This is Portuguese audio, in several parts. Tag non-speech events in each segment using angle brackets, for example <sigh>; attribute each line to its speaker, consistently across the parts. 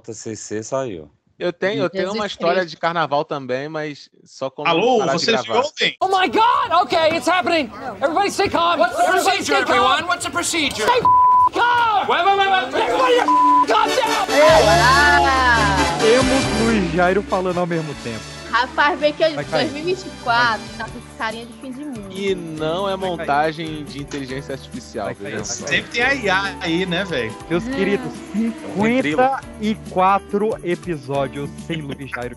Speaker 1: JCC saiu.
Speaker 2: Eu tenho, eu tenho uma
Speaker 3: Jesus
Speaker 2: história
Speaker 3: Cristo.
Speaker 2: de carnaval também, mas só como.
Speaker 4: Alô,
Speaker 2: parar de
Speaker 4: vocês me
Speaker 2: gravar.
Speaker 4: ouvem?
Speaker 5: Oh my God! Okay, it's happening. Everybody, stay calm. What's the procedure, everyone? What's the procedure? Stay f- calm. Wait, wait, wait, wait. Everybody, f- calm down.
Speaker 6: Temos Luiz Jairo falando ao mesmo tempo.
Speaker 3: Rapaz, vê que
Speaker 6: Vai cair.
Speaker 3: 2024 tá com carinha de fim de mundo.
Speaker 2: E não é montagem de inteligência artificial.
Speaker 6: Vai cair.
Speaker 2: viu?
Speaker 4: Sempre tem a IA aí, né, velho?
Speaker 3: Ah.
Speaker 6: Meus queridos, 54 episódios sem Luiz Jairo.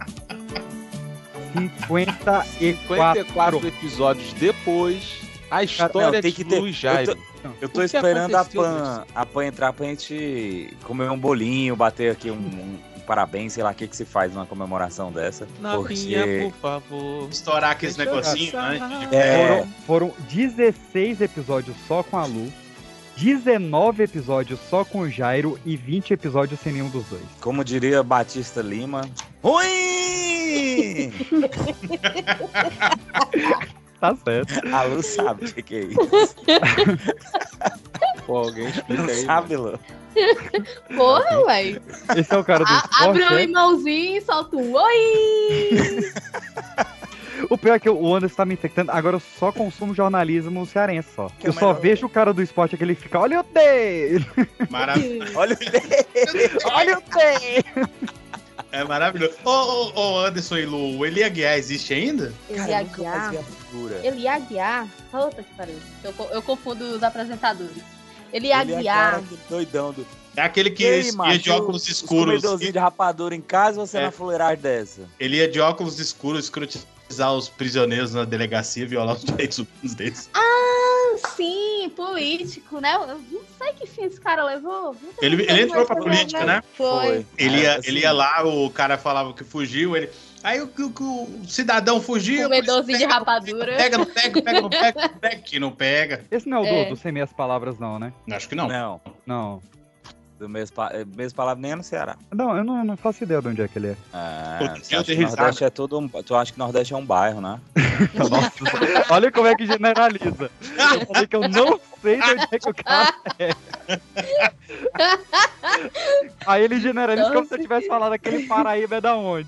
Speaker 6: 54.
Speaker 2: 54 episódios depois, a
Speaker 1: Não,
Speaker 2: história
Speaker 1: tem
Speaker 2: de
Speaker 1: que ter-
Speaker 2: Luiz Jairo.
Speaker 1: Eu
Speaker 2: O
Speaker 1: tô
Speaker 2: que
Speaker 1: esperando a
Speaker 2: aconteceu,
Speaker 1: Pan, a Pan entrar pra gente comer um bolinho, bater aqui um, um parabéns, sei lá, o que que se faz numa comemoração dessa.
Speaker 2: Na minha,
Speaker 1: porque...
Speaker 2: por favor.
Speaker 4: Estourar aqueles
Speaker 2: Deixa eu
Speaker 4: negocinhos
Speaker 2: passar.
Speaker 4: antes de
Speaker 1: É,
Speaker 6: Foram, foram 16 episódios só com a Lu, 19 episódios só com o Jairo e 20 episódios sem nenhum dos dois.
Speaker 1: como diria Batista Lima, ruim! <laughs>
Speaker 6: Tá certo.
Speaker 1: A Lu sabe o que que é isso.
Speaker 2: Pô, alguém explica
Speaker 1: Não
Speaker 2: aí.
Speaker 1: sabe, Lu?
Speaker 3: Porra, ué.
Speaker 6: Esse é o cara
Speaker 3: <laughs>
Speaker 6: do
Speaker 3: A- Abre o
Speaker 6: esporte. né?
Speaker 3: irmãozinho e solta um oi.
Speaker 6: O pior é que o Anderson tá me infectando. Agora eu só consumo jornalismo cearense só.
Speaker 1: Que é
Speaker 6: eu só
Speaker 1: melhor.
Speaker 6: vejo o cara do esporte é que ele fica, olha o dele!
Speaker 4: Maravilhoso.
Speaker 1: Olha o
Speaker 2: é
Speaker 1: dele!
Speaker 6: Olha o dele!
Speaker 4: É maravilhoso. Ô, ô, ô, Anderson e Lu, o Eli Aguiar existe ainda?
Speaker 3: Ele ia
Speaker 1: Cara, nunca
Speaker 3: guiar.
Speaker 1: fazia figura.
Speaker 3: Ele ia guiar. Puta que pariu. Eu, co- eu confundo os apresentadores. Ele ia
Speaker 1: Ele é
Speaker 3: guiar.
Speaker 1: cara que doidão do...
Speaker 4: É aquele que
Speaker 1: Ei,
Speaker 4: ia de
Speaker 1: macho,
Speaker 4: óculos
Speaker 1: os
Speaker 4: escuros.
Speaker 1: comedorzinhos de rapadura em casa ou você
Speaker 4: É.
Speaker 1: na fuleiragem dessa?
Speaker 4: Ele ia de óculos escuros escrotizar os prisioneiros na delegacia, violar os <laughs> direitos humanos deles.
Speaker 3: Ah, Sim, político, né? Eu não sei que fim esse cara levou. Não sei
Speaker 4: Ele-
Speaker 3: que
Speaker 4: ele
Speaker 3: fim
Speaker 4: entrou
Speaker 3: esse
Speaker 4: pra
Speaker 3: cara
Speaker 4: política,
Speaker 3: levou.
Speaker 4: né?
Speaker 3: Foi.
Speaker 4: Ele ia,
Speaker 1: Ah, assim,
Speaker 4: ele ia lá, o cara falava que fugiu, ele. Aí o, o- o cidadão fugiu.
Speaker 3: Comedorzinho um de
Speaker 4: pega,
Speaker 3: rapadura.
Speaker 4: Pega, não pega, pega, não pega, não pega, que não pega.
Speaker 6: Esse não é o
Speaker 3: É.
Speaker 6: do, do Sem Meias Palavras, não, né?
Speaker 4: Acho que não.
Speaker 1: Não,
Speaker 6: Não.
Speaker 1: do mesmo, pa... mesmo palavra nem é no Ceará.
Speaker 6: Não, eu não, não faço ideia de onde é que ele é. <laughs>
Speaker 1: Ah,
Speaker 4: Outro
Speaker 1: você
Speaker 4: dia eu
Speaker 1: acha
Speaker 4: dei
Speaker 1: que
Speaker 4: risada.
Speaker 1: Nordeste é todo um... Tu acha que Nordeste é um bairro, né?
Speaker 6: Nossa, olha como é que generaliza. Eu falei que eu não sei de onde é que o cara é. Aí ele generaliza como se eu tivesse falado aquele Paraíba é da onde.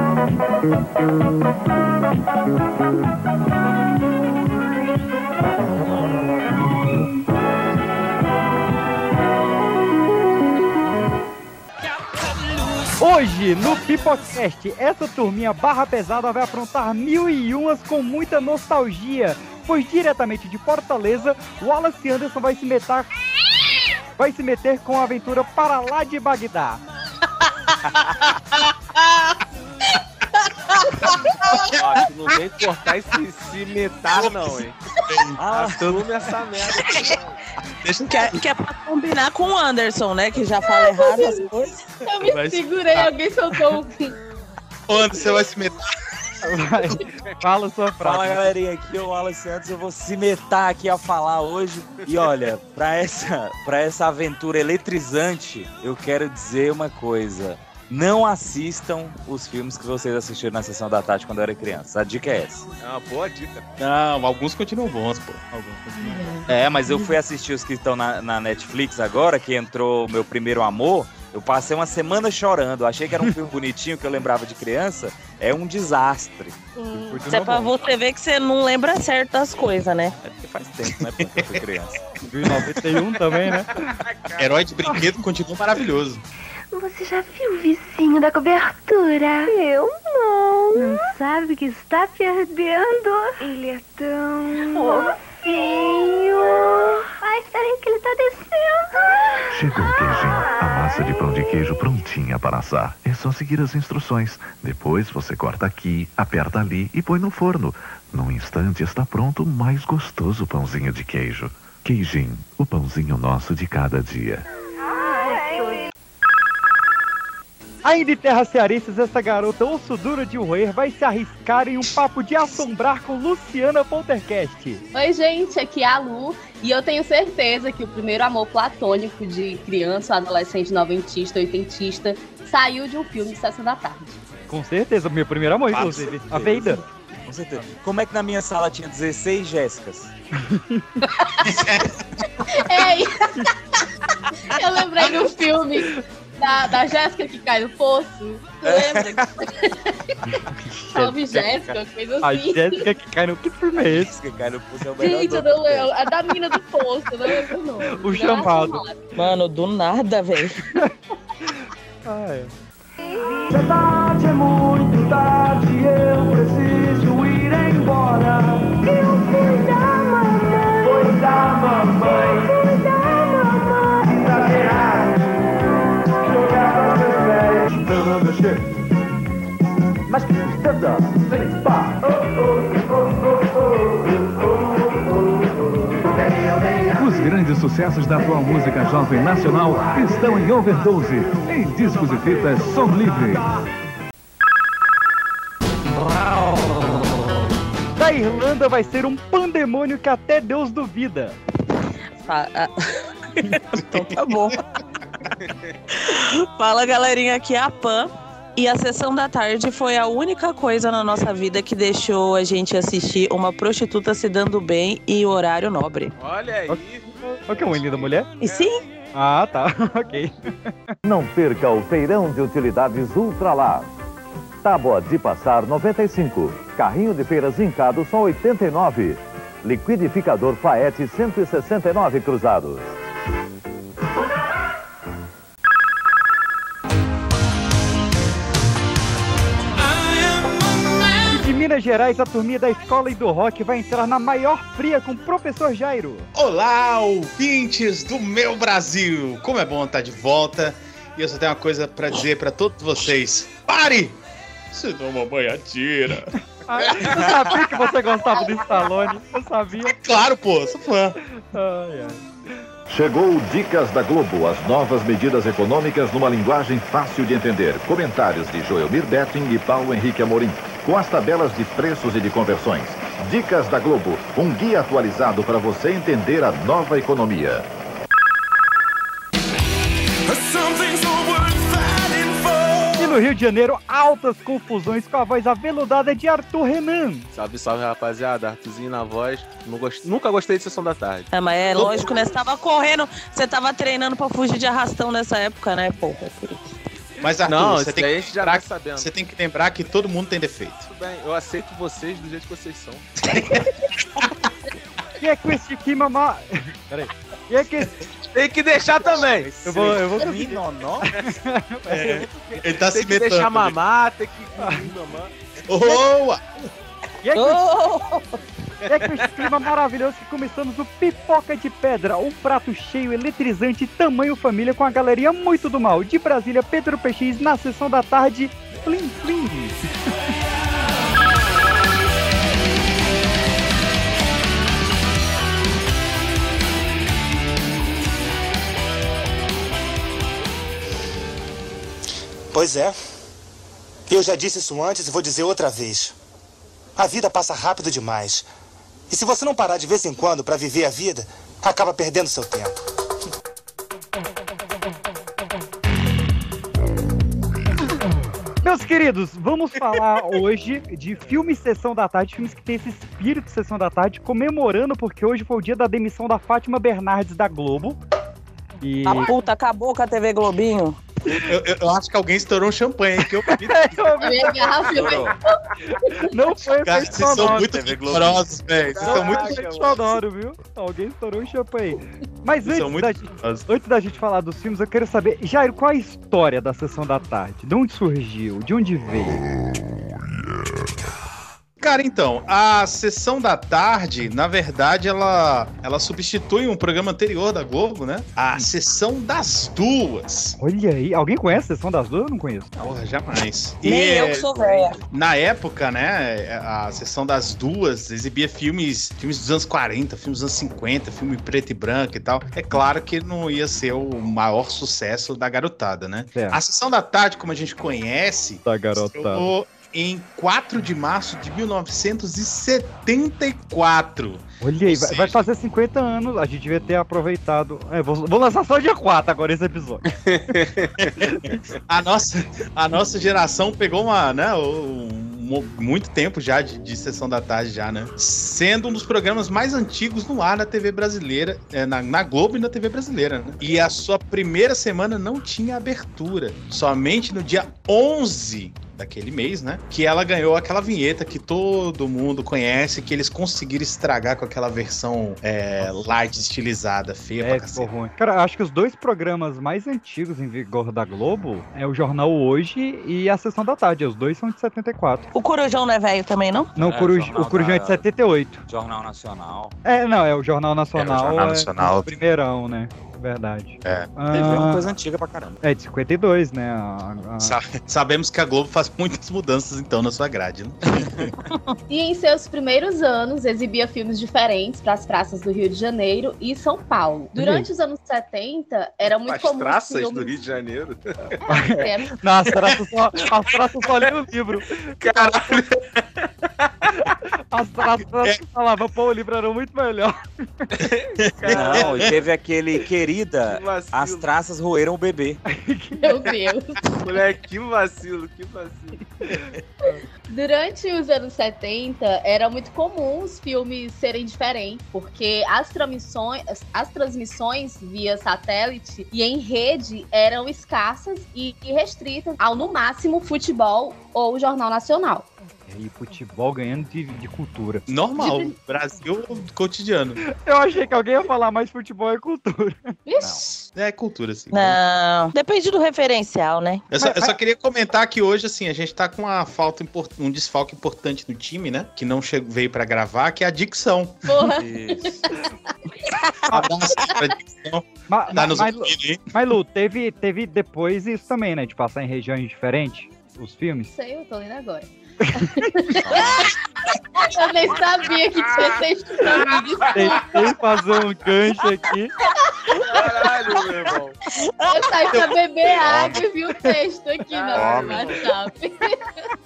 Speaker 6: Hoje, no Pipocast, essa turminha barra pesada vai aprontar mil e umas com muita nostalgia. Pois diretamente de Fortaleza, Wallace Anderson vai se meter. Vai se meter com a aventura para lá de Bagdá.
Speaker 2: Ó, tu não vem cortar esse cimentar, não, hein?
Speaker 1: Ah,
Speaker 2: Assume essa merda.
Speaker 4: Deixa
Speaker 7: Que é, que é pra combinar com o Anderson, né? Que já fala errado as coisas.
Speaker 3: Eu me
Speaker 4: Mas-
Speaker 3: segurei, alguém soltou um.
Speaker 4: o Anderson vai se meter.
Speaker 6: Vai, fala sua
Speaker 1: Fala
Speaker 6: frase. né?
Speaker 1: galerinha, aqui é o Alan Santos, eu vou se metar aqui a falar hoje. E olha, pra essa, pra essa aventura eletrizante, eu quero dizer uma coisa. Não assistam os filmes que vocês assistiram na sessão da tarde quando eu era criança. A dica é essa.
Speaker 2: É uma boa dica.
Speaker 4: Não, alguns continuam bons, pô. Alguns continuam bons.
Speaker 1: É, mas eu fui assistir os que estão na, na Netflix agora, que entrou Meu Primeiro Amor. Eu passei uma semana chorando. Achei que era um filme bonitinho que eu lembrava de criança. É um desastre.
Speaker 7: Isso é pra você ver que você não lembra certo das coisas, né?
Speaker 1: É porque faz tempo, né? Porque eu fui criança.
Speaker 6: 91 também, né?
Speaker 4: Herói de brinquedo continua maravilhoso.
Speaker 8: Você já viu o vicinho da cobertura? Eu não. Não sabe o que está perdendo? Ele é tão fofinho. Ai, espera aí que ele está descendo.
Speaker 9: Chegou o queijinho, a massa de pão de queijo prontinha para assar. É só seguir as instruções. Depois você corta aqui, aperta ali e põe no forno. Num instante está pronto o mais gostoso pãozinho de queijo. Queijinho, o pãozinho nosso de cada dia.
Speaker 6: Ainda em terras cearenses, essa garota osso duro de roer vai se arriscar em um papo de assombrar com Luciana Poltercast.
Speaker 3: Oi, gente, aqui é a Lu e eu tenho certeza que o primeiro amor platônico de criança, adolescente, noventista, oitentista saiu de um filme de sessão da tarde.
Speaker 6: Com certeza, o meu primeiro amor,
Speaker 1: Com
Speaker 6: inclusive. A
Speaker 1: certeza.
Speaker 6: Veida.
Speaker 1: Com certeza. Como é que na minha sala tinha 16 Jéssicas?
Speaker 3: Ei! <laughs> eu lembrei do filme da, da Jéssica que cai no poço. Tu
Speaker 2: É.
Speaker 6: <laughs>
Speaker 3: lembra? Salve Jéssica, coisa
Speaker 6: A
Speaker 3: assim.
Speaker 6: Jéssica que cai no. Que filme é esse?
Speaker 1: Jéssica, cara, o pulso é o melhor
Speaker 3: Gente, eu
Speaker 1: nome.
Speaker 3: não lembro. É da mina do poço, eu não lembro o nome.
Speaker 6: O chamado.
Speaker 7: Mano, do nada, velho.
Speaker 6: Ah, é.
Speaker 5: Verdade é muito tarde, eu preciso ir embora. Eu fui da mamãe. Fui da mamãe. Fui da mamãe. Exagerado. Jogava seus pés. Não, não, mexer. Mas que tenta, vem, pá. Oh, oh, oh,
Speaker 9: Os grandes sucessos da atual música jovem nacional estão em overdose, em discos e fitas som livre.
Speaker 5: oh.
Speaker 6: Da Irlanda vai ser um pandemônio que até Deus duvida.
Speaker 7: Fa- ah. então tá bom. Fala galerinha, aqui é a Pan. E a sessão da tarde foi a única coisa na nossa vida que deixou a gente assistir uma prostituta se dando bem e horário nobre.
Speaker 2: Olha aí.
Speaker 6: Olha que é uma linda mulher.
Speaker 7: E sim,
Speaker 6: Ah, tá. <laughs> ok.
Speaker 10: Não perca o feirão de utilidades Ultralar. Tábua de passar 95, carrinho de feiras vincado só 89, liquidificador Faete 169 cruzados.
Speaker 6: E de Minas Gerais, a turminha da escola e do rock vai entrar na maior fria com o professor Jairo.
Speaker 4: Olá, ouvintes do meu Brasil! Como é bom estar de volta. E eu só tenho uma coisa pra dizer pra todos vocês. Pare! Senão mamãe atira.
Speaker 6: Ah, eu sabia que você gostava do Stallone. Eu sabia.
Speaker 4: Claro, pô, sou fã.
Speaker 6: Ai, ai.
Speaker 9: Chegou o Dicas da Globo, as novas medidas econômicas numa linguagem fácil de entender. Comentários de Joelmir Betting e Paulo Henrique Amorim, com as tabelas de preços e de conversões. Dicas da Globo, um guia atualizado para você entender a nova economia.
Speaker 6: E no Rio de Janeiro, altas confusões com a voz aveludada de Arthur Renan.
Speaker 2: Salve, salve, rapaziada. Artuzinho na voz. Não gost- Nunca gostei de Sessão da Tarde.
Speaker 7: é, mas é lógico, né? Você tava correndo, você tava treinando pra fugir de arrastão nessa época, né? Porra, por isso.
Speaker 4: Mas Arthur,
Speaker 2: Não,
Speaker 4: você,
Speaker 2: isso
Speaker 4: tem
Speaker 2: daí
Speaker 4: que
Speaker 2: a gente já
Speaker 4: lembrar
Speaker 2: tá
Speaker 4: que-
Speaker 2: sabendo.
Speaker 4: você tem que lembrar que todo mundo tem defeito.
Speaker 2: Tudo bem, eu aceito vocês do jeito que vocês são.
Speaker 6: E é com esse que mamá. Peraí. E é que esse.
Speaker 2: Tem que deixar também.
Speaker 6: Eu vou. Eu vou...
Speaker 1: Minonó?
Speaker 4: É, ele tá
Speaker 2: tem
Speaker 4: se
Speaker 2: que
Speaker 4: metendo.
Speaker 2: deixar
Speaker 4: né?
Speaker 2: mamar, tem que mamar.
Speaker 4: Boa!
Speaker 6: E é que esse-
Speaker 7: Oh!
Speaker 6: É com esse clima maravilhoso que começamos o Pipoca de Pedra, um prato cheio, eletrizante, tamanho família com a galeria muito do mal. De Brasília, Pedro PX, na sessão da tarde, Plim Plim.
Speaker 11: Pois é. Eu já disse isso antes e vou dizer outra vez. A vida passa rápido demais. E se você não parar de vez em quando para viver a vida, acaba perdendo seu tempo.
Speaker 6: Meus queridos, vamos falar hoje de filmes Sessão da Tarde, filmes que tem esse espírito de Sessão da Tarde, comemorando porque hoje foi o dia da demissão da Fátima Bernardes da Globo. E...
Speaker 7: A puta acabou com a TV Globinho.
Speaker 4: Eu, eu- eu acho que alguém estourou um champanhe hein, que
Speaker 2: <laughs>
Speaker 4: eu vi.
Speaker 3: Minha garrafa,
Speaker 6: Não foi
Speaker 4: Cara, vocês
Speaker 6: efeito
Speaker 4: são
Speaker 6: sonoro.
Speaker 4: muito
Speaker 2: né,
Speaker 1: TV Globo.
Speaker 4: rigorosos, velho. Vocês são muito
Speaker 6: Caraca, sonoro, viu? Alguém estourou o champanhe. Mas
Speaker 4: Vocês são
Speaker 6: antes
Speaker 4: muito
Speaker 6: da,
Speaker 4: rigorosos.
Speaker 6: antes da gente falar dos filmes, eu quero saber, Jairo, qual é a história da Sessão da Tarde? De onde surgiu? De onde veio?
Speaker 4: Cara, então, a sessão da tarde, na verdade, ela, ela substitui um programa anterior da Globo, né? A sessão das duas.
Speaker 6: Olha aí, alguém conhece a Sessão das Duas? Eu não conheço.
Speaker 4: Porra, jamais.
Speaker 6: Nem eu que sou velha.
Speaker 4: Na época, né, a sessão das duas exibia filmes, filmes dos anos 40, filmes dos anos 50, filme preto e branco e tal. É claro que não ia ser o maior sucesso da garotada, né? A sessão da tarde, como a gente conhece,
Speaker 6: Da garotada.
Speaker 4: estreou em 4 de março de 1974.
Speaker 6: Olha aí, vai, vai fazer 50 anos, a gente devia ter aproveitado. É, vou, vou lançar só dia 4 agora esse episódio.
Speaker 4: a, nossa, a nossa geração pegou uma, né, um- um- muito tempo já de, de sessão da tarde já, né? Sendo um dos programas mais antigos no ar na TV brasileira, é, na, na Globo e na TV brasileira, né? E a sua primeira semana não tinha abertura, somente no dia 11 daquele mês, né? Que ela ganhou aquela vinheta que todo mundo conhece, que eles conseguiram estragar com aquela versão é, light, estilizada, feia pra cacete.
Speaker 6: É, Cara, acho que os dois programas mais antigos em vigor da Globo é o Jornal Hoje e a Sessão da Tarde. Os dois são de 74.
Speaker 7: O Corujão não é velho também, não?
Speaker 6: Não, o Coruj- o Corujão é de 78.
Speaker 1: Jornal Nacional.
Speaker 6: É, não, é o Jornal Nacional.
Speaker 1: Jornal
Speaker 6: é
Speaker 1: Nacional.
Speaker 6: o primeirão, né? Verdade.
Speaker 4: É.
Speaker 1: Teve uma
Speaker 6: Ah.
Speaker 1: coisa antiga pra caramba.
Speaker 6: É de 52, né? A- a-
Speaker 4: Sa- sabemos que a Globo faz muitas mudanças então na sua grade, né?
Speaker 3: E em seus primeiros anos, exibia filmes diferentes para as praças do Rio de Janeiro e São
Speaker 6: Hum.
Speaker 3: Paulo. Durante os anos 70, era muito
Speaker 2: As
Speaker 3: comum.
Speaker 2: traças
Speaker 3: filmes-
Speaker 2: do Rio de Janeiro.
Speaker 3: É.
Speaker 6: Não, as traças só, as traças só liam o livro.
Speaker 2: Caralho.
Speaker 6: As traças falavam, pô, o livro era muito melhor.
Speaker 1: Não, e teve aquele querida, as traças roeram o bebê.
Speaker 3: Meu Deus.
Speaker 2: Moleque, que vacilo, que vacilo.
Speaker 3: Durante os anos 70, era muito comum os filmes serem diferentes, porque as transmissões, as transmissões via satélite e em rede eram escassas e e restritas ao, no máximo, futebol ou jornal nacional.
Speaker 6: E futebol ganhando de, de cultura.
Speaker 4: Normal, Brasil cotidiano.
Speaker 6: Eu achei que alguém ia falar mais futebol é cultura.
Speaker 4: É cultura, sim.
Speaker 7: Não. Depende do referencial, né?
Speaker 4: Eu só, eu só queria comentar que hoje, assim, a gente tá com uma falta, impor- um desfalque importante no time, né? Que não chegou, veio pra gravar, que é a dicção.
Speaker 3: Porra.
Speaker 4: Abraço pra dicção.
Speaker 6: Mas,
Speaker 3: <laughs>
Speaker 4: Tá nos
Speaker 6: mas,
Speaker 4: ouvindo aí.
Speaker 6: mas, Lu, teve, teve depois isso também, né? De passar em regiões diferentes, os filmes.
Speaker 3: Sei, eu tô lendo agora. <laughs> eu nem sabia
Speaker 2: <laughs>
Speaker 3: que tinha seis filmes.
Speaker 6: Tentei fazer um gancho aqui.
Speaker 2: Caralho, meu irmão.
Speaker 3: Eu saí pra beber água e vi o texto aqui no
Speaker 2: Homem.
Speaker 3: WhatsApp.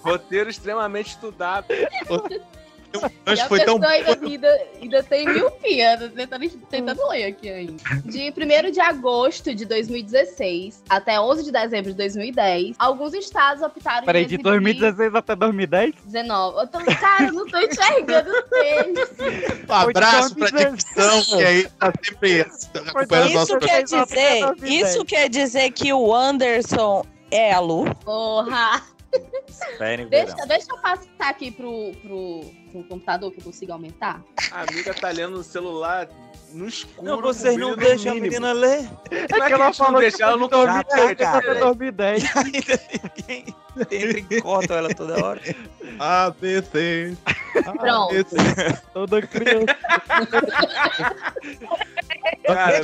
Speaker 2: Roteiro extremamente estudado.
Speaker 3: E a pessoa ainda, ainda, ainda tem miopia, né? tentando, tentando ler aqui ainda. De 1 de agosto de 2016 até 11 de dezembro de 2010, alguns estados optaram
Speaker 6: Peraí, de
Speaker 3: exibir
Speaker 6: 2016 até 2010?
Speaker 3: 19. Eu tô, cara, eu não tô enxergando o texto.
Speaker 4: Um abraço pra dicção, que aí tá sempre
Speaker 6: É
Speaker 4: acompanhando os
Speaker 7: Isso
Speaker 4: nossos
Speaker 7: quer
Speaker 4: programas.
Speaker 7: dizer, isso quer dizer que o Anderson é a Lu.
Speaker 3: Porra!
Speaker 1: Esperem o verão.
Speaker 3: Deixa, deixa eu passar aqui pro, pro, pro computador que eu consigo aumentar.
Speaker 2: A amiga tá lendo no celular no escuro.
Speaker 1: Não, vocês não deixam a menina ler?
Speaker 2: É que ela falou que tá foi de 2010 até
Speaker 6: 2010.
Speaker 1: Entra em cota ela toda hora.
Speaker 4: ABC.
Speaker 3: Pronto.
Speaker 6: Toda criança.
Speaker 2: Cara,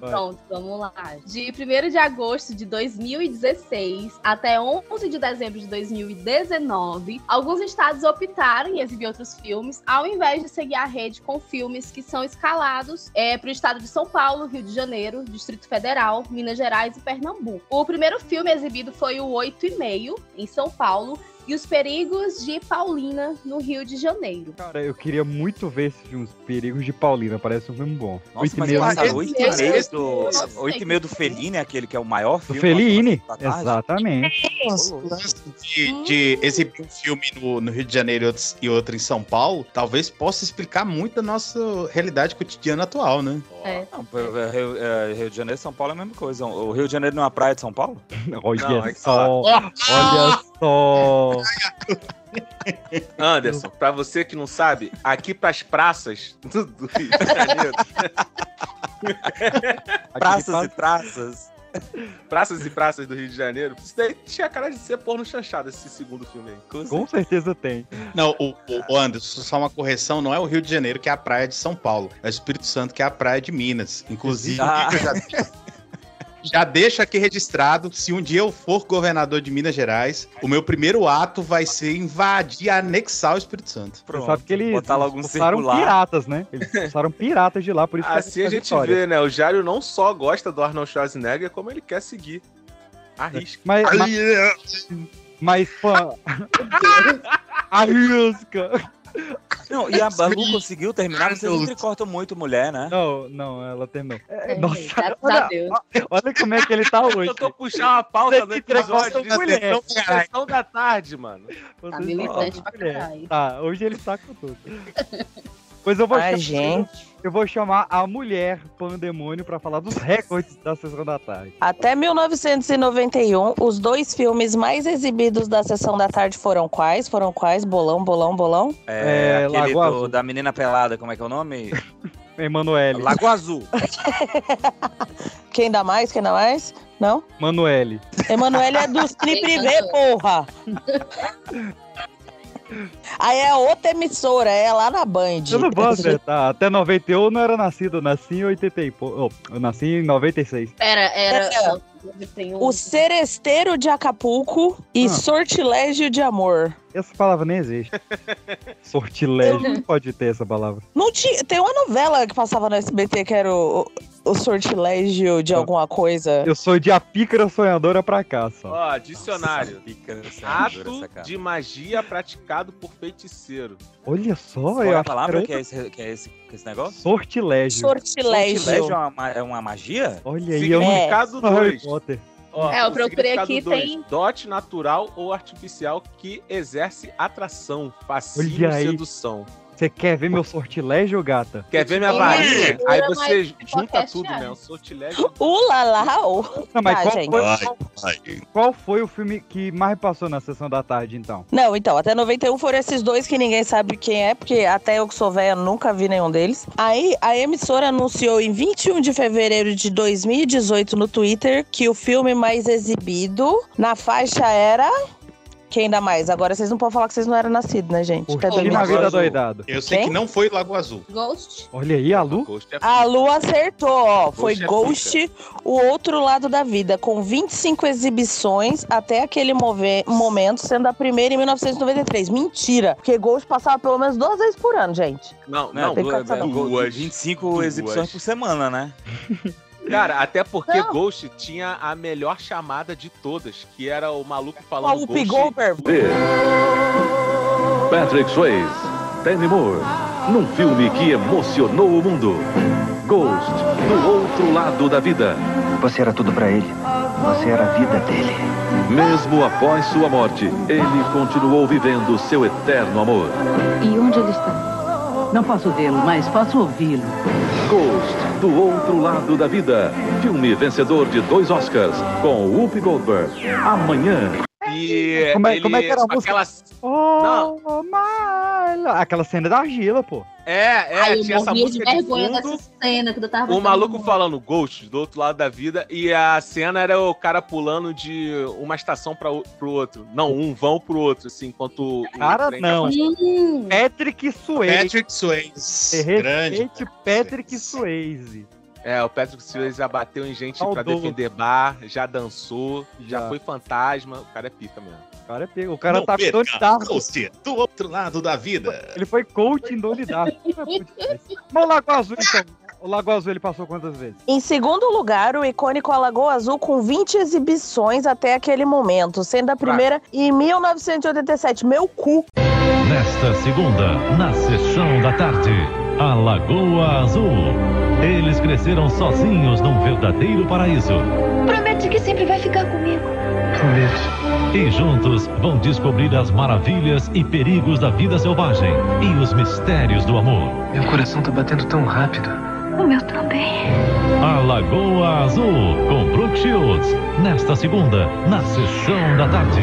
Speaker 3: Pronto, vamos lá. De 1 de agosto de 2016 até 11 de dezembro de 2019, alguns estados optaram em exibir outros filmes, ao invés de seguir a rede com filmes que são escalados para o estado de São Paulo, Rio de Janeiro, Distrito Federal, Minas Gerais e Pernambuco. O primeiro filme exibido foi o 8 e meio, em São Paulo, e Os Perigos de Paulina, no Rio de Janeiro.
Speaker 6: <laughs> Cara, eu queria muito ver esse filme, Os Perigos de Paulina. Parece um filme bom.
Speaker 1: Nossa,
Speaker 6: Oito e
Speaker 1: mas
Speaker 6: meio
Speaker 1: passa
Speaker 6: minutos.
Speaker 1: 8 e meio
Speaker 6: Esse-
Speaker 1: do,
Speaker 6: esse-
Speaker 1: oito e meio do Fellini, aquele que é o maior
Speaker 6: Do
Speaker 1: filme.
Speaker 6: Fellini.
Speaker 1: da tá tarde.
Speaker 6: Exatamente.
Speaker 4: O lance de, de exibir um filme no, no Rio de Janeiro e outros- e outro em São Paulo, talvez possa explicar muito da nossa realidade cotidiana atual, né?
Speaker 3: É.
Speaker 1: Não, Rio, é, Rio de Janeiro e São Paulo é a mesma coisa. O Rio de Janeiro não é uma praia de São Paulo?
Speaker 6: Olha
Speaker 1: Não, é que
Speaker 6: só.
Speaker 1: fala-
Speaker 6: Olha só.
Speaker 2: Anderson, pra você que não sabe, aqui pras praças <laughs> do, do Rio de Janeiro.
Speaker 1: Praças e traças.
Speaker 2: Praças e Praças do Rio de Janeiro. Isso daí tinha cara de ser porno chanchado, esse segundo filme aí.
Speaker 6: Com certeza tem.
Speaker 4: Não, o, o- o Anderson, só uma correção, não é o Rio de Janeiro que é a praia de São Paulo, é o Espírito Santo que é a praia de Minas. Inclusive,
Speaker 1: Ah.
Speaker 4: eu já, já deixo aqui registrado, se um dia eu for governador de Minas Gerais, o meu primeiro ato vai ser invadir, anexar o Espírito Santo.
Speaker 6: Você sabe que eles
Speaker 1: botar logo um
Speaker 6: expulsaram
Speaker 1: circular.
Speaker 6: piratas, né?
Speaker 1: <laughs>
Speaker 6: Eles expulsaram piratas de lá, por isso que é
Speaker 2: Assim
Speaker 6: essa
Speaker 2: a gente
Speaker 6: história.
Speaker 2: vê, né? O Jário não só gosta do Arnold Schwarzenegger, como ele quer seguir. Arrisca.
Speaker 6: Mas,
Speaker 4: é.
Speaker 6: mas, mas
Speaker 1: <laughs>
Speaker 6: fã. A música.
Speaker 1: Não, e a Balu conseguiu terminar? Vocês sempre cortam muito mulher, né?
Speaker 6: Não, não, ela terminou. É,
Speaker 3: É,
Speaker 6: nossa,
Speaker 3: graças a
Speaker 6: olha,
Speaker 3: Deus.
Speaker 6: olha como é que ele <laughs> tá hoje.
Speaker 2: Tentou puxar uma pauta do
Speaker 6: Esse negócio
Speaker 2: episódio.
Speaker 6: é mulher,
Speaker 2: Sessão-
Speaker 6: caralho.
Speaker 2: Sessão da tarde, mano.
Speaker 3: Tá
Speaker 6: Vocês-
Speaker 3: militante pra
Speaker 6: Mulher.
Speaker 3: caralho.
Speaker 6: Tá, hoje ele tá com
Speaker 3: <laughs>
Speaker 6: tudo. Pois eu vou,
Speaker 7: Ai,
Speaker 6: chamar,
Speaker 7: gente.
Speaker 6: eu vou chamar a mulher pandemônio pra falar dos recordes da sessão da tarde.
Speaker 7: Até 1991, os dois filmes mais exibidos da sessão da tarde foram quais? Foram quais? Bolão, bolão, bolão.
Speaker 1: É,
Speaker 6: É,
Speaker 1: aquele
Speaker 6: Lagoa
Speaker 1: do-
Speaker 6: Azul.
Speaker 1: da menina pelada, como é que é o
Speaker 6: <laughs>
Speaker 1: nome?
Speaker 6: Emanuele.
Speaker 1: Lago Azul.
Speaker 7: Quem dá mais? Quem dá mais? Não?
Speaker 6: Manuele.
Speaker 7: Emanuele é do Cine Privé, porra! Aí é outra emissora, é lá na Band. Assim,
Speaker 6: Eu não né? vou acertar. Até 91 eu não era nascido, eu nasci em 80 e pou- oh, eu nasci em 96.
Speaker 3: Pera, era.
Speaker 7: É.
Speaker 3: Tem um...
Speaker 7: O Seresteiro de Acapulco e
Speaker 6: Ah.
Speaker 7: Sortilégio de Amor.
Speaker 6: Essa palavra nem
Speaker 7: <laughs>
Speaker 6: existe. Sortilégio, não pode ter essa palavra.
Speaker 7: Não tinha, tem uma novela que passava no SBT que era o, o Sortilégio de alguma coisa.
Speaker 6: Eu sou de a pícara sonhadora pra cá, só.
Speaker 2: Ó, dicionário.
Speaker 1: Fica nessa
Speaker 6: é
Speaker 1: dura essa
Speaker 2: Ato
Speaker 1: cara.
Speaker 2: de magia praticado por feiticeiro.
Speaker 6: Olha só,
Speaker 1: Qual
Speaker 6: eu
Speaker 1: é a
Speaker 6: acho
Speaker 1: palavra
Speaker 6: que
Speaker 1: que é
Speaker 6: era
Speaker 1: esse, que é esse, que é esse negócio?
Speaker 6: sortilégio.
Speaker 7: Sortilégio.
Speaker 1: Sortilégio é uma, ma- é uma magia?
Speaker 6: Olha aí, eu
Speaker 1: é.
Speaker 6: não
Speaker 2: Significado
Speaker 6: sou Harry
Speaker 2: 2.
Speaker 6: Potter.
Speaker 3: É, eu procurei aqui, tem-
Speaker 2: Dote natural ou artificial que exerce atração, fascínio
Speaker 6: Olha aí.
Speaker 2: sedução.
Speaker 6: Você quer ver meu sortilégio, gata?
Speaker 2: Quer ver minha
Speaker 3: Tem
Speaker 2: varinha?
Speaker 3: leitura,
Speaker 2: Aí
Speaker 3: mas
Speaker 2: você
Speaker 3: tem
Speaker 2: junta
Speaker 3: podcast
Speaker 2: tudo, né?
Speaker 3: antes.
Speaker 2: O sortilégio.
Speaker 7: Ulalá! Uh, ô.
Speaker 6: Não, mas
Speaker 7: Tá,
Speaker 6: qual,
Speaker 7: gente.
Speaker 6: foi, qual- qual foi o filme que mais passou na sessão da tarde, então?
Speaker 7: Não, então, até 91 foram esses dois que ninguém sabe quem é, porque até eu que sou velha nunca vi nenhum deles. Aí a emissora anunciou em 21 de fevereiro de 2018 no Twitter que o filme mais exibido na faixa era. Quem dá mais? Agora vocês não podem falar que vocês não eram nascidos, né, gente?
Speaker 6: Curtindo
Speaker 7: Até
Speaker 6: a
Speaker 7: 2018.
Speaker 6: vida
Speaker 2: Azul.
Speaker 6: doidado.
Speaker 4: Eu sei
Speaker 7: Quem?
Speaker 4: que não foi Lago Azul.
Speaker 3: Ghost?
Speaker 6: Olha aí, a Lu.
Speaker 2: Ghost é
Speaker 7: A
Speaker 2: fita.
Speaker 7: Lu acertou, ó. Foi
Speaker 2: Ghost é
Speaker 7: Ghost, o outro lado da vida, com 25 exibições até aquele move- momento, sendo a primeira em 1993. Mentira, porque Ghost passava pelo menos duas vezes por ano, gente.
Speaker 2: Não,
Speaker 1: Não,
Speaker 2: não.
Speaker 7: tem
Speaker 1: duas,
Speaker 7: caçador.
Speaker 2: Duas.
Speaker 1: 25
Speaker 2: Duas.
Speaker 1: exibições por semana, né?
Speaker 2: Cara, até porque
Speaker 7: Não.
Speaker 2: Ghost tinha a melhor chamada de todas, que era o maluco falando
Speaker 7: Paulo
Speaker 2: Ghost.
Speaker 7: Pigover.
Speaker 9: Patrick Swayze, Demi Moore, num filme que emocionou o mundo. Ghost, do outro lado da vida.
Speaker 12: Você era tudo pra ele. Você era a vida dele.
Speaker 9: Mesmo após sua morte, ele continuou vivendo seu eterno amor.
Speaker 8: E onde ele está? Não posso vê-lo, mas posso ouvi-lo.
Speaker 9: Ghost, do outro lado da vida. Filme vencedor de dois Oscars, com Whoopi Goldberg. Amanhã.
Speaker 2: E
Speaker 6: Como é- como é que era a música?
Speaker 2: aquela...
Speaker 6: Oh, my love. Aquela cena da argila, pô.
Speaker 2: É, é,
Speaker 3: Ai, eu
Speaker 2: tinha essa
Speaker 3: morria de
Speaker 2: música de
Speaker 3: vergonha
Speaker 2: fundo,
Speaker 3: dessa cena que eu tava
Speaker 2: o
Speaker 3: passando
Speaker 2: maluco
Speaker 3: mal.
Speaker 2: falando Ghost do outro lado da vida, e a cena era o cara pulando de uma estação pra, o- pro outro. Não, um vão pro outro, assim, enquanto... o
Speaker 6: Cara,
Speaker 2: trem
Speaker 6: não.
Speaker 3: Hum,
Speaker 6: Patrick Swayze.
Speaker 4: Patrick Swayze. Grande.
Speaker 6: Respeite Patrick Swayze.
Speaker 2: É, o Patrick Swayze já bateu em gente pra
Speaker 6: Saudoso.
Speaker 2: defender bar, já dançou, já,
Speaker 6: Já.
Speaker 2: foi fantasma, o cara é pica mesmo.
Speaker 6: O cara, é pego- o cara
Speaker 4: Não
Speaker 6: tá com
Speaker 4: perca,
Speaker 6: Tony Stark.
Speaker 4: Ghost, do outro lado da vida.
Speaker 6: Ele foi coach em Tony Darko. é Mas o Lago Azul, então. O Lago Azul ele passou quantas vezes?
Speaker 7: Em segundo lugar, o icônico Alagoa Azul com 20 exibições até aquele momento, sendo a primeira em 1987. Meu cu.
Speaker 9: Nesta segunda, na sessão da tarde, a Lagoa Azul. Eles cresceram sozinhos num verdadeiro paraíso.
Speaker 8: Promete que sempre vai ficar comigo.
Speaker 9: E juntos vão descobrir as maravilhas e perigos da vida selvagem e os mistérios do amor.
Speaker 12: Meu coração tá batendo tão rápido. O meu
Speaker 3: <laughs>
Speaker 12: também.
Speaker 9: A Lagoa Azul, com Brooke Shields. Nesta segunda, na sessão da tarde.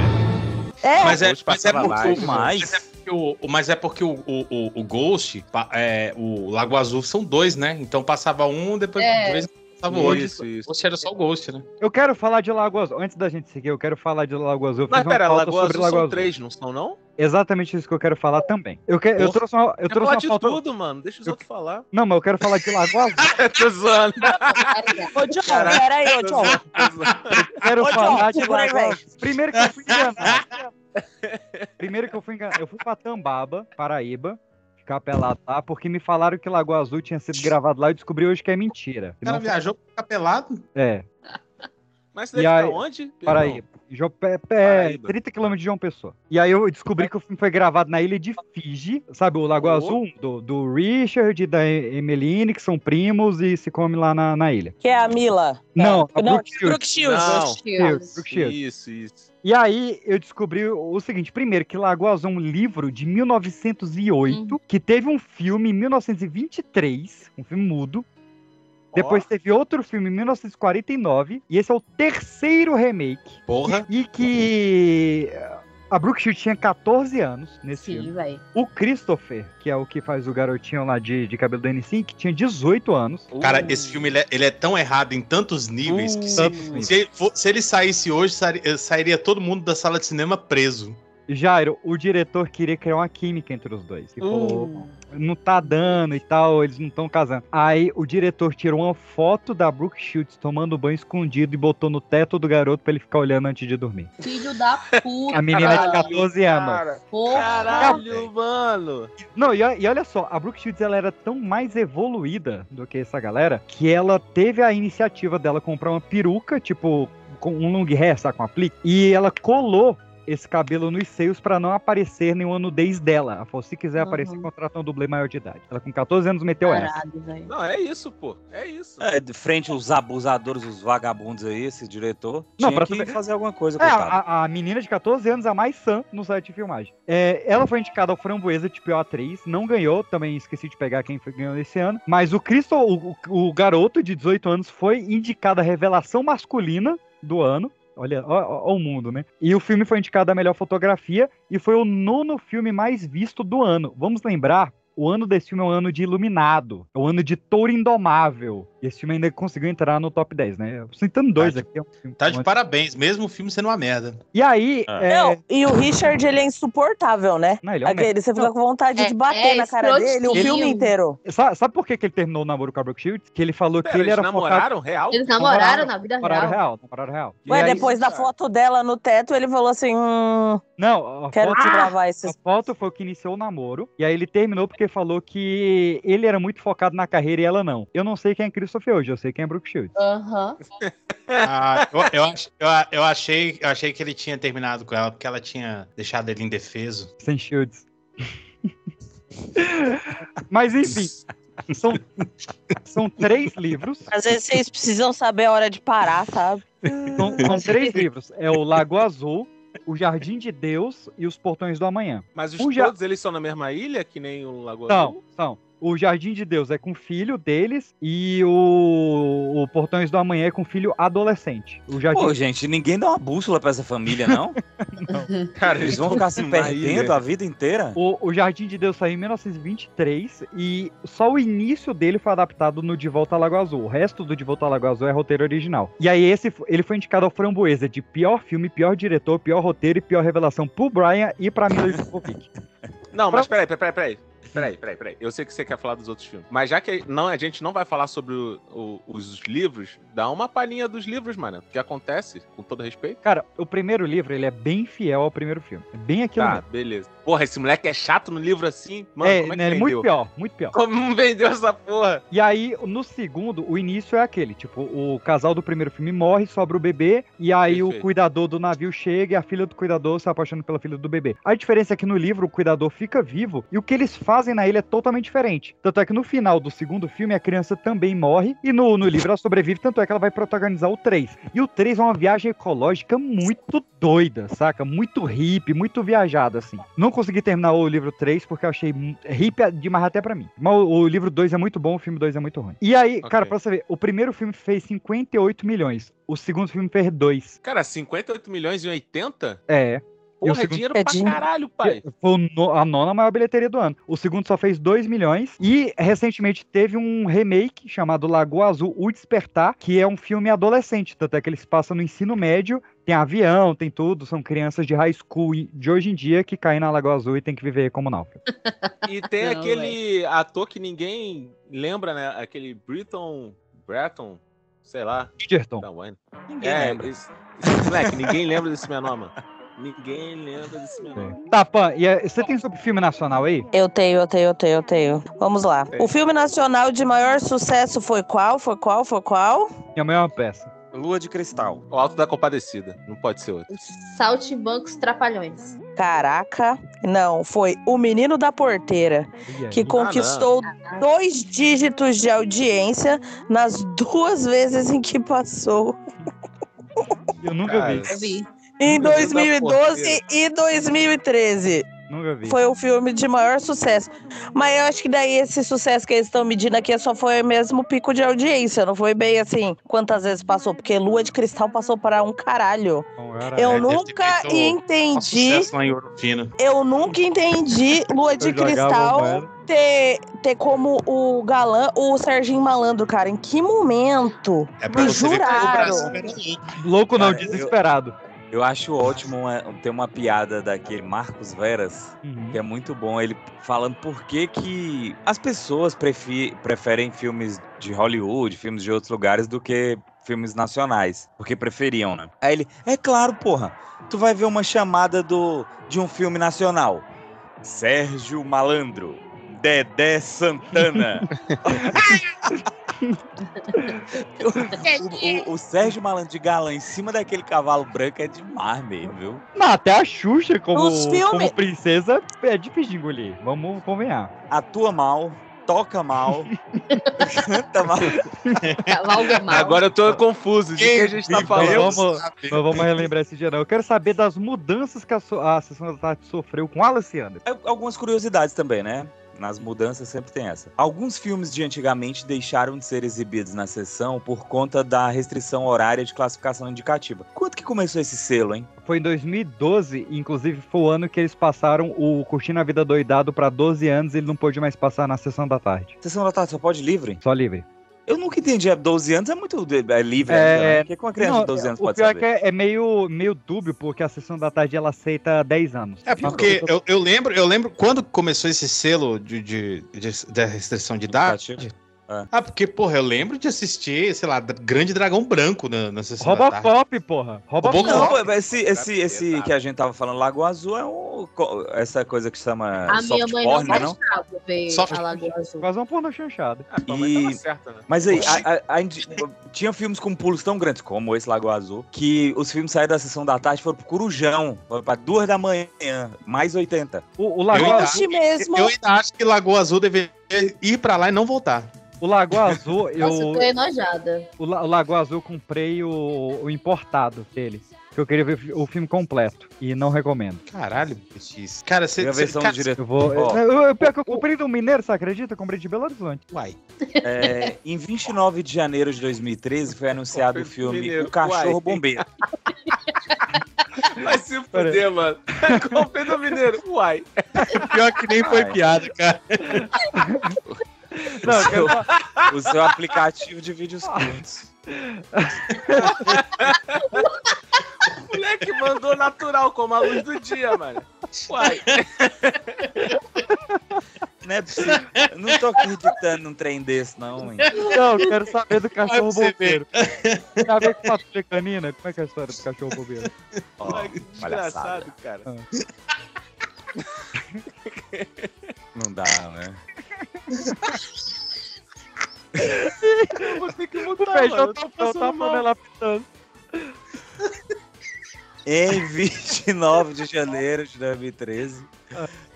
Speaker 7: É,
Speaker 4: Mas é,
Speaker 2: Ghost
Speaker 4: mas é
Speaker 2: passava
Speaker 4: porque
Speaker 2: Tá mais.
Speaker 4: o-
Speaker 1: Mas
Speaker 4: porque o- o- Mas é porque o, o, o- o Ghost, pa- é, o Lago Azul são dois, né? Então passava um, depois
Speaker 3: É.
Speaker 4: de vez em Tava hoje.
Speaker 2: Isso, isso.
Speaker 4: Você era só o Ghost, né?
Speaker 6: Eu quero falar de Lagoa Azul. Antes da gente seguir, eu quero falar de Lagoa Azul. Eu
Speaker 2: Mas
Speaker 6: fiz uma
Speaker 2: pera,
Speaker 6: pauta
Speaker 2: Lagoa
Speaker 6: sobre
Speaker 2: Azul
Speaker 6: Lagoa
Speaker 2: são
Speaker 6: Azul.
Speaker 2: três, não são, não?
Speaker 6: Exatamente isso que eu quero falar também. Eu, que, eu
Speaker 2: Porra.
Speaker 6: trouxe uma, eu
Speaker 2: Quer
Speaker 6: trouxe
Speaker 2: falar
Speaker 6: uma
Speaker 2: de
Speaker 6: pauta...
Speaker 2: tudo, mano. Deixa os outros
Speaker 6: <laughs>
Speaker 2: falar.
Speaker 6: Não, mas eu quero falar de Lagoa Azul.
Speaker 2: Tô zoando.
Speaker 7: Ô, John,
Speaker 6: Caraca.
Speaker 7: peraí, ô, John.
Speaker 2: <laughs>
Speaker 6: Quero
Speaker 7: Ô, John,
Speaker 6: falar de
Speaker 7: segura aí,
Speaker 6: Lagoa
Speaker 7: velho.
Speaker 6: Azul. Primeiro que eu fui enganado. Primeiro que eu fui enganado. Eu fui pra Tambaba, Paraíba, ficar pelado lá, porque me falaram que Lagoa Azul tinha sido gravado lá e descobri hoje que é mentira.
Speaker 4: O cara viajou pra ficar pelado.
Speaker 6: É,
Speaker 2: Mas você
Speaker 6: E
Speaker 2: deve
Speaker 6: aí-
Speaker 2: tá onde? Pedrão?
Speaker 6: Paraíba. João Pe- Pe- é, 30 quilômetros de João Pessoa. E aí eu descobri que o filme foi gravado na ilha de Fiji, sabe? O Lago
Speaker 2: Oh.
Speaker 6: Azul, do, do Richard e da E- Emeline, que são primos e se come lá na, na ilha.
Speaker 7: Que é a Mila.
Speaker 6: Não, a
Speaker 7: Não,
Speaker 6: Brooke
Speaker 7: Brooke,
Speaker 6: Shields.
Speaker 7: Shields.
Speaker 2: Não.
Speaker 6: Shields, Brooke Shields.
Speaker 2: Isso, isso.
Speaker 6: E aí eu descobri o seguinte, primeiro que Lagoa Azul é um livro de 1908, que teve um filme em 1923, um filme mudo. Depois teve outro filme em 1949, e esse é o terceiro remake.
Speaker 4: Porra.
Speaker 6: E que a Brooke Shields tinha 14 anos nesse
Speaker 3: Sim,
Speaker 6: filme.
Speaker 3: velho.
Speaker 6: O Christopher, que é o que faz o garotinho lá de, de cabelo do N5, que tinha 18 anos.
Speaker 2: Uh,
Speaker 4: Cara, esse filme ele é, ele é tão errado em tantos níveis que se,
Speaker 6: Tanto-
Speaker 4: se ele, fo- se ele saísse hoje, sairia, sairia todo mundo da sala de cinema preso.
Speaker 6: Jairo, o diretor queria criar uma química entre os dois. Que falou,
Speaker 2: Uh.
Speaker 6: não tá dando e tal, eles não estão casando. Aí o diretor tirou uma foto da Brooke Shields tomando banho escondido e botou no teto do garoto pra ele ficar olhando antes de dormir.
Speaker 3: Filho da puta.
Speaker 6: A menina de
Speaker 3: velho.
Speaker 6: 14 anos.
Speaker 2: Cara,
Speaker 3: Porra.
Speaker 2: caralho, mano.
Speaker 6: Não, e, o- e olha só, a Brooke Shields ela era tão mais evoluída do que essa galera que ela teve a iniciativa dela comprar uma peruca, tipo, com um long hair, sabe, com aplique, e ela colou esse cabelo nos seios pra não aparecer nenhuma nudez dela. Ela falou, se quiser
Speaker 3: Uhum.
Speaker 6: aparecer, contrata um dublê maior de idade. Ela com 14 anos meteu essa.
Speaker 3: Caralho, velho.
Speaker 2: Não, é isso, pô. É isso.
Speaker 1: É, de frente aos abusadores, os vagabundos aí, esse diretor.
Speaker 6: Não,
Speaker 1: tinha
Speaker 6: pra
Speaker 1: que
Speaker 6: tu ver-
Speaker 1: fazer alguma coisa,
Speaker 6: É,
Speaker 1: coitado.
Speaker 6: a, a menina de 14 anos, a mais sã no site de filmagem. É, ela foi indicada ao Framboesa de pior atriz, não ganhou, também esqueci de pegar quem foi- ganhou esse ano. Mas o Cristo, o, o- o garoto de 18 anos, foi indicado à revelação masculina do ano. Olha, ó, ó- ó o mundo, né? E o filme foi indicado à melhor fotografia e foi o nono filme mais visto do ano. Vamos lembrar o ano desse filme é um ano de Iluminado. É o ano de Touro Indomável. E esse filme ainda conseguiu entrar no top 10, né? Citando dois
Speaker 4: Tá de-
Speaker 6: aqui. é um filme
Speaker 4: Tá
Speaker 6: que
Speaker 4: de
Speaker 6: eu
Speaker 4: parabéns, mesmo o filme sendo uma merda.
Speaker 6: e aí.
Speaker 1: Ah.
Speaker 6: é-
Speaker 7: Não, e o Richard, ele é insuportável, né?
Speaker 6: Não, ele é um é
Speaker 7: Aquele, você fica com vontade
Speaker 3: É,
Speaker 7: de bater
Speaker 3: é
Speaker 7: na cara dele o
Speaker 3: escrotinho.
Speaker 7: filme inteiro.
Speaker 6: merda. Sa- Sabe por que, que ele terminou o namoro com a Brooke Shields? Que ele falou
Speaker 2: Pera,
Speaker 6: que ele
Speaker 2: eles
Speaker 6: era focado
Speaker 2: namoraram real?
Speaker 3: Eles
Speaker 6: Namoraram
Speaker 3: namoraram na vida
Speaker 6: no horário
Speaker 3: real.
Speaker 6: real. No horário real. E
Speaker 7: Ué,
Speaker 6: aí-
Speaker 7: depois da
Speaker 2: cara?
Speaker 7: foto dela no teto, ele falou assim: hum,
Speaker 6: Não, a
Speaker 7: quero
Speaker 6: foto,
Speaker 7: te gravar
Speaker 6: a
Speaker 7: esses.
Speaker 6: foto foi o que iniciou o namoro. E aí ele terminou porque falou que ele era muito focado na carreira e ela não. Eu não sei quem é Christopher hoje, eu sei quem é Brooke Shields.
Speaker 3: Aham.
Speaker 4: Ah, eu, eu ach- eu a- eu achei, eu achei que ele tinha terminado com ela, porque ela tinha deixado ele indefeso.
Speaker 6: Sem Shields. <laughs> Mas enfim, são, são três livros.
Speaker 7: Às vezes vocês precisam saber a hora de parar, sabe?
Speaker 6: São, são três livros. É o Lago Azul, o Jardim de Deus e os Portões do Amanhã.
Speaker 2: Mas os
Speaker 6: O ja-
Speaker 2: todos eles são na mesma ilha, que nem o Lagoa
Speaker 6: São,
Speaker 2: Azul?
Speaker 6: são. O Jardim de Deus é com o filho deles e o, o Portões do Amanhã é com o filho adolescente. O Jardim
Speaker 1: Pô, gente, ninguém dá uma bússola pra essa família, não?
Speaker 2: Cara,
Speaker 1: Eles vão ficar se
Speaker 2: Então, assim, Na
Speaker 1: perdendo
Speaker 2: ilha.
Speaker 1: a vida inteira?
Speaker 6: O, o Jardim de Deus saiu em 1923 e só o início dele foi adaptado no De Volta à Lagoa Azul. O resto do De Volta à Lagoa Azul é roteiro original. E aí esse f- ele foi indicado ao Framboesa de pior filme, pior diretor, pior roteiro e pior revelação pro Brian e pra Mila
Speaker 2: <laughs>
Speaker 6: Jovovich.
Speaker 2: Não, mas peraí, peraí, peraí. Peraí, peraí, peraí. Eu sei que você quer falar dos outros filmes. Mas já que não, a gente não vai falar sobre o- o- os livros, dá uma palhinha dos livros, mano. O que acontece, com todo respeito.
Speaker 6: Cara, o primeiro livro ele é bem fiel ao primeiro filme. É bem aquilo
Speaker 2: Tá,
Speaker 6: mesmo.
Speaker 2: beleza. Porra, esse moleque é chato no livro assim? Mano,
Speaker 6: é,
Speaker 2: como é que
Speaker 6: né,
Speaker 2: vendeu?
Speaker 6: muito pior, muito pior.
Speaker 2: Como vendeu essa porra?
Speaker 6: E aí, no segundo, o início é aquele, tipo, o casal do primeiro filme morre, sobra o bebê, e aí o
Speaker 2: Perfeito.
Speaker 6: cuidador do navio chega e a filha do cuidador se apaixona pela filha do bebê. A diferença é que no livro o cuidador fica vivo e o que eles fazem na ilha é totalmente diferente. Tanto é que no final do segundo filme a criança também morre e no, no livro ela sobrevive, tanto é que ela vai protagonizar o 3. E o 3 é uma viagem ecológica muito doida, saca? Muito hippie, muito viajada, assim. Não consegui terminar o livro 3 porque eu achei mu- hippie é demais até pra mim. Mas o, o livro 2 é muito bom, o filme 2 é muito ruim. E aí,
Speaker 2: Ok.
Speaker 6: cara, pra você ver, o primeiro filme fez 58 milhões, o segundo filme fez 2.
Speaker 2: Cara, 58 milhões e 80?
Speaker 6: É.
Speaker 2: Porra, é dinheiro pra caralho, pai.
Speaker 6: <laughs> Foi o no- a nona maior bilheteria do ano. O segundo só fez 2 milhões. E recentemente teve um remake chamado Lagoa Azul O Despertar, que é um filme adolescente, tanto é que eles passam no ensino médio. Tem avião, tem tudo, são crianças de high school e- de hoje em dia que caem na Lagoa Azul e tem que viver como náufrago.
Speaker 2: E tem aquele ator que ninguém lembra, né? Aquele Britton. Breton, sei lá.
Speaker 6: Bridgerton.
Speaker 2: Ninguém é, lembra. Esse, esse moleque, ninguém lembra desse menor, mano. Ninguém lembra desse menor.
Speaker 6: Tá, Pan, e é- você tem sobre filme nacional aí?
Speaker 7: Eu tenho, eu tenho, eu tenho, eu tenho. Vamos lá. O filme nacional de maior sucesso foi qual? Foi qual? Foi qual?
Speaker 6: Minha mãe é uma peça.
Speaker 1: Lua de Cristal.
Speaker 2: O Alto da Compadecida. Não pode ser outro.
Speaker 3: Saltibancos Trapalhões.
Speaker 7: Caraca. Não, foi O Menino da Porteira,
Speaker 3: E aí?
Speaker 6: Ah,
Speaker 7: que conquistou dois dígitos de audiência nas duas vezes em que passou.
Speaker 6: Eu nunca
Speaker 7: Cara,
Speaker 6: vi.
Speaker 7: eu vi. Em
Speaker 6: Menino da
Speaker 7: 2012
Speaker 6: Porteira.
Speaker 7: e 2013.
Speaker 6: Nunca vi.
Speaker 7: Foi o filme de maior sucesso. Mas eu acho que daí esse sucesso que eles estão medindo aqui só foi mesmo o pico de audiência. Não foi bem assim quantas vezes passou, porque Lua de Cristal passou para um caralho.
Speaker 6: Então, Ah,
Speaker 7: eu nunca entendi.
Speaker 4: Sucesso lá em Ouro Fino.
Speaker 7: Eu nunca entendi Lua de
Speaker 4: Eu jogava
Speaker 7: Cristal
Speaker 4: moeda.
Speaker 7: ter, ter como o galã o Serginho Malandro, cara. Em que momento?
Speaker 4: É
Speaker 7: Me juraram.
Speaker 6: Louco não, desesperado.
Speaker 1: Eu acho ótimo uma, ter uma piada daquele Marcos Veras,
Speaker 6: Uhum.
Speaker 1: que é muito bom, ele falando por que, que as pessoas prefi- preferem filmes de Hollywood, filmes de outros lugares, do que filmes nacionais. Porque preferiam, né? Aí ele, é claro, porra, tu vai ver uma chamada do, de um filme nacional. Sérgio Malandro, Dedé
Speaker 2: <laughs>
Speaker 1: Santana.
Speaker 3: É
Speaker 1: O- o, o Sérgio Malandro de galã em cima daquele cavalo branco é demais mesmo, viu?
Speaker 6: Não, até a Xuxa como,
Speaker 1: Nos filmes.
Speaker 6: como princesa é difícil de engolir. Vamos convenhar.
Speaker 1: Atua mal, toca
Speaker 6: <laughs>
Speaker 1: mal, canta mal.
Speaker 2: Agora eu tô confuso. De que a gente tá falando?
Speaker 6: Nós vamos, nós vamos relembrar esse dia, não. Eu quero saber das mudanças que a, so- a Sessão da Tarde sofreu com Alice Anderson.
Speaker 1: Al- É, Algumas curiosidades também, né? Nas mudanças sempre tem essa. Alguns filmes de antigamente deixaram de ser exibidos na sessão por conta da restrição horária de classificação indicativa. Quanto que começou esse selo, hein?
Speaker 6: Foi em 2012, inclusive foi o ano que eles passaram o Curtindo a Vida Doidado pra 12 anos e ele não pôde mais passar na Sessão da Tarde.
Speaker 1: Sessão da Tarde só pode livre?
Speaker 6: Só livre.
Speaker 1: Eu nunca entendi. É 12 anos é muito de- é livre ainda, né? Porque com uma criança de 12 anos
Speaker 6: o
Speaker 1: pode
Speaker 6: pior
Speaker 1: saber.
Speaker 6: é que é, é meio, meio dúbio, porque a Sessão da Tarde ela aceita 10 anos.
Speaker 4: É porque eu, eu lembro, eu lembro quando começou esse selo de, de, de- da restrição de idade. Ah, porque, porra, eu lembro de assistir, sei lá, Dra- Grande Dragão Branco na, na sessão da tarde.
Speaker 6: Robocop, porra. Robocop.
Speaker 1: Não, pô, esse, esse, esse que a gente tava falando, Lago Azul, é o, co- essa coisa que chama
Speaker 3: a minha
Speaker 1: soft
Speaker 3: mãe
Speaker 1: porn, né,
Speaker 3: não
Speaker 1: não?
Speaker 3: gostava de ver
Speaker 1: Soft
Speaker 3: a Lagoa Azul.
Speaker 6: Quase uma porno um chanchada.
Speaker 2: Ah,
Speaker 1: E...
Speaker 2: né?
Speaker 1: Mas aí, a- a- a indi- tinha filmes com pulos tão grandes, como esse Lago Azul, que os filmes saíram da sessão da tarde e foram pro Corujão, foram pra duas da manhã, mais 80.
Speaker 6: O, o
Speaker 4: Eu
Speaker 6: Lagoa
Speaker 4: ainda-
Speaker 6: Azul.
Speaker 4: Eu ainda acho que Lagoa Azul deveria ir pra lá e não voltar.
Speaker 6: O Lagoa Azul,
Speaker 3: Nossa, eu
Speaker 6: eu.
Speaker 3: tô enojada.
Speaker 6: O, La o Lagoa Azul eu comprei o, o importado dele. Que eu queria ver o fi- o filme completo. E não recomendo.
Speaker 4: Caralho, PX. Cara, você.
Speaker 6: Tem a versão do
Speaker 1: diretor.
Speaker 6: Eu vou.
Speaker 1: Ó.
Speaker 6: eu, eu, pior que eu comprei do Mineiro, você acredita? Eu comprei de Belo Horizonte.
Speaker 4: Uai.
Speaker 1: É, em 29 de janeiro de 2013 foi anunciado o filme
Speaker 2: Mineiro,
Speaker 1: O Cachorro
Speaker 2: uai.
Speaker 4: <laughs>
Speaker 1: Bombeiro.
Speaker 2: Vai se fuder, mano. <laughs> Comprei do Mineiro. Uai.
Speaker 4: Pior que nem
Speaker 1: foi Ai.
Speaker 4: piada, cara.
Speaker 1: Não, <laughs> o, seu, o seu aplicativo de vídeos curtos.
Speaker 2: O moleque mandou natural, como a luz do dia, <laughs> mano. Uai.
Speaker 1: Não é possível. Eu Não tô acreditando num trem desse, não, hein?
Speaker 6: <laughs> Não, eu quero saber do
Speaker 1: Vai pra
Speaker 6: cachorro
Speaker 1: você
Speaker 6: bombeiro. Tem a ver com patrulha canina? Como é que é a história do cachorro bombeiro?
Speaker 1: Ó, palhaçada.
Speaker 2: Desgraçado, cara.
Speaker 1: Não dá, né?
Speaker 2: Eu vou ter que
Speaker 6: O
Speaker 2: mudar, mano.
Speaker 6: feijão
Speaker 2: Eu
Speaker 6: tá
Speaker 2: tô
Speaker 6: tá
Speaker 2: passando
Speaker 6: tapando
Speaker 2: mal.
Speaker 6: ela pitando.
Speaker 1: Em 29 de janeiro de 2013,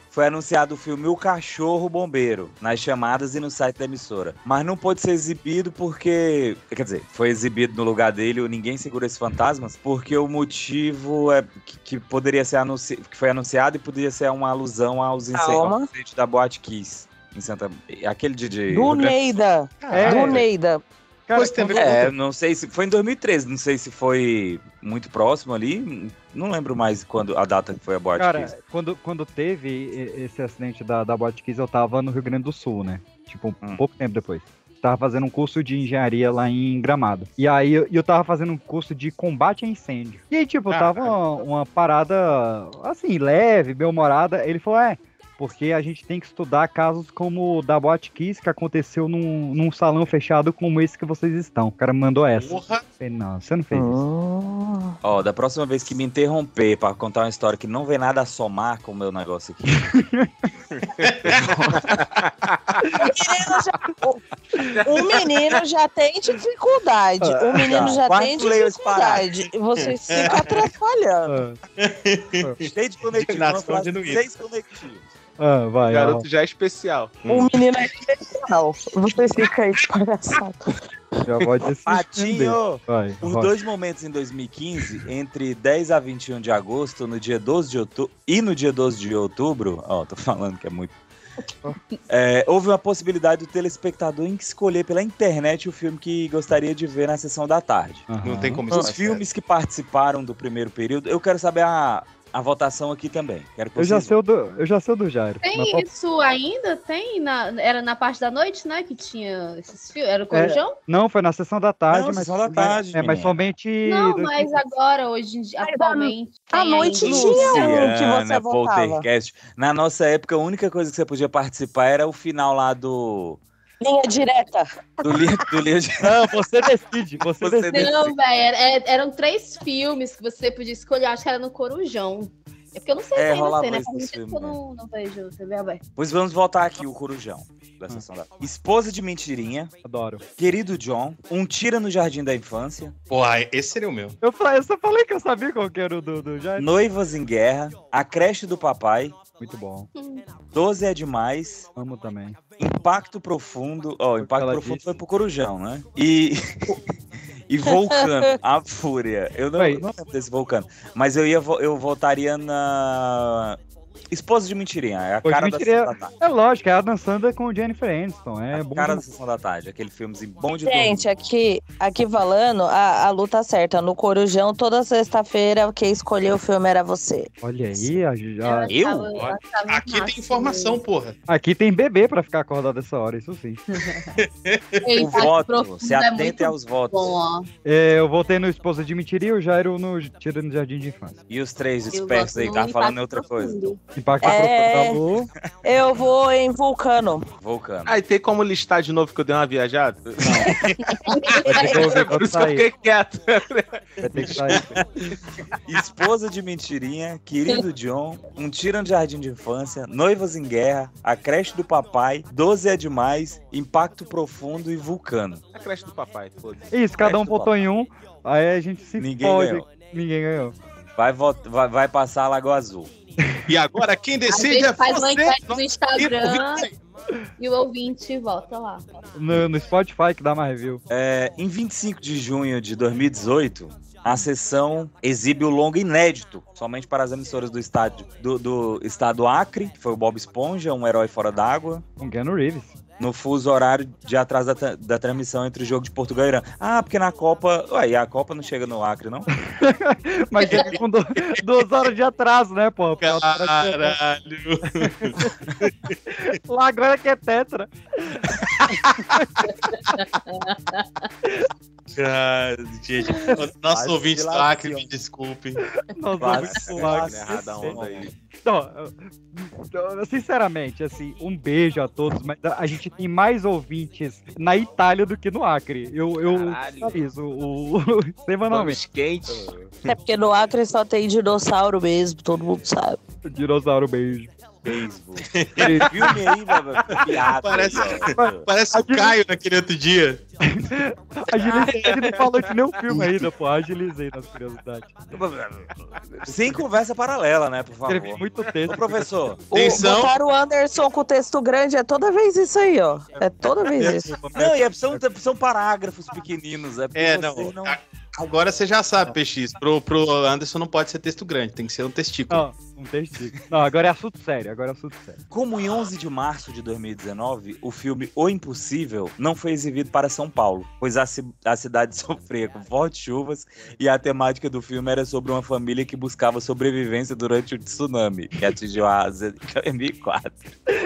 Speaker 1: foi anunciado o filme O Cachorro Bombeiro, nas chamadas e no site da emissora. Mas não pôde ser exibido porque. Quer dizer, foi exibido no lugar dele, o Ninguém Segura esses Fantasmas, porque o motivo é que, que poderia ser anunci... que foi anunciado e poderia ser uma alusão aos incê-
Speaker 7: Calma.
Speaker 1: ao incêndio da Boate Kiss. Em Santa... Aquele de. de...
Speaker 7: Do Neida.
Speaker 4: É.
Speaker 1: Caralho.
Speaker 7: Do Neida.
Speaker 1: Cara, é, não sei se. Foi em 2013, não sei se foi muito próximo ali. Não lembro mais quando a data que foi a boate.
Speaker 6: Cara,
Speaker 1: Kiss.
Speaker 6: quando, quando teve e- esse acidente da, da Boate Kiss, eu tava no Rio Grande do Sul, né? Tipo, um pouco tempo depois. Tava fazendo um curso de engenharia lá em Gramado. E aí eu, eu tava fazendo um curso de combate a incêndio. E aí, tipo, tava uma, uma parada, assim, leve, bem-humorada. Ele falou, é, porque a gente tem que estudar casos como o da Boate Kiss, que aconteceu num, num salão fechado como esse que vocês estão. O cara me mandou essa.
Speaker 1: Porra!
Speaker 6: Falei, não, você não fez isso.
Speaker 1: Ó, da próxima vez que me interromper pra contar uma história que não vem nada a somar com o meu negócio aqui.
Speaker 7: O menino já tem dificuldade. O menino
Speaker 1: Tá,
Speaker 7: já
Speaker 1: quase
Speaker 7: tem
Speaker 1: pulei os
Speaker 7: dificuldade.
Speaker 1: parágrafos.
Speaker 7: Você fica
Speaker 6: Ah,
Speaker 7: atrapalhando.
Speaker 1: Stay desconectivo.
Speaker 2: Renato,
Speaker 1: vamos falar
Speaker 2: continua.
Speaker 1: Stay desconectivo.
Speaker 6: Ah, vai.
Speaker 2: O
Speaker 6: ó.
Speaker 2: garoto já é especial.
Speaker 7: O menino é especial. Você fica aí palhaçado.
Speaker 6: Já pode se
Speaker 1: Patinho!
Speaker 6: esconder. Vai,
Speaker 1: Por
Speaker 6: roda.
Speaker 1: dois momentos em 2015, entre 10 a 21 de agosto, no dia 12 de outubro e no dia 12 de outubro, ó, tô falando que é muito. é, houve uma possibilidade do telespectador em escolher pela internet o filme que gostaria de ver na sessão da tarde.
Speaker 4: Não tem como
Speaker 1: Os
Speaker 4: isso.
Speaker 1: filmes que participaram do primeiro período, eu quero saber a, a votação aqui também. Quero que
Speaker 6: Eu já
Speaker 1: vocês
Speaker 6: sei o do, eu já sei o do Jairo. mas
Speaker 3: Tem
Speaker 6: posso-
Speaker 3: isso ainda? Tem? na- era na parte da noite, né? Que tinha esses fios. Era o
Speaker 6: É,
Speaker 3: Corujão?
Speaker 6: não, foi na sessão da tarde,
Speaker 1: Não,
Speaker 6: mas,
Speaker 1: sessão da
Speaker 6: mas-
Speaker 1: tarde,
Speaker 6: é, mas
Speaker 1: menina.
Speaker 6: somente.
Speaker 3: Não,
Speaker 6: do-
Speaker 3: mas agora, hoje, em dia, atualmente. é, tipo,
Speaker 7: à
Speaker 3: tem
Speaker 7: noite
Speaker 3: ainda.
Speaker 1: Luciana, Poltercast. Na nossa época, a única coisa que você podia participar era o final lá do.
Speaker 7: Linha direta.
Speaker 1: Do livro. Do li...
Speaker 6: <laughs> Não, você
Speaker 1: <laughs>
Speaker 6: decide. Você,
Speaker 1: decide.
Speaker 3: Não, velho. era- eram três filmes que você podia escolher. Acho que era no Corujão. É porque eu não sei
Speaker 1: É,
Speaker 3: se ainda
Speaker 1: rolava
Speaker 3: tem, né?
Speaker 1: isso
Speaker 3: Faz muito
Speaker 1: nos
Speaker 3: tempo que eu
Speaker 1: filmes,
Speaker 3: não, não vejo TV aberta.
Speaker 1: Pois vamos voltar aqui o Corujão. Da sessão da... Esposa de Mentirinha.
Speaker 6: Adoro.
Speaker 1: Querido John. Um Tira no Jardim da Infância.
Speaker 4: Porra, esse seria o meu.
Speaker 6: Eu, fa- eu só falei que eu sabia qual que era o do, do Jairo.
Speaker 1: Noivas em Guerra. A Creche do Papai.
Speaker 6: Muito bom.
Speaker 1: 12 é Demais.
Speaker 6: Amo também.
Speaker 1: Impacto Profundo. Ó, o Impacto
Speaker 6: ela
Speaker 1: Profundo
Speaker 6: disse.
Speaker 1: foi pro Corujão, né? E. <laughs> e Vulcano. a Fúria. Eu não, eu não lembro desse Vulcano. Mas eu, ia, vo- eu voltaria na. Esposa de Mentirinha. É a
Speaker 6: Hoje
Speaker 1: cara
Speaker 6: me
Speaker 1: da
Speaker 6: tirei-
Speaker 1: Sessão da Tarde.
Speaker 6: É lógico, é a Adam Sandler com o Jennifer Aniston. É bom.
Speaker 1: Cara da
Speaker 6: demais.
Speaker 1: Sessão da Tarde. Aquele filmezinho bom de dormir.
Speaker 7: Gente, aqui, aqui falando, a, a luta certa. No Corujão, toda sexta-feira, quem escolheu o filme era você.
Speaker 6: Olha aí, a, a-
Speaker 4: Ah, Aqui tem informação, porra.
Speaker 6: aqui tem bebê pra ficar acordado essa hora, isso sim.
Speaker 3: Ei,
Speaker 1: O
Speaker 3: Impacto
Speaker 1: voto.
Speaker 3: Profundo
Speaker 1: Se
Speaker 3: é
Speaker 1: atente
Speaker 3: muito
Speaker 1: aos votos.
Speaker 3: Bom, ó.
Speaker 6: É, eu voltei no Esposa de Mentiria e o Jairo no Tira no Jardim de Infância.
Speaker 1: E os três
Speaker 3: Eu
Speaker 1: espertos
Speaker 3: gosto tá
Speaker 1: aí,
Speaker 3: do
Speaker 1: tava falando
Speaker 3: Impacto
Speaker 1: outra coisa.
Speaker 6: Impacto
Speaker 7: É.
Speaker 6: Profundo da Lua.
Speaker 7: Eu vou em Vulcano.
Speaker 1: Vulcano.
Speaker 2: Aí tem como listar de novo que eu dei uma viajada?
Speaker 4: Ah, é
Speaker 6: Vai ter que
Speaker 2: Por
Speaker 6: ouvir quando
Speaker 2: isso que eu
Speaker 6: sair.
Speaker 2: fiquei quieto.
Speaker 6: Vai ter que sair.
Speaker 1: Esposa de mentirinha, querido John, um tiro no jardim de infância, noivas em guerra, a creche do papai, 12 é demais, impacto profundo e vulcano.
Speaker 2: A creche do papai, foda-se.
Speaker 6: Isso, cada um
Speaker 1: Resto do
Speaker 6: votou em um, aí a gente se
Speaker 1: Ninguém
Speaker 6: fode.
Speaker 1: ganhou.
Speaker 6: Ninguém ganhou.
Speaker 1: Vai, vot- vai, vai passar a Lagoa Azul.
Speaker 4: E agora quem
Speaker 3: A
Speaker 4: decide é
Speaker 3: gente faz uma
Speaker 4: você.
Speaker 3: enquete no Instagram e o ouvinte volta lá.
Speaker 6: No, no Spotify que dá mais view.
Speaker 1: É, em 25 de junho de 2018, a sessão exibe o longo inédito, somente para as emissoras do, estádio, do, do estado Acre, que foi o Bob Esponja, um herói fora d'água.
Speaker 6: Com Keanu Reeves.
Speaker 1: no fuso horário de atrás da, tra- da transmissão entre o jogo de Portugal e Irã. Ah, porque na Copa. Ué, e a Copa não chega no Acre, não?
Speaker 6: Mas chega
Speaker 1: <laughs>
Speaker 6: com du- duas horas de atraso, né, pô?
Speaker 4: Caralho.
Speaker 6: Lá agora que é tetra.
Speaker 4: Cara,
Speaker 6: <laughs>
Speaker 4: gente,
Speaker 1: Faz
Speaker 4: nosso ouvinte do
Speaker 1: filação.
Speaker 4: Acre, me desculpe.
Speaker 6: Nós
Speaker 1: Quase, né,
Speaker 6: vamos
Speaker 1: quase
Speaker 6: pular.
Speaker 2: errada a onda aí.
Speaker 6: Não, Então, eu- sinceramente, assim, um beijo a todos, mas a a gente tem mais ouvintes na Itália do que no Acre. Eu, eu
Speaker 2: Caralho.
Speaker 6: isso, o, <laughs> o- semanalmente.
Speaker 2: Vamos quente.
Speaker 7: É porque no Acre só tem dinossauro mesmo, todo mundo sabe.
Speaker 6: Dinossauro beijo.
Speaker 1: Beisebol.
Speaker 6: Beijo.
Speaker 1: Filme aí, velho.
Speaker 4: <laughs>
Speaker 1: Piada.
Speaker 4: Parece-
Speaker 1: velho.
Speaker 4: Parece o Caio naquele outro dia.
Speaker 6: Agilizei, a gente não falou de nenhum filme ainda, pô. Agilizei nas curiosidades.
Speaker 1: Sem conversa paralela, né, por
Speaker 6: Escrevi
Speaker 1: favor.
Speaker 6: muito
Speaker 1: Ô,
Speaker 6: texto.
Speaker 1: professor.
Speaker 7: O,
Speaker 4: Atenção.
Speaker 7: botar o Anderson com texto grande é toda vez isso aí, ó. É toda vez isso.
Speaker 1: Não, e é- são, são parágrafos pequeninos. É, porque
Speaker 4: É,
Speaker 1: você
Speaker 4: não.
Speaker 1: não.
Speaker 4: a- Agora você já sabe, PX. Pro, pro Anderson não pode ser texto grande, tem que ser um testículo.
Speaker 6: Ó, um testículo. Não, agora é assunto sério, agora é assunto sério.
Speaker 1: Como em 11 de março de 2019, o filme O Impossível não foi exibido para São Paulo, pois a, ci- a cidade <laughs> sofria com fortes chuvas e a temática do filme era sobre uma família que buscava sobrevivência durante o tsunami que atingiu a Ásia em 2004.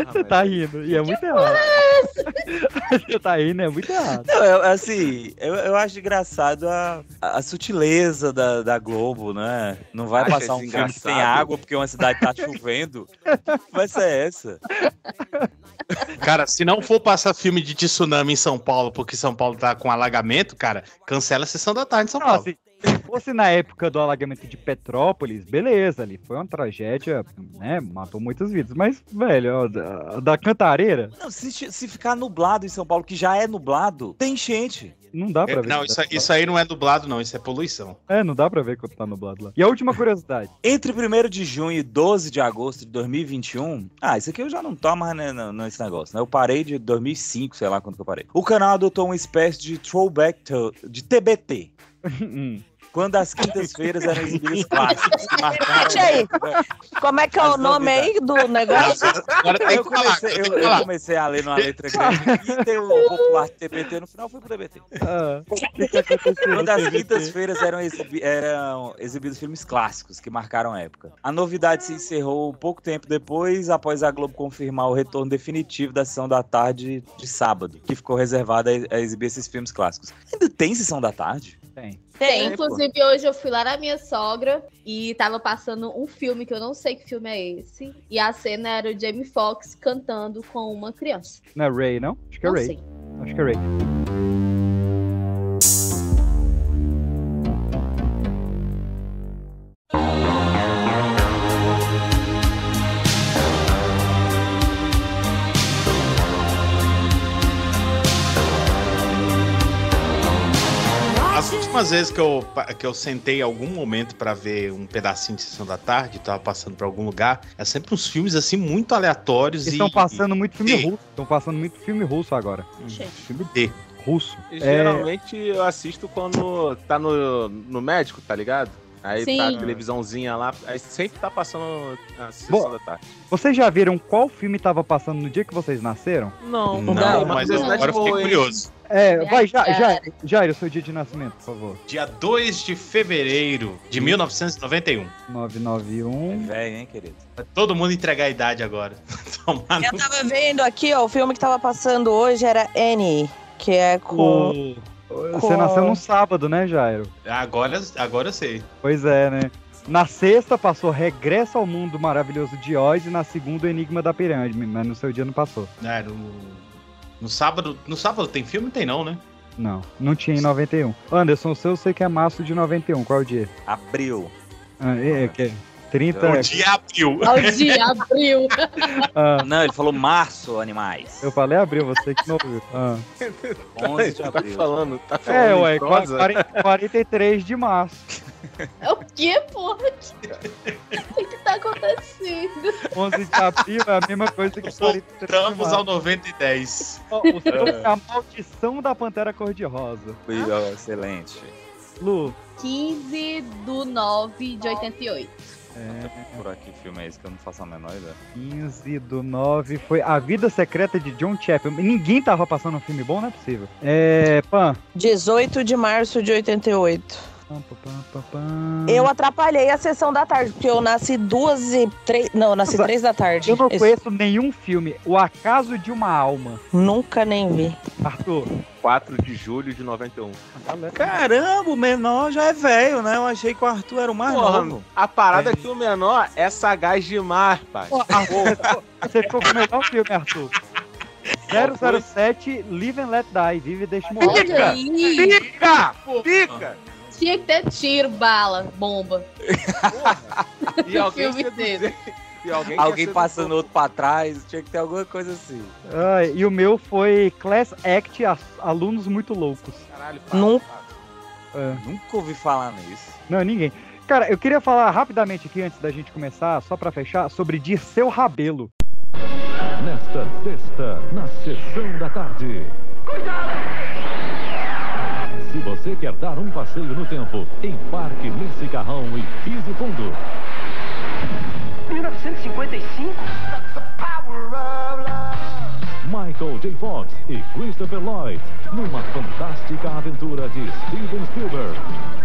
Speaker 6: Você tá rindo, e é muito errado. Você tá rindo, é muito errado.
Speaker 1: Não, eu- assim, eu, eu acho engraçado a, a sutileza da, da Globo, né? Não vai
Speaker 2: Acha
Speaker 1: passar um
Speaker 2: isso
Speaker 1: filme que tem
Speaker 2: engraçado?
Speaker 1: água porque uma cidade tá chovendo. Vai ser essa.
Speaker 4: Cara, se não for passar filme de tsunami em São Paulo, porque São Paulo tá com alagamento, cara, cancela a sessão da tarde em São
Speaker 6: Não,
Speaker 4: Paulo.
Speaker 6: assim, se fosse na época do alagamento de Petrópolis, beleza, ali foi uma tragédia, né? Matou muitas vidas. Mas, velho, ó, da, da cantareira,
Speaker 1: Não, se, che- se ficar nublado em São Paulo, que já é nublado, tem enchente.
Speaker 6: não dá pra
Speaker 4: É,
Speaker 6: ver.
Speaker 4: não,
Speaker 6: que
Speaker 4: isso,
Speaker 6: tá-
Speaker 4: isso aí não é dublado, não, isso é
Speaker 6: <laughs>
Speaker 4: poluição.
Speaker 6: É, não dá pra ver quanto tá nublado lá. E a última curiosidade. <laughs>
Speaker 1: Entre 1 de junho e 12 de agosto de 2021. Ah, isso aqui eu já não tô mais né, não- nesse negócio, né? Eu parei de 2005, sei lá quando que eu parei. O canal adotou uma espécie de throwback to- de TBT.
Speaker 6: Hum.
Speaker 1: Quando as quintas-feiras eram exibidas clássicos. que marcaram-
Speaker 7: Repete aí. Como é que é o nome aí do negócio?
Speaker 4: Agora tem
Speaker 1: Eu
Speaker 4: que falar.
Speaker 1: comecei,
Speaker 4: Agora
Speaker 1: eu,
Speaker 4: tem que
Speaker 1: eu
Speaker 4: falar.
Speaker 1: comecei a ler numa letra grande e deu o popular TBT no final, fui pro TBT.
Speaker 6: Ah, o que, que aconteceu?
Speaker 1: Quando as
Speaker 6: TBT?
Speaker 1: quintas-feiras eram, exibi- eram exibidos filmes clássicos que marcaram a época. A novidade se encerrou um pouco tempo depois, após a Globo confirmar o retorno definitivo da sessão da tarde de sábado, que ficou reservada a exibir esses filmes clássicos. Ainda tem sessão da tarde?
Speaker 7: <laughs> Tem.
Speaker 3: É, Inclusive, hoje eu fui lá na minha sogra e tava passando um filme que eu não sei que filme é esse. E a cena era o Jamie Foxx cantando com uma criança.
Speaker 6: Não é Ray, não? Acho que é
Speaker 3: Não
Speaker 6: Ray.
Speaker 3: sei.
Speaker 6: Acho que é Ray.
Speaker 4: As últimas vezes que eu, pa- que eu sentei em algum momento pra ver um pedacinho de sessão da tarde, tava passando pra algum lugar, é sempre uns filmes assim muito aleatórios
Speaker 6: Eles
Speaker 4: e.
Speaker 6: estão passando muito filme
Speaker 4: Sim.
Speaker 6: russo. Estão passando muito filme russo agora.
Speaker 4: filme D.
Speaker 6: Russo.
Speaker 2: E
Speaker 6: É,
Speaker 2: Geralmente eu assisto quando tá no, no médico, tá ligado? Aí
Speaker 3: Sim.
Speaker 2: tá a televisãozinha lá, aí sempre tá passando a sessão
Speaker 6: Boa.
Speaker 2: da tarde.
Speaker 6: vocês já viram qual filme tava passando no dia que vocês nasceram?
Speaker 2: Não,
Speaker 4: Não, mas é tipo
Speaker 3: não.
Speaker 4: agora eu fiquei
Speaker 2: boa, hein?
Speaker 4: curioso.
Speaker 6: É, vai, já,
Speaker 3: cara.
Speaker 6: já, Jair, o seu dia de nascimento, por favor.
Speaker 4: Dia 2 de fevereiro de 1991.
Speaker 6: 991.
Speaker 1: É velho, hein, querido?
Speaker 4: Vai Todo mundo entregar a idade agora. Tomar no
Speaker 7: Eu tava vendo aqui, ó, o filme que tava passando hoje era Annie, que é com.
Speaker 4: cu. é.
Speaker 6: Você nasceu num sábado, né, Jairo?
Speaker 4: Ah, Agora, agora eu sei.
Speaker 6: Pois é, né? Na sexta passou Regresso ao Mundo Maravilhoso de Oz e na segunda o Enigma da Pirâmide, mas no seu dia não passou.
Speaker 4: É, no, no sábado. No sábado tem filme? Tem não, né?
Speaker 6: Não, não tinha em 91. Anderson, o seu eu sei que é março de 91, qual é o dia?
Speaker 1: Abril.
Speaker 6: Ah, é, é, que é 30.
Speaker 4: O dia abril.
Speaker 3: Ao dia, abril. <laughs>
Speaker 6: Ah,
Speaker 1: Não, ele falou março, animais.
Speaker 6: eu falei abril, você que não ouviu. <laughs> Ah.
Speaker 1: 11 de
Speaker 2: Tá
Speaker 1: abril.
Speaker 2: falando, tá falando.
Speaker 6: É, ué,
Speaker 2: em
Speaker 6: qua-
Speaker 2: prosa?
Speaker 6: 40 43 de março.
Speaker 3: É o quê, porra? <laughs> O que que tá acontecendo?
Speaker 6: 11 de abril é a mesma coisa que 43 de
Speaker 4: Voltamos ao
Speaker 6: março.
Speaker 4: 90 e 10.
Speaker 6: Ó, O seu é a maldição da Pantera Cor-de-Rosa.
Speaker 1: Foi, ó, Excelente.
Speaker 6: Lu,
Speaker 3: 15 do 9 de 88.
Speaker 1: Por aqui, filme é esse que eu não faço a menor ideia.
Speaker 6: 15 do 9 foi A Vida Secreta de John Chapman. Ninguém tava passando um filme bom, não é possível. É. Pã.
Speaker 7: 18 de março de 88.
Speaker 6: Pam, pam, pam, pam, pam.
Speaker 7: Eu atrapalhei a sessão da tarde, porque eu nasci duas e três. Não, eu nasci
Speaker 6: Nossa,
Speaker 7: três da tarde.
Speaker 6: Eu não
Speaker 7: Esse-
Speaker 6: conheço nenhum filme. O Acaso de uma Alma.
Speaker 7: Nunca nem vi.
Speaker 6: Arthur.
Speaker 2: 4 de julho de 91.
Speaker 1: Caramba, o menor já é velho, né? Eu achei que o Arthur era o mais
Speaker 2: Porra,
Speaker 1: novo.
Speaker 2: a parada é que o menor é sagaz demais, pai.
Speaker 6: Ó, Arthur, Você ficou com o melhor filme, Arthur. 007 Live and Let Die. Vive e deixa morrer.
Speaker 3: Olha aí.
Speaker 2: Pica! Pica!
Speaker 3: Tinha que ter tiro, bala, bomba.
Speaker 2: E alguém,
Speaker 3: Filme
Speaker 2: seduzindo- e alguém, que
Speaker 1: Alguém
Speaker 2: é
Speaker 1: passando
Speaker 2: sedutor.
Speaker 1: outro pra trás, tinha que ter alguma coisa assim.
Speaker 6: Ah, e o meu foi Class Act As- Alunos Muito Loucos.
Speaker 2: Caralho,
Speaker 7: Num-
Speaker 2: para.
Speaker 6: Ah.
Speaker 1: Nunca ouvi falar nisso.
Speaker 6: Não, ninguém. Cara, eu queria falar rapidamente aqui antes da gente começar, só pra fechar, sobre Dirceu Rabelo.
Speaker 13: Nesta sexta, na sessão da tarde. Se você quer dar um passeio no tempo, embarque nesse carrão e pise fundo.
Speaker 12: 155?
Speaker 13: Michael J. Fox e Christopher Lloyd numa fantástica aventura de Steven Spielberg.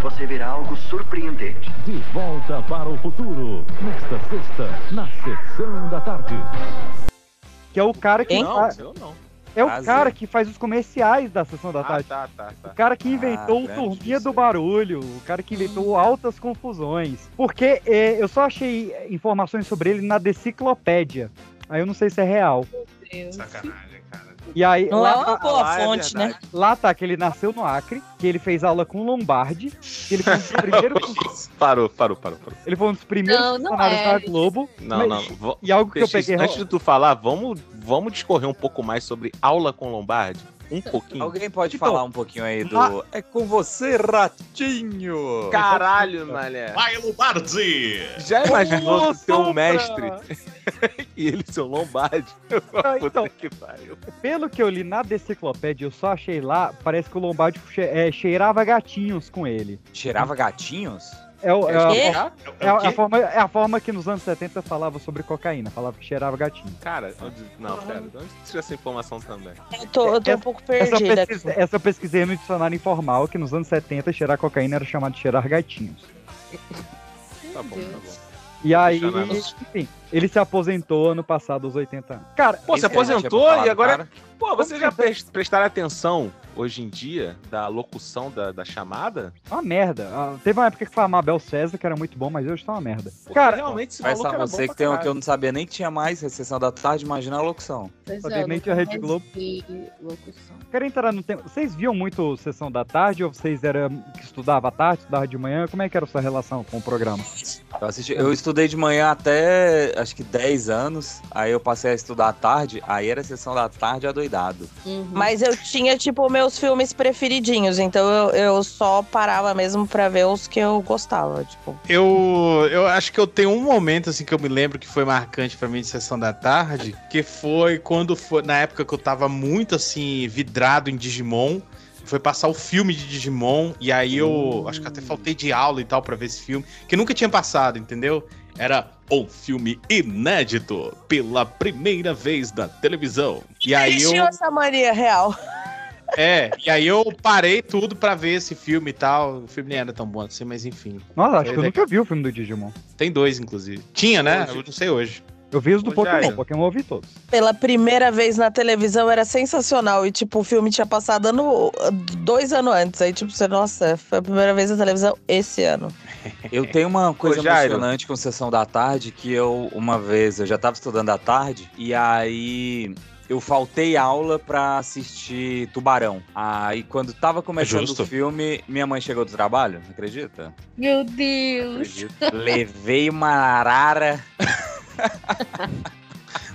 Speaker 12: Você verá algo surpreendente.
Speaker 13: De volta para o futuro, nesta sexta, na sessão da tarde.
Speaker 6: Que é o cara que.
Speaker 13: Não,
Speaker 6: fa-
Speaker 13: eu não.
Speaker 6: É o
Speaker 13: Prazer.
Speaker 6: cara que faz os comerciais da Sessão da Tarde.
Speaker 2: tá, tá, tá.
Speaker 6: O cara que
Speaker 2: Ah,
Speaker 6: inventou o
Speaker 2: grande
Speaker 6: Turminha do Barulho, o cara que inventou
Speaker 2: Hum.
Speaker 6: altas confusões. Porque eh, eu só achei informações sobre ele na deciclopédia. Aí eu não sei se é real.
Speaker 4: Sacanagem,
Speaker 2: cara.
Speaker 6: E aí,
Speaker 7: Não é uma boa
Speaker 6: lá é
Speaker 7: fonte, né?
Speaker 6: verdade. Lá tá que ele nasceu no Acre, que ele fez aula com o Lombardi, que ele foi
Speaker 2: <laughs>
Speaker 6: um dos primeiros,
Speaker 2: Parou, parou, parou, parou.
Speaker 6: ele foi um dos primeiros
Speaker 3: Não, não
Speaker 6: funcionários
Speaker 3: é.
Speaker 6: da Globo.
Speaker 2: Não,
Speaker 6: Mas-
Speaker 2: não. vo-
Speaker 6: E algo que eu
Speaker 2: Peixe,
Speaker 6: peguei...
Speaker 2: Antes de tu falar, vamos, vamos discorrer um pouco mais sobre aula com Lombardi? Um pouquinho.
Speaker 1: Alguém pode
Speaker 2: Então,
Speaker 1: falar um pouquinho aí do.
Speaker 2: ah.
Speaker 1: É com você, ratinho!
Speaker 2: Caralho, mané.
Speaker 4: Vai, Lombardi!
Speaker 2: Um Já imaginou
Speaker 1: Ô,
Speaker 2: tu ser um
Speaker 1: Sombra!
Speaker 2: mestre e ele ser um <laughs> Lombardi?
Speaker 6: Ah,
Speaker 2: Puta
Speaker 6: então.
Speaker 2: que pariu.
Speaker 6: Pelo que eu li na deciclopédia, eu só achei lá, parece que o Lombardi che- eh, cheirava gatinhos com ele.
Speaker 1: Cheirava gatinhos?
Speaker 6: É, o- é,
Speaker 1: Quê?
Speaker 6: a, é, a-
Speaker 1: É o quê?
Speaker 6: a forma, é a forma que nos anos 70 falava sobre cocaína, falava que cheirava gatinho.
Speaker 2: Cara, onde- não, pera, de onde tu tirou essa informação também? Tá
Speaker 7: Eu tô, eu tô um pouco
Speaker 6: É, Essa,
Speaker 7: perdida.
Speaker 6: eu pesquisei- essa eu pesquisei no dicionário informal que nos anos 70 cheirar cocaína era chamado de cheirar gatinhos.
Speaker 2: Tá bom, tá bom.
Speaker 6: E aí,
Speaker 2: Funcionava.
Speaker 6: enfim, ele se aposentou ano passado aos 80 anos. Cara, é
Speaker 2: Pô, você
Speaker 6: esse-
Speaker 2: aposentou e agora. Pô, vocês
Speaker 6: Como
Speaker 2: já
Speaker 6: que você-
Speaker 2: pres- prestaram atenção hoje em dia da locução da, da chamada?
Speaker 6: É Uma merda. Ah, Teve uma época que foi a Mabel César, que era muito bom, mas hoje tá uma merda.
Speaker 2: Porque
Speaker 6: Cara,
Speaker 2: realmente esse
Speaker 1: Mas
Speaker 2: maluco
Speaker 1: a
Speaker 2: era
Speaker 1: você
Speaker 2: bom
Speaker 1: que tem um
Speaker 2: pra
Speaker 1: que eu não sabia nem que tinha mais, a sessão da tarde, imagina a locução.
Speaker 3: Pois
Speaker 6: Só
Speaker 3: é,
Speaker 6: tem
Speaker 3: eu
Speaker 6: nem
Speaker 3: nunca
Speaker 6: que a Rede
Speaker 3: mais
Speaker 6: Globo.
Speaker 3: vi locução.
Speaker 6: quero entrar no tempo. Vocês viam muito Sessão da Tarde ou vocês era que estudava à tarde, estudava de manhã? Como é que era a sua relação com o programa?
Speaker 1: Eu, assisti-
Speaker 2: Hum.
Speaker 1: eu estudei de manhã até acho que 10 anos, aí eu passei a estudar à tarde, aí era a sessão da tarde adoidado.
Speaker 3: Uhum.
Speaker 7: Mas eu tinha, tipo, meus filmes preferidinhos, então eu, eu só parava mesmo pra ver os que eu gostava, tipo.
Speaker 4: Eu, eu acho que eu tenho um momento assim que eu me lembro que foi marcante pra mim de sessão da tarde, que foi quando foi na época que eu tava muito assim vidrado em Digimon. Foi passar o filme de Digimon e aí eu acho que até faltei de aula e tal pra ver esse filme, que nunca tinha passado, entendeu? Era um filme inédito pela primeira vez na televisão. E aí eu
Speaker 7: Existiu essa mania real.
Speaker 4: é, e aí eu parei tudo pra ver esse filme e tal. O filme nem era tão bom assim, mas enfim.
Speaker 6: Nossa,
Speaker 4: Foi
Speaker 6: acho que eu
Speaker 4: legal.
Speaker 6: nunca vi o filme do Digimon.
Speaker 4: Tem dois, inclusive. Tinha, né? Eu não sei hoje.
Speaker 6: Eu vi os do
Speaker 4: Ô,
Speaker 6: Pokémon,
Speaker 4: Jairo.
Speaker 6: Pokémon eu vi todos.
Speaker 7: Pela primeira vez na televisão era sensacional. E, tipo, o filme tinha passado ano, dois anos antes. Aí, tipo, você, nossa, foi a primeira vez na televisão esse ano.
Speaker 1: Eu tenho uma coisa
Speaker 2: Jairo.
Speaker 1: emocionante com sessão da tarde que eu, uma vez, eu já tava estudando à tarde, e aí eu faltei aula pra assistir Tubarão. Aí quando tava começando
Speaker 4: Justo.
Speaker 1: o filme, minha mãe chegou do trabalho, você acredita? <laughs>
Speaker 3: Meu Deus.
Speaker 1: Levei uma arara.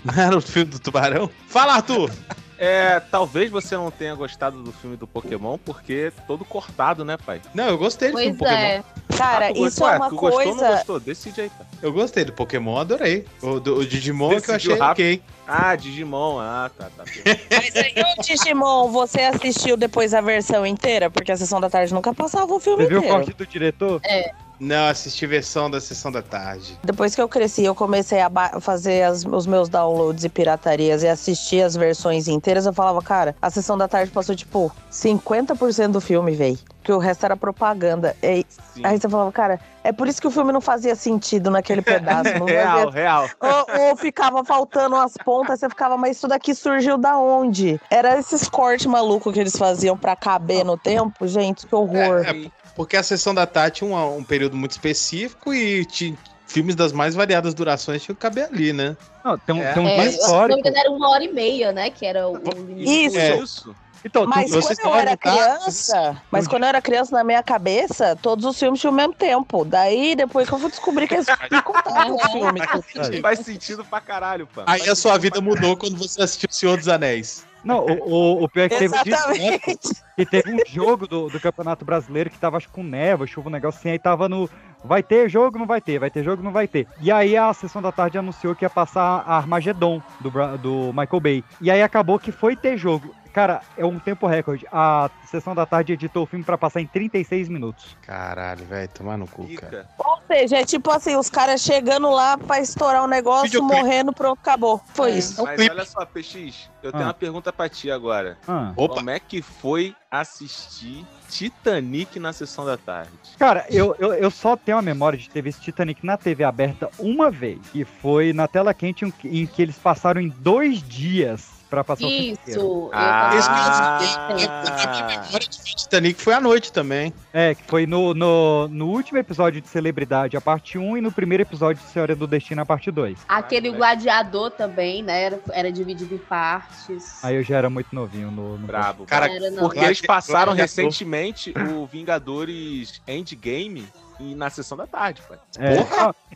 Speaker 4: Não era o filme do Tubarão? Fala, Arthur!
Speaker 2: É, talvez você não tenha gostado do filme do Pokémon, porque todo cortado, né, pai?
Speaker 4: Não, eu gostei do filme
Speaker 3: Pois
Speaker 4: do um Pokémon.
Speaker 3: é.
Speaker 7: Cara,
Speaker 2: Ah, tu
Speaker 7: isso
Speaker 2: gostou?
Speaker 7: é
Speaker 2: Ah,
Speaker 7: uma
Speaker 2: tu
Speaker 7: coisa.
Speaker 2: Gostou, não gostou? Decide aí, pai.
Speaker 4: Eu gostei do Pokémon, adorei. O, do, o Digimon é que eu
Speaker 2: Decidiu
Speaker 4: achei ok.
Speaker 2: Ah, Digimon, ah, tá, tá.
Speaker 7: <laughs> Mas aí o Digimon, você assistiu depois a versão inteira? Porque a sessão da tarde nunca passava o filme
Speaker 6: Você viu o
Speaker 7: inteiro.
Speaker 6: corte do diretor?
Speaker 3: É.
Speaker 4: Não, assisti versão da sessão da tarde.
Speaker 7: Depois que eu cresci, eu comecei a ba- fazer as- os meus downloads e piratarias e assistir as versões inteiras. Eu falava, cara, a sessão da tarde passou tipo 50% do filme, véi. Que o resto era propaganda. E
Speaker 2: Sim.
Speaker 7: aí você falava, cara, é por isso que o filme não fazia sentido naquele pedaço.
Speaker 2: <laughs>
Speaker 7: Não fazia
Speaker 2: É Real,
Speaker 3: É.
Speaker 2: real.
Speaker 7: ou, ou ficava faltando as pontas, você ficava, mas isso daqui surgiu da onde? Era esses cortes malucos que eles faziam pra caber no tempo, gente, que horror.
Speaker 4: É, é, porque a sessão da tarde tinha um, um período muito específico e tinha filmes das mais variadas durações tinham que caber ali, né?
Speaker 6: Não, tem um,
Speaker 4: É.
Speaker 6: tem um
Speaker 3: É,
Speaker 6: dia
Speaker 3: eu- se não me
Speaker 6: histórico.
Speaker 3: engano, era uma hora e meia, né? Que era o, o limite.
Speaker 7: Isso.
Speaker 4: É.
Speaker 2: Isso.
Speaker 6: Então, tu-
Speaker 7: Mas
Speaker 4: vocês
Speaker 7: quando eu
Speaker 4: podem
Speaker 7: era
Speaker 4: estar-
Speaker 7: criança, mas quando eu era criança, na minha cabeça, todos os filmes tinham o mesmo tempo. Daí, depois que eu fui descobrir que eles contavam os filmes.
Speaker 2: Faz sentido pra caralho, pai.
Speaker 4: Aí
Speaker 2: Faz
Speaker 4: a sua
Speaker 2: sentido
Speaker 4: vida
Speaker 2: pra
Speaker 4: mudou quando você assistiu O Senhor dos Anéis.
Speaker 6: não, o, o- o pior é que teve um dia histórico
Speaker 7: Exatamente.
Speaker 6: que teve um jogo do, do Campeonato Brasileiro que tava acho, com neva, chuva, um negócio assim, aí tava no. Vai ter jogo, não vai ter, vai ter jogo, não vai ter. E aí a sessão da tarde anunciou que ia passar a Armagedon do, Bra- do Michael Bay. E aí acabou que foi ter jogo. Cara, é um tempo recorde. A sessão da tarde editou o filme pra passar em 36 minutos.
Speaker 4: Caralho, velho, tomar no cu, cara.
Speaker 7: Ou seja, é tipo assim, os caras chegando lá pra estourar o negócio,
Speaker 2: Videoclipe.
Speaker 7: morrendo, pronto, acabou. Foi
Speaker 2: É,
Speaker 7: isso.
Speaker 2: Mas olha só, PX, eu tenho
Speaker 7: Ah.
Speaker 2: uma pergunta pra ti agora.
Speaker 6: Ah.
Speaker 2: Como é que foi assistir Titanic na sessão da tarde?
Speaker 6: Cara, eu, eu, eu só tenho a memória de ter visto Titanic na TV aberta uma vez. E foi na tela quente em que- em que eles passaram em dois dias pra passar o filme
Speaker 3: Isso,
Speaker 6: inteiro.
Speaker 3: eu
Speaker 2: Ah.
Speaker 3: é
Speaker 4: tá Titanic foi à noite também.
Speaker 6: É, que foi no, no, no último episódio de Celebridade, a parte 1, e no primeiro episódio de Senhora do Destino, a parte 2.
Speaker 3: Aquele gladiador também, né? Era, era dividido em partes.
Speaker 6: Aí eu já era muito novinho no. no
Speaker 2: Brabo.
Speaker 3: Cara, Era, não.
Speaker 2: porque
Speaker 3: Lá-
Speaker 2: eles passaram
Speaker 6: lá- lá-
Speaker 2: recentemente o Vingadores Endgame e na sessão da tarde, pai.
Speaker 6: É, não,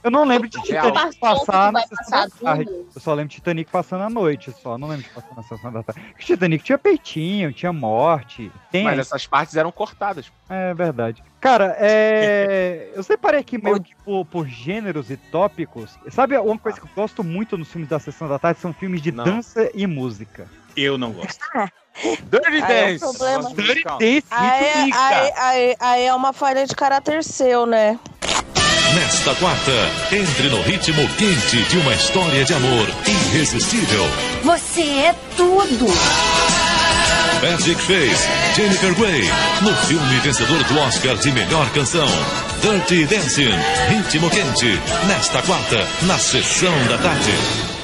Speaker 6: eu não lembro de
Speaker 2: Real.
Speaker 6: Titanic
Speaker 2: Passou,
Speaker 6: é, passar na
Speaker 2: vai
Speaker 6: sessão
Speaker 2: passar
Speaker 6: da tarde.
Speaker 2: tudo?
Speaker 6: Eu só lembro de Titanic passando à noite, só. Não lembro de passar na sessão da tarde. Porque Titanic tinha peitinho, tinha morte. Tem
Speaker 2: Mas é- essas partes eram cortadas.
Speaker 6: É verdade. Cara,
Speaker 2: <laughs>
Speaker 6: é... eu separei aqui meio que por, por gêneros e tópicos. Sabe uma
Speaker 2: Ah.
Speaker 6: coisa que eu gosto muito nos filmes da Sessão da Tarde? São filmes de dança e música.
Speaker 4: Eu não gosto.
Speaker 2: Dirty
Speaker 7: Aí é o problema.
Speaker 6: Dirty Dance
Speaker 2: Ah,
Speaker 7: Aí, é-
Speaker 6: Rica.
Speaker 7: aí- aí- aí é uma falha de caráter seu, né?
Speaker 14: Nesta quarta, entre no ritmo quente de uma história de amor irresistível.
Speaker 5: Você é tudo.
Speaker 14: Magic Face, Jennifer Grey, no filme vencedor do Oscar de melhor canção. Dirty Dancing, ritmo quente. Nesta quarta, na sessão da tarde.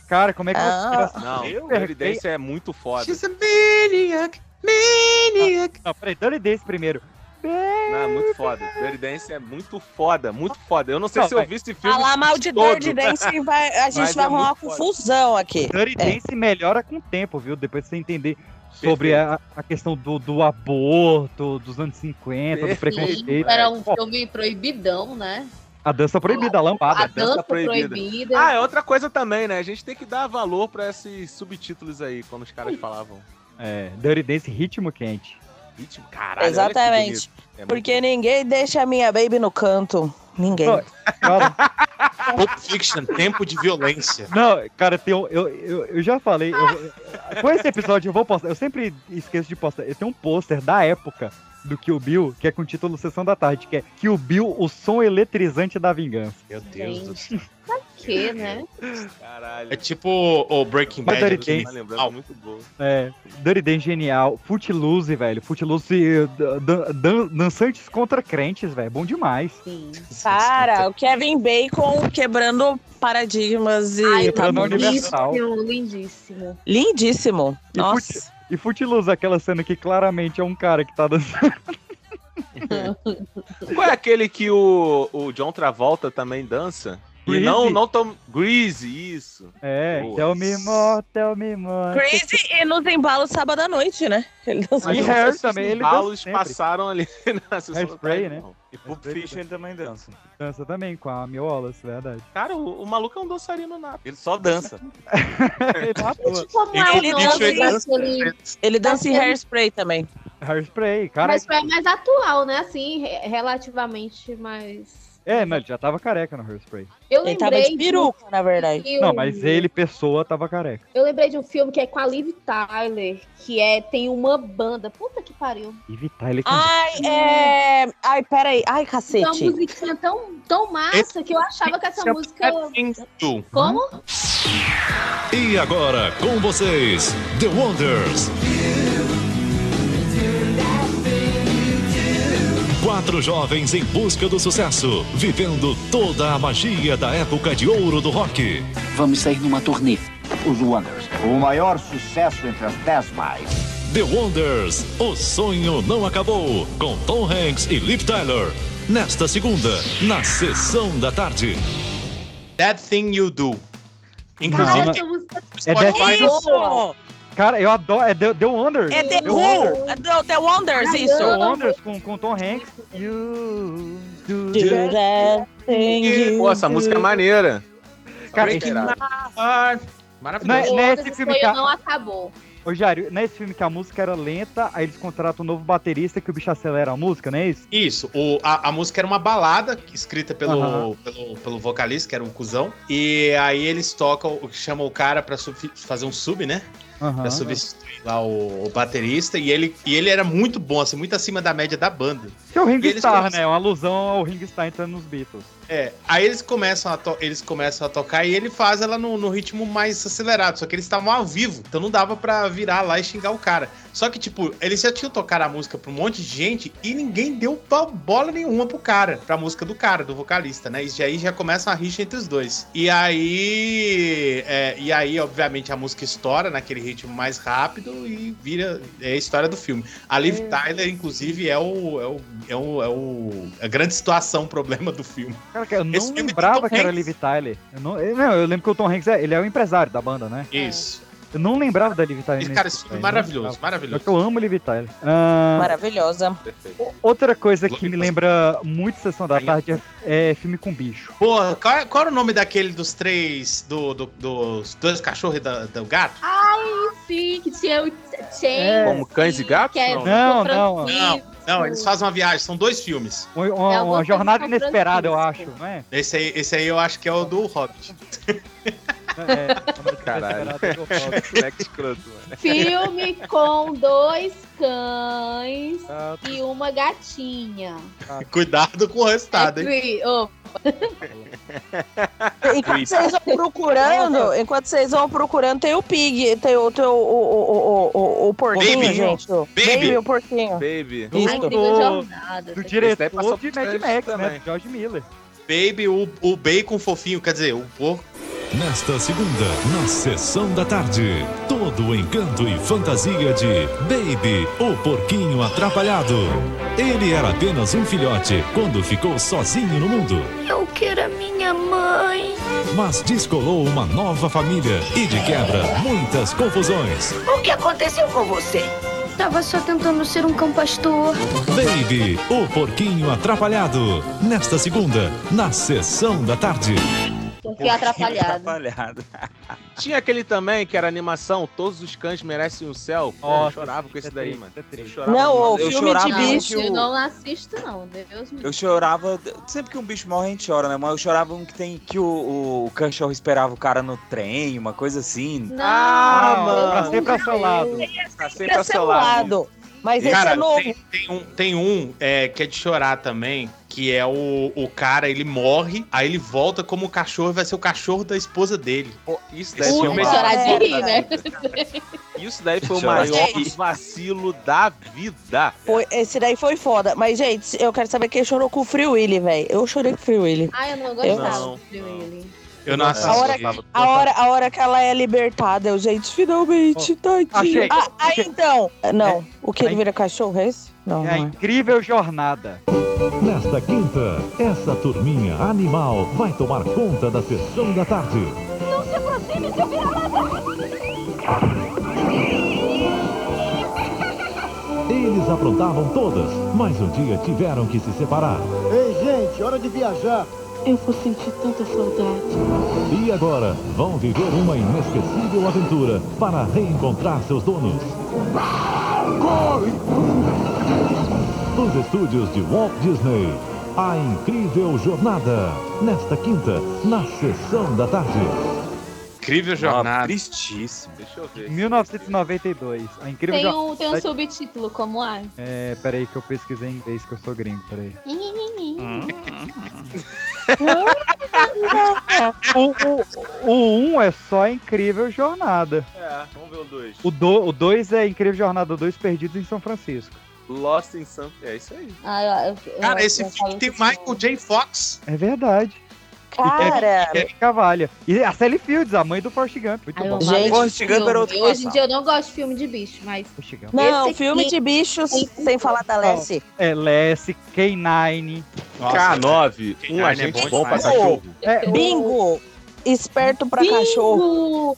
Speaker 6: Cara, como é que
Speaker 2: Ah.
Speaker 6: você...
Speaker 2: Não,
Speaker 6: Eu
Speaker 2: Dirty
Speaker 6: errei.
Speaker 2: Dance é muito foda.
Speaker 6: maniac, maniac. Não, peraí, Dirty Dance primeiro.
Speaker 2: Não, é muito foda. Dirty Dance é muito foda, muito foda. Eu não sei
Speaker 7: Não,
Speaker 2: se eu
Speaker 7: vai.
Speaker 2: vi esse filme.
Speaker 7: Falar mal de
Speaker 2: todo.
Speaker 7: Dirty Dancing, vai, a gente
Speaker 2: Mas
Speaker 7: vai
Speaker 2: é
Speaker 7: arrumar uma
Speaker 2: muito foda.
Speaker 7: confusão aqui.
Speaker 6: Dirty Dance melhora com o tempo, viu? Depois você entender sobre a, a questão do, do aborto, dos anos 50, do preconceito.
Speaker 3: Era um filme proibidão, né?
Speaker 6: A dança proibida, a lambada.
Speaker 3: A dança proibida.
Speaker 2: Ah, é outra coisa também, né? A gente tem que dar valor pra esses subtítulos aí, quando os caras falavam.
Speaker 6: É, Dirty Dance, ritmo quente.
Speaker 2: Ritmo, caralho. olha que
Speaker 7: Exatamente.
Speaker 2: Ah, é bonito. É muito-
Speaker 7: Porque ninguém deixa a minha baby no canto. Ninguém.
Speaker 4: Pulp Fiction, tempo de violência.
Speaker 6: Não, cara, tem um, eu, eu, eu já falei. eu- com esse episódio eu vou postar. Eu sempre esqueço de postar. Eu tenho um pôster da época do Kill Bill, que é com o título Sessão da Tarde, que é Kill Bill, o som eletrizante da vingança.
Speaker 4: Meu Deus do céu.
Speaker 3: Pra quê, né?
Speaker 4: É tipo o Breaking
Speaker 6: Mas
Speaker 4: Bad.
Speaker 6: tipo Dirty
Speaker 4: do-
Speaker 6: Dancing.
Speaker 4: Ah,
Speaker 2: Tá muito boa.
Speaker 6: É, Dirty Dan genial. Footloose, velho. Footloose eh, dan- dan- dançantes contra crentes, velho. Bom demais.
Speaker 2: é
Speaker 7: Para, o Kevin Bacon quebrando paradigmas e.
Speaker 6: Ai,
Speaker 7: tá
Speaker 6: não,
Speaker 7: bom.
Speaker 6: Universal.
Speaker 3: Lindíssimo.
Speaker 7: Lindíssimo.
Speaker 6: E, Nossa. e Footloose, aquela cena que claramente é um cara que tá dançando.
Speaker 2: Qual é aquele que o, o John Travolta também dança? E
Speaker 6: Greasy.
Speaker 2: não, não tão. Greasy, isso.
Speaker 6: <laughs> É,
Speaker 2: Boa.
Speaker 6: tell me more, tell me more.
Speaker 7: Crazy e nos embalos sábado à noite, né? <laughs> Ele dançou.
Speaker 2: Mas
Speaker 6: E
Speaker 2: os-
Speaker 6: Hair
Speaker 2: esses
Speaker 6: também, ele
Speaker 2: balos
Speaker 6: dança sempre.
Speaker 2: passaram ali <laughs> na sessão da
Speaker 6: Hairspray,
Speaker 2: tarde,
Speaker 6: né?
Speaker 2: não. E Pulp Fiction ele também dança.
Speaker 6: Dança também com a Amy Wallace,
Speaker 7: <laughs>
Speaker 6: verdade.
Speaker 2: Cara, o, o maluco é um dançarino nato.
Speaker 1: Ele só
Speaker 2: <laughs>
Speaker 1: dança.
Speaker 7: É, tá
Speaker 3: Tipo, é
Speaker 7: Ele dança,
Speaker 3: Ele dança
Speaker 7: ele,
Speaker 3: em-
Speaker 7: dança em
Speaker 3: Daquele-
Speaker 7: hairspray também.
Speaker 6: Hairspray, cara. é
Speaker 3: Mas foi mais atual, né? Assim, re- relativamente mais.
Speaker 6: É, não, ele já tava careca no Hairspray.
Speaker 3: Eu
Speaker 7: Ele
Speaker 3: lembrei. um
Speaker 7: tava de peruca, na verdade.
Speaker 3: filme-
Speaker 6: Não, mas ele, pessoa, tava careca.
Speaker 3: Eu lembrei de um filme que é com a Liv Tyler, que é tem uma banda. Puta que pariu.
Speaker 6: Evitar ele com
Speaker 7: Ai, é. Ai, peraí.
Speaker 3: Tem
Speaker 7: Ai,
Speaker 3: Uma
Speaker 7: cacete.
Speaker 3: musiquinha tão, tão massa que eu achava que
Speaker 6: é
Speaker 3: essa música. Como?
Speaker 6: Uhum.
Speaker 14: E agora, com vocês, The Wonders. Quatro jovens em busca do sucesso, vivendo toda a magia da época de ouro do rock.
Speaker 15: Vamos sair numa turnê. Os Wonders. O maior sucesso entre as dez mais.
Speaker 14: The Wonders, o sonho não acabou, com Tom Hanks e Liv Tyler. Nesta segunda, na sessão da tarde.
Speaker 4: That Thing You Do.
Speaker 3: Cara,
Speaker 4: Inclusive,
Speaker 3: essa música
Speaker 6: É
Speaker 4: Spotify
Speaker 6: Death-
Speaker 3: é boa.
Speaker 6: Cara, eu adoro. É The, The Wonders.
Speaker 7: É The
Speaker 6: Wonders.
Speaker 7: Who. É The, The Wonders, isso.
Speaker 6: The Wonders com, com Tom Hanks. You do
Speaker 7: that thing you
Speaker 2: Pô, essa música é maneira.
Speaker 6: Cara,
Speaker 2: Bem
Speaker 6: que
Speaker 2: irado.
Speaker 6: Não é-
Speaker 3: O
Speaker 6: não é esse
Speaker 3: Wonders
Speaker 6: filme
Speaker 3: foi
Speaker 6: que
Speaker 3: Eu
Speaker 6: a-
Speaker 3: não acabou.
Speaker 6: Ô, Jário, não é esse filme que a música era lenta, aí eles contratam um novo baterista que o bicho acelera a música, não é isso?
Speaker 4: Isso, o- a, a música era uma balada escrita pelo,
Speaker 6: Aham.
Speaker 4: pelo, pelo vocalista, que era um cuzão. E aí eles tocam, chamam o cara pra sub- fazer um sub, né?
Speaker 6: Ah.
Speaker 4: pra substituir lá o, o baterista. E ele, e ele era muito bom, assim, muito acima da média da banda.
Speaker 6: Que é o
Speaker 4: E
Speaker 6: Ringo
Speaker 4: eles
Speaker 6: Starr,
Speaker 4: começam-
Speaker 6: né? Uma alusão ao Ringo Starr entrando nos Beatles.
Speaker 4: É, aí eles começam a, to- eles começam a tocar e ele faz ela no, no ritmo mais acelerado. Só que eles estavam ao vivo, então não dava pra virar lá e xingar o cara. Só que, tipo, eles já tinham tocado a música pra um monte de gente e ninguém deu pau- bola nenhuma pro cara, pra música do cara, do vocalista, né? E aí já começa uma rixa entre os dois. E aí. é, e aí, obviamente, a música estoura naquele ritmo mais rápido e vira. É a história do filme. A Liv Tyler, inclusive, é o. É o, é o, é o a grande situação, <laughs> o problema do filme.
Speaker 6: Cara, que eu não
Speaker 4: Esse filme tem
Speaker 6: lembrava
Speaker 4: Tom
Speaker 6: que era
Speaker 4: Hanks.
Speaker 6: Liv Tyler. Eu não, eu, não, eu lembro que o Tom Hanks é, ele é o empresário da banda, né?
Speaker 4: Isso.
Speaker 6: Eu não lembrava da Liv Tyler.
Speaker 4: Esse
Speaker 6: nesse
Speaker 4: cara, esse filme é
Speaker 6: aí, não
Speaker 4: maravilhoso,
Speaker 6: lembrava.
Speaker 4: maravilhoso.
Speaker 6: Só que Eu amo Liv Tyler. Ah,
Speaker 7: Maravilhosa.
Speaker 6: o- Outra coisa que me lembra muito Sessão da Tarde é, é filme com bicho.
Speaker 4: Porra, qual, é- qual era o nome daquele dos três. Do, do- dos dois cachorros e da- do gato?
Speaker 3: Ai, sim, que tinha o é Chain.
Speaker 4: cães e gatos?
Speaker 3: Kevin, É. Não, não.
Speaker 4: não,
Speaker 3: Francisco.
Speaker 4: não. Não, eles fazem uma viagem, são dois filmes.
Speaker 6: Uma, uma- uma jornada inesperada, eu acho, não é?
Speaker 4: Esse aí, esse aí eu acho que é o do Hobbit.
Speaker 6: É,
Speaker 2: Caralho.
Speaker 1: <laughs>
Speaker 2: Moleque é escroto, mano.
Speaker 3: Filme com dois cães
Speaker 6: Tá
Speaker 3: e uma gatinha.
Speaker 4: <laughs> Cuidado com o resultado, hein?
Speaker 3: Cri- Ô,
Speaker 7: Enquanto vocês vão procurando, enquanto vocês vão procurando, tem o Pig, tem o, tem o, o, o, o, o porquinho,
Speaker 2: Baby.
Speaker 7: gente.
Speaker 2: Baby.
Speaker 7: o porquinho.
Speaker 2: Baby.
Speaker 3: tá
Speaker 7: Isso.
Speaker 6: Do
Speaker 4: Esse daí
Speaker 6: diretor
Speaker 4: passou
Speaker 6: de
Speaker 4: por
Speaker 6: Mad
Speaker 4: trás
Speaker 6: Max, né?
Speaker 4: também.
Speaker 6: Do George Miller.
Speaker 4: Baby, o, o bacon fofinho, quer dizer, o porco.
Speaker 14: Nesta segunda, na sessão da tarde, todo o encanto e fantasia de Baby, o porquinho atrapalhado. Ele era apenas um filhote quando ficou sozinho no mundo,
Speaker 8: Eu quero a minha mãe.
Speaker 14: mas descolou uma nova família e de quebra muitas confusões.
Speaker 8: O que aconteceu com você? Tava só tentando ser um cão pastor.
Speaker 14: Baby, o porquinho atrapalhado. Nesta segunda, na sessão da tarde.
Speaker 3: Porque atrapalhado.
Speaker 1: Atrapalhado.
Speaker 2: Tinha aquele também que era animação, Todos os Cães Merecem o Céu. Pô, eu
Speaker 1: Nossa,
Speaker 2: chorava com
Speaker 6: é
Speaker 2: esse daí, mano. Eu chorava
Speaker 7: Não,
Speaker 2: demais.
Speaker 7: o
Speaker 1: Eu
Speaker 7: filme
Speaker 1: chorava
Speaker 7: de
Speaker 1: muito.
Speaker 7: bicho.
Speaker 3: eu não assisto, não. Deus me
Speaker 1: Eu chorava. Sempre que um bicho morre, a gente chora, né? Mas eu chorava um que tem que o, o cachorro esperava o cara no trem, uma coisa assim.
Speaker 3: Não,
Speaker 1: Ah, mano.
Speaker 6: Pra sempre ao seu lado.
Speaker 1: Pra
Speaker 7: sempre ao seu lado. Mas esse
Speaker 4: Cara,
Speaker 7: é novo.
Speaker 4: tem, tem um, tem um é, que é de chorar também, que é o, o cara, ele morre, aí ele volta como cachorro, vai ser o cachorro da esposa dele.
Speaker 2: Isso daí foi o
Speaker 4: Puta,
Speaker 2: melhor-
Speaker 3: chorar de rir, né?
Speaker 2: Isso daí foi o
Speaker 4: Chorar de
Speaker 2: maior
Speaker 4: rir.
Speaker 2: vacilo da vida.
Speaker 7: Foi, esse daí foi foda. Mas, gente, eu quero saber quem chorou com o Free Willy, velho. Eu chorei com o Free Willy.
Speaker 3: Ai, eu não
Speaker 7: Eu
Speaker 3: gostava
Speaker 7: não,
Speaker 3: do filme.
Speaker 4: Eu não assisto.
Speaker 7: A hora, a, hora, a hora que ela é libertada, eu, gente, finalmente, tadinha.
Speaker 6: achei. É,
Speaker 7: Ah, ah, então. Não, o que ele
Speaker 6: Aí-
Speaker 7: vira cachorro é esse? Não,
Speaker 6: É a
Speaker 7: não é. <laughs>
Speaker 6: incrível jornada.
Speaker 14: Nesta quinta, essa turminha animal vai tomar conta da sessão da tarde.
Speaker 5: Não se aproxime, seu
Speaker 14: Eles aprontavam todas, mas um dia tiveram que se separar.
Speaker 5: Ei, gente, hora de viajar. Eu vou sentir tanta saudade.
Speaker 14: E agora vão viver uma inesquecível aventura para reencontrar seus donos. Corre! Dos estúdios de Walt Disney, a incrível jornada. Nesta quinta, na sessão da tarde.
Speaker 4: Incrível jornada.
Speaker 1: tristíssimo.
Speaker 2: Deixa eu ver.
Speaker 6: 1992. A incrível
Speaker 3: Tem um,
Speaker 6: jornada.
Speaker 3: tem um subtítulo, como é?
Speaker 6: É, peraí que eu pesquisei em inglês que eu sou gringo, peraí. <laughs> O 1 um é só incrível jornada.
Speaker 2: É, vamos ver o 2.
Speaker 6: O 2 dois é incrível jornada 2 perdidos em São Francisco.
Speaker 2: Lost in San... É isso aí.
Speaker 3: Ah,
Speaker 4: Cara, esse filme tem Michael J. Fox.
Speaker 6: É verdade.
Speaker 7: Cara.
Speaker 4: É.
Speaker 6: E Kevin Cavalha. E a Sally Fields, a mãe do Forrest Gump. Muito bom.
Speaker 3: Filme. Hoje em dia eu não gosto de filme de bicho, mas.
Speaker 7: Não,
Speaker 3: Esse
Speaker 7: filme
Speaker 3: aqui-
Speaker 7: de bichos, sem falar da Lessie.
Speaker 6: É Lessie, K9.
Speaker 2: K9, um
Speaker 6: K9 é
Speaker 2: agente
Speaker 6: bom
Speaker 2: bom pra
Speaker 6: demais.
Speaker 2: cachorro.
Speaker 6: É,
Speaker 7: Bingo! Esperto pra cachorro.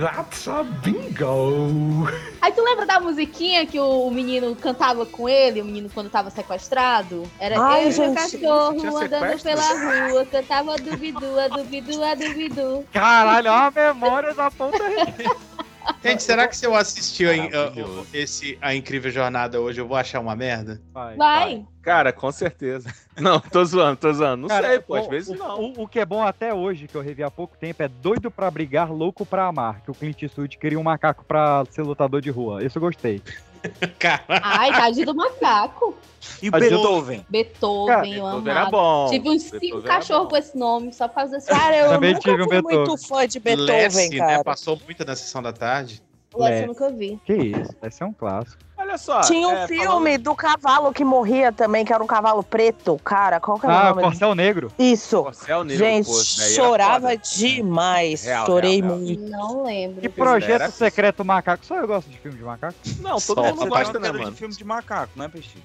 Speaker 5: That's a bingo.
Speaker 3: Aí tu lembra da musiquinha que o menino cantava com ele, o menino quando tava sequestrado? Era
Speaker 7: Ai,
Speaker 3: eu e meu
Speaker 7: gente,
Speaker 3: cachorro
Speaker 7: tinha
Speaker 3: andando
Speaker 7: sequestro?
Speaker 3: pela rua, cantava dubidua, dubidua, dubidu.
Speaker 6: é Caralho, olha a memória da ponta.
Speaker 4: Gente, será que se eu assistir a, a- esse, a Incrível Jornada hoje, eu vou achar uma <laughs> merda?
Speaker 3: Vai.
Speaker 2: Cara, com certeza. <laughs> Não, tô zoando, tô zoando. Não
Speaker 6: Cara,
Speaker 2: sei, pô,
Speaker 6: o-
Speaker 2: às vezes
Speaker 6: o,
Speaker 2: não.
Speaker 6: O, o que é bom até hoje, que eu revi há pouco tempo, é Doido pra Brigar, Louco pra Amar, que o Clint Eastwood queria um macaco pra ser lutador de rua. Isso eu gostei.
Speaker 3: Ai, tadinho do macaco.
Speaker 1: E
Speaker 6: Beethoven?
Speaker 3: Beethoven,
Speaker 6: Cara,
Speaker 3: eu amava.
Speaker 6: Beethoven era bom.
Speaker 3: Tive Tipo, uns
Speaker 6: Beethoven
Speaker 3: cinco
Speaker 6: era
Speaker 3: cachorros com esse nome, só pra fazer assim. Cara,
Speaker 7: <laughs>
Speaker 4: eu
Speaker 6: Também nunca tive um fui muito
Speaker 3: muito fã de
Speaker 4: Lessie,
Speaker 3: Beethoven,
Speaker 4: né?
Speaker 3: cara.
Speaker 4: Passou muito na sessão da tarde.
Speaker 3: Lessie eu nunca vi.
Speaker 6: Que isso, esse é um clássico.
Speaker 2: Olha só.
Speaker 7: Tinha um
Speaker 2: é,
Speaker 7: filme
Speaker 2: falando-
Speaker 7: do cavalo que morria também, que era um cavalo preto, cara. Qual que era
Speaker 6: Ah,
Speaker 7: o nome? dele?
Speaker 6: Corcel Negro.
Speaker 7: Isso.
Speaker 2: Corcel Negro,
Speaker 7: Gente,
Speaker 2: pô, isso daí era
Speaker 7: chorava
Speaker 2: foda.
Speaker 7: demais.
Speaker 2: Real,
Speaker 7: Chorei
Speaker 2: real, real.
Speaker 7: muito.
Speaker 3: Não lembro.
Speaker 6: Que
Speaker 2: Era-
Speaker 6: projeto secreto macaco. Só eu gosto de filme de macaco.
Speaker 2: Não, todo
Speaker 6: Só.
Speaker 2: mundo
Speaker 6: Você
Speaker 2: gosta,
Speaker 6: tá
Speaker 2: né,
Speaker 6: falando
Speaker 2: mano?
Speaker 1: de filme de macaco, né, Peixinho?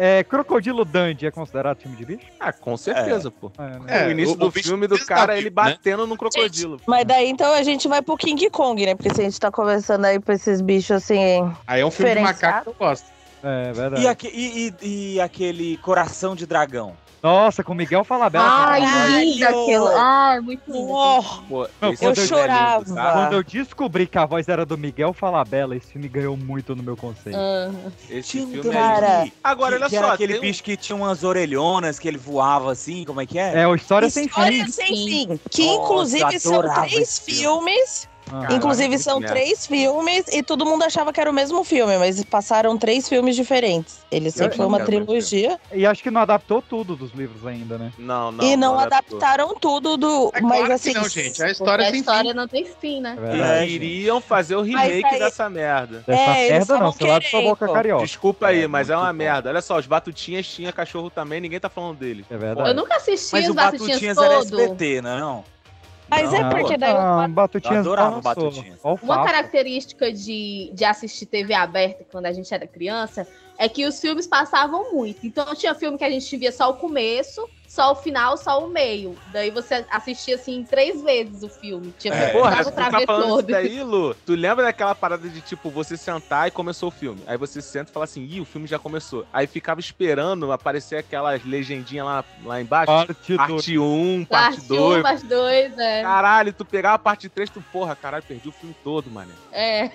Speaker 6: É, Crocodilo Dandy é considerado filme de bicho?
Speaker 2: Ah, com certeza, pô.
Speaker 6: né?
Speaker 2: É, o início
Speaker 6: o-
Speaker 2: do
Speaker 6: o bicho
Speaker 2: filme do
Speaker 6: desafio,
Speaker 2: cara, ele
Speaker 6: né?
Speaker 2: batendo num crocodilo.
Speaker 7: Mas daí então a gente vai pro King Kong, né? Porque se a gente tá conversando aí pra esses bichos assim.
Speaker 4: Aí é um
Speaker 1: filme de macaco
Speaker 7: que
Speaker 4: eu gosto.
Speaker 6: É, verdade.
Speaker 1: E, aque- e- e- e aquele Coração de Dragão?
Speaker 6: Nossa, com Miguel Falabella.
Speaker 1: Ai,
Speaker 7: linda aquela.
Speaker 3: Ai, ah, é muito
Speaker 7: lindo.
Speaker 2: Pô, é
Speaker 6: Não,
Speaker 7: eu chorava.
Speaker 2: tá?
Speaker 6: Quando eu descobri que a voz era do Miguel Falabella, esse filme ganhou muito no meu conceito.
Speaker 2: Esse filme é
Speaker 1: Tem
Speaker 7: Cara.
Speaker 1: aquele-
Speaker 2: Agora,
Speaker 1: que-
Speaker 2: olha
Speaker 1: que era
Speaker 2: só,
Speaker 1: aquele
Speaker 2: tem um-
Speaker 1: bicho que tinha umas orelhonas que ele voava assim, como é que é?
Speaker 6: É, o História Sem
Speaker 7: História Fim. Sem Fim, que inclusive são três filmes.
Speaker 6: Ah,
Speaker 7: inclusive
Speaker 6: caralho,
Speaker 7: são
Speaker 6: muito
Speaker 7: três filmes e todo mundo achava que era o mesmo filme, mas passaram três filmes diferentes. Ele sempre foi uma trilogia.
Speaker 6: E acho que não adaptou tudo dos livros ainda, né?
Speaker 2: Não,
Speaker 7: e não, adaptaram tudo do.
Speaker 4: É
Speaker 7: mas assim.
Speaker 3: Porque a história é não tem fim, né?
Speaker 2: Eles Queriam fazer o remake
Speaker 7: Mas aí-
Speaker 2: dessa merda.
Speaker 6: Dessa É, eles merda É não, estavam sei lá de sua boca querendo. carioca.
Speaker 2: Desculpa aí, mas é uma merda. Olha só, os Batutinhas tinha cachorro também, ninguém tá falando dele.
Speaker 6: É
Speaker 3: Eu nunca assisti
Speaker 1: Mas
Speaker 3: os
Speaker 1: o
Speaker 3: Batutinhas
Speaker 1: Batutinhas era
Speaker 3: todo.
Speaker 1: SBT, não é não?
Speaker 3: Mas é
Speaker 1: Não.
Speaker 3: porque daí eu-
Speaker 6: Ah, Batutinhas
Speaker 1: Eu adorava
Speaker 6: balançou.
Speaker 1: Batutinhas.
Speaker 6: Ó o
Speaker 3: Uma
Speaker 6: Fábio.
Speaker 3: característica de, de assistir TV aberta quando a gente era criança é que os filmes passavam muito. Então tinha filme que a gente via só o começo, só o final, só o meio. Daí você assistia assim três vezes o filme. Tinha
Speaker 2: É.
Speaker 3: é.
Speaker 2: Porra,
Speaker 3: dava
Speaker 2: tu
Speaker 3: pra
Speaker 2: tá
Speaker 3: ver
Speaker 2: falando isso
Speaker 3: todo.
Speaker 2: daí, Lu? Tu lembra daquela parada de, tipo, você sentar e começou o filme. Aí você senta e fala assim, ih, o filme já começou. Aí ficava esperando aparecer aquelas legendinhas lá, lá embaixo. tipo,
Speaker 6: Parte,
Speaker 2: parte 1, parte Tá
Speaker 3: Parte 1,
Speaker 2: 2.
Speaker 3: parte 2, é.
Speaker 2: Caralho, tu pegava a parte 3, tu, porra, caralho, perdi o filme todo, mano.
Speaker 3: É.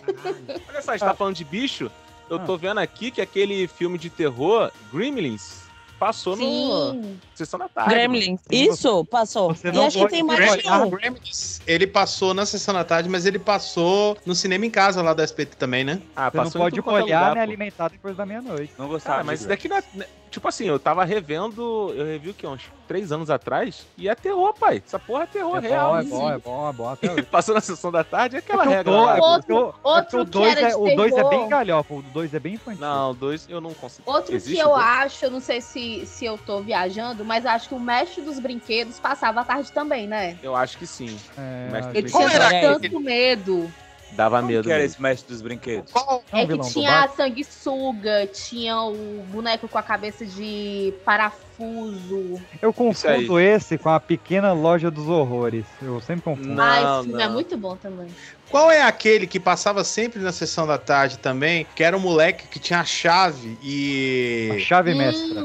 Speaker 2: Olha só, a
Speaker 6: Ah.
Speaker 2: gente tá falando de bicho. Eu tô vendo aqui que aquele filme de terror, Gremlins, passou
Speaker 7: Sim.
Speaker 2: no Sessão da Tarde.
Speaker 7: Gremlins.
Speaker 2: mano.
Speaker 7: Isso, passou. E acho que tem mais de um.
Speaker 4: Gremlins, ele passou na sessão da tarde, mas ele passou no cinema em casa lá da SPT também, né?
Speaker 2: Ah,
Speaker 6: Você não pode olhar né, nem alimentar depois da meia-noite.
Speaker 1: Não
Speaker 2: Cara, mas isso daqui não é. né, Tipo assim, eu tava revendo. Eu revi o que? Uns três anos atrás. E é terror, pai. Essa porra é terror
Speaker 6: É
Speaker 2: real.
Speaker 6: bom, é bom,
Speaker 2: <laughs>
Speaker 6: é bom, é bom até hoje.
Speaker 2: Passou na sessão da tarde, é aquela
Speaker 6: É que o
Speaker 2: regra.
Speaker 6: dois-
Speaker 2: lá.
Speaker 6: é porque o- Outro- é porque o outro que dois era é- de o dois é terror. bem galhofa,
Speaker 2: o
Speaker 6: 2 é bem infantil.
Speaker 2: Não, o 2 eu não consigo.
Speaker 3: Outro
Speaker 2: Existe
Speaker 3: que eu
Speaker 2: o dois?
Speaker 3: acho, eu não sei se, se eu tô viajando, mas acho que o mestre dos brinquedos passava a tarde também, né?
Speaker 2: Eu acho que sim.
Speaker 6: É,
Speaker 2: O Mestre
Speaker 3: Eu
Speaker 2: dos
Speaker 3: tinha
Speaker 2: Brinquedos
Speaker 3: tanto medo.
Speaker 2: Dava é medo.
Speaker 1: que era
Speaker 2: mesmo.
Speaker 1: esse mestre dos brinquedos?
Speaker 6: um
Speaker 3: É que tinha a sanguessuga, tinha o boneco com a cabeça de parafuso.
Speaker 6: Eu
Speaker 2: aí.
Speaker 6: confundo esse com a pequena loja dos horrores. Eu sempre confundo.
Speaker 3: Ah, esse filme é muito bom também.
Speaker 4: Qual é aquele que passava sempre na sessão da tarde também, que era um moleque que tinha a chave e... A
Speaker 6: chave
Speaker 3: Hum,
Speaker 6: mestra.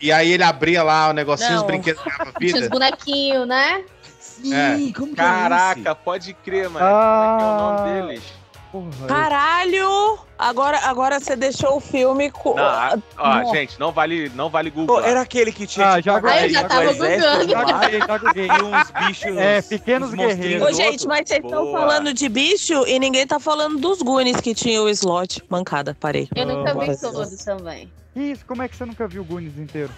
Speaker 4: E aí ele abria lá o negocinho, os
Speaker 3: Não.
Speaker 4: brinquedos ganhavam
Speaker 3: Tinha os
Speaker 7: <laughs>
Speaker 4: vida.
Speaker 3: bonequinhos, né?
Speaker 4: É.
Speaker 1: como
Speaker 4: que é
Speaker 2: Caraca, pode crer, mano.
Speaker 6: Ah.
Speaker 2: Como é que é o nome deles?
Speaker 7: Caralho! Agora, agora você deixou o filme com.
Speaker 2: Não, a- ó,
Speaker 7: Nossa.
Speaker 2: gente, não vale, não vale Google.
Speaker 1: era aquele que tinha. tipo, um
Speaker 2: Ah, já
Speaker 7: Aí eu já
Speaker 6: né?
Speaker 7: tava googando.
Speaker 6: tá
Speaker 1: E uns bichos.
Speaker 6: É, pequenos
Speaker 1: uns monstrinhos
Speaker 6: guerreiros.
Speaker 7: Ô, gente, mas vocês estão
Speaker 6: Boa.
Speaker 7: falando de bicho e ninguém tá falando dos Goonies que tinha o slot. Mancada, parei.
Speaker 3: Eu nunca vi
Speaker 7: Nossa.
Speaker 3: todos também.
Speaker 6: Que Isso, como é que você nunca viu o Goonies inteiro?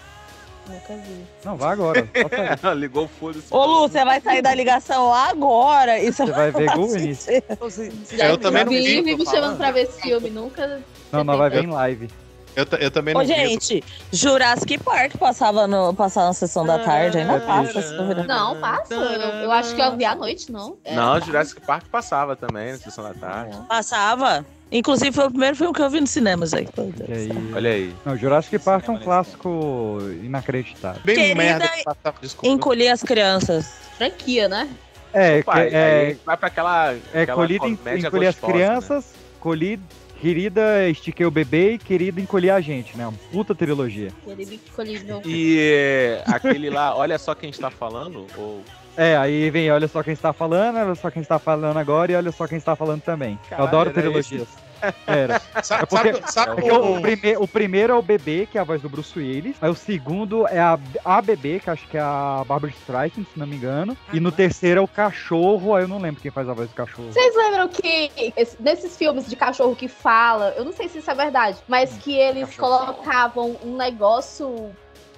Speaker 3: Nunca vi.
Speaker 6: Não, vai agora. Bota aí.
Speaker 2: <laughs> Ligou o foda-se.
Speaker 7: Ô, Lu, você vai sair da ligação agora é e você
Speaker 6: vai ver <laughs> Goonies?
Speaker 7: Goonies?
Speaker 4: Eu
Speaker 1: Tá
Speaker 4: também não vi,
Speaker 3: vi.
Speaker 4: tô
Speaker 3: me
Speaker 4: falando.
Speaker 3: chamando pra ver esse filme, nunca.
Speaker 4: Não,
Speaker 6: nós vai ver em
Speaker 4: live. Eu, ta- eu também
Speaker 7: Ô,
Speaker 4: não vi, eu tô-
Speaker 7: gente, Jurassic Park passava, no, passava na sessão da tarde,
Speaker 2: É,
Speaker 7: ainda passa,
Speaker 6: tá
Speaker 7: se duvidar.
Speaker 3: Não, passa. Eu, eu acho que eu vi à noite, não. É.
Speaker 2: Não, Jurassic Park passava também na sessão da tarde.
Speaker 7: Passava. Inclusive, foi o primeiro filme que eu vi nos cinemas aí. Meu Deus.
Speaker 6: é
Speaker 2: Olha aí.
Speaker 6: Não, Jurassic Park é um clássico inacreditável.
Speaker 7: Bem Querida- merda que Encolhi as crianças.
Speaker 3: Franquia, né?
Speaker 6: É,
Speaker 2: Pai,
Speaker 6: que- é,
Speaker 2: aí vai pra aquela.
Speaker 6: é
Speaker 2: aquela
Speaker 6: colhida, en-
Speaker 2: comédia
Speaker 6: encolher as
Speaker 2: gostosa, né?
Speaker 6: crianças, colhi- querida, estiquei o bebê e querida, encolher a gente, né? Uma puta trilogia.
Speaker 3: Ele me colheu.
Speaker 2: E eh, aquele lá, olha só quem está falando, ou
Speaker 6: É, aí vem, olha só quem está falando, olha só quem está falando agora e olha só quem está falando também.
Speaker 4: Caralho,
Speaker 6: eu adoro
Speaker 4: era
Speaker 6: trilogias.
Speaker 4: esse?
Speaker 6: Era.
Speaker 4: Sabe-
Speaker 6: é porque,
Speaker 4: sabe- sabe um
Speaker 6: é porque
Speaker 4: o-
Speaker 6: o, prime- o primeiro é o bebê, que é a voz do Bruce Willis. Aí o segundo é a, a bebê, que acho que é a Barbara Streisand, se não me engano. E no terceiro é o cachorro, aí eu não lembro quem faz a voz do cachorro.
Speaker 3: Vocês lembram que esse- nesses filmes de cachorro que fala, eu não sei se isso é verdade, mas que eles colocavam um negócio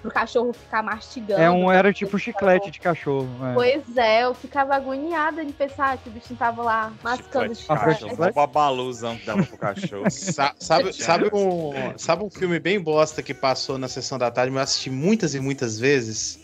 Speaker 3: pro cachorro ficar mastigando.
Speaker 6: É um, era tipo chiclete de cachorro. é.
Speaker 3: Pois é, eu ficava agoniada de pensar que o bichinho tava lá mascando chiclete.
Speaker 16: O babaluzão que dava pro cachorro.
Speaker 4: Sa- sabe, sabe, um, sabe um filme bem bosta que passou na sessão da tarde, mas eu assisti muitas e muitas vezes?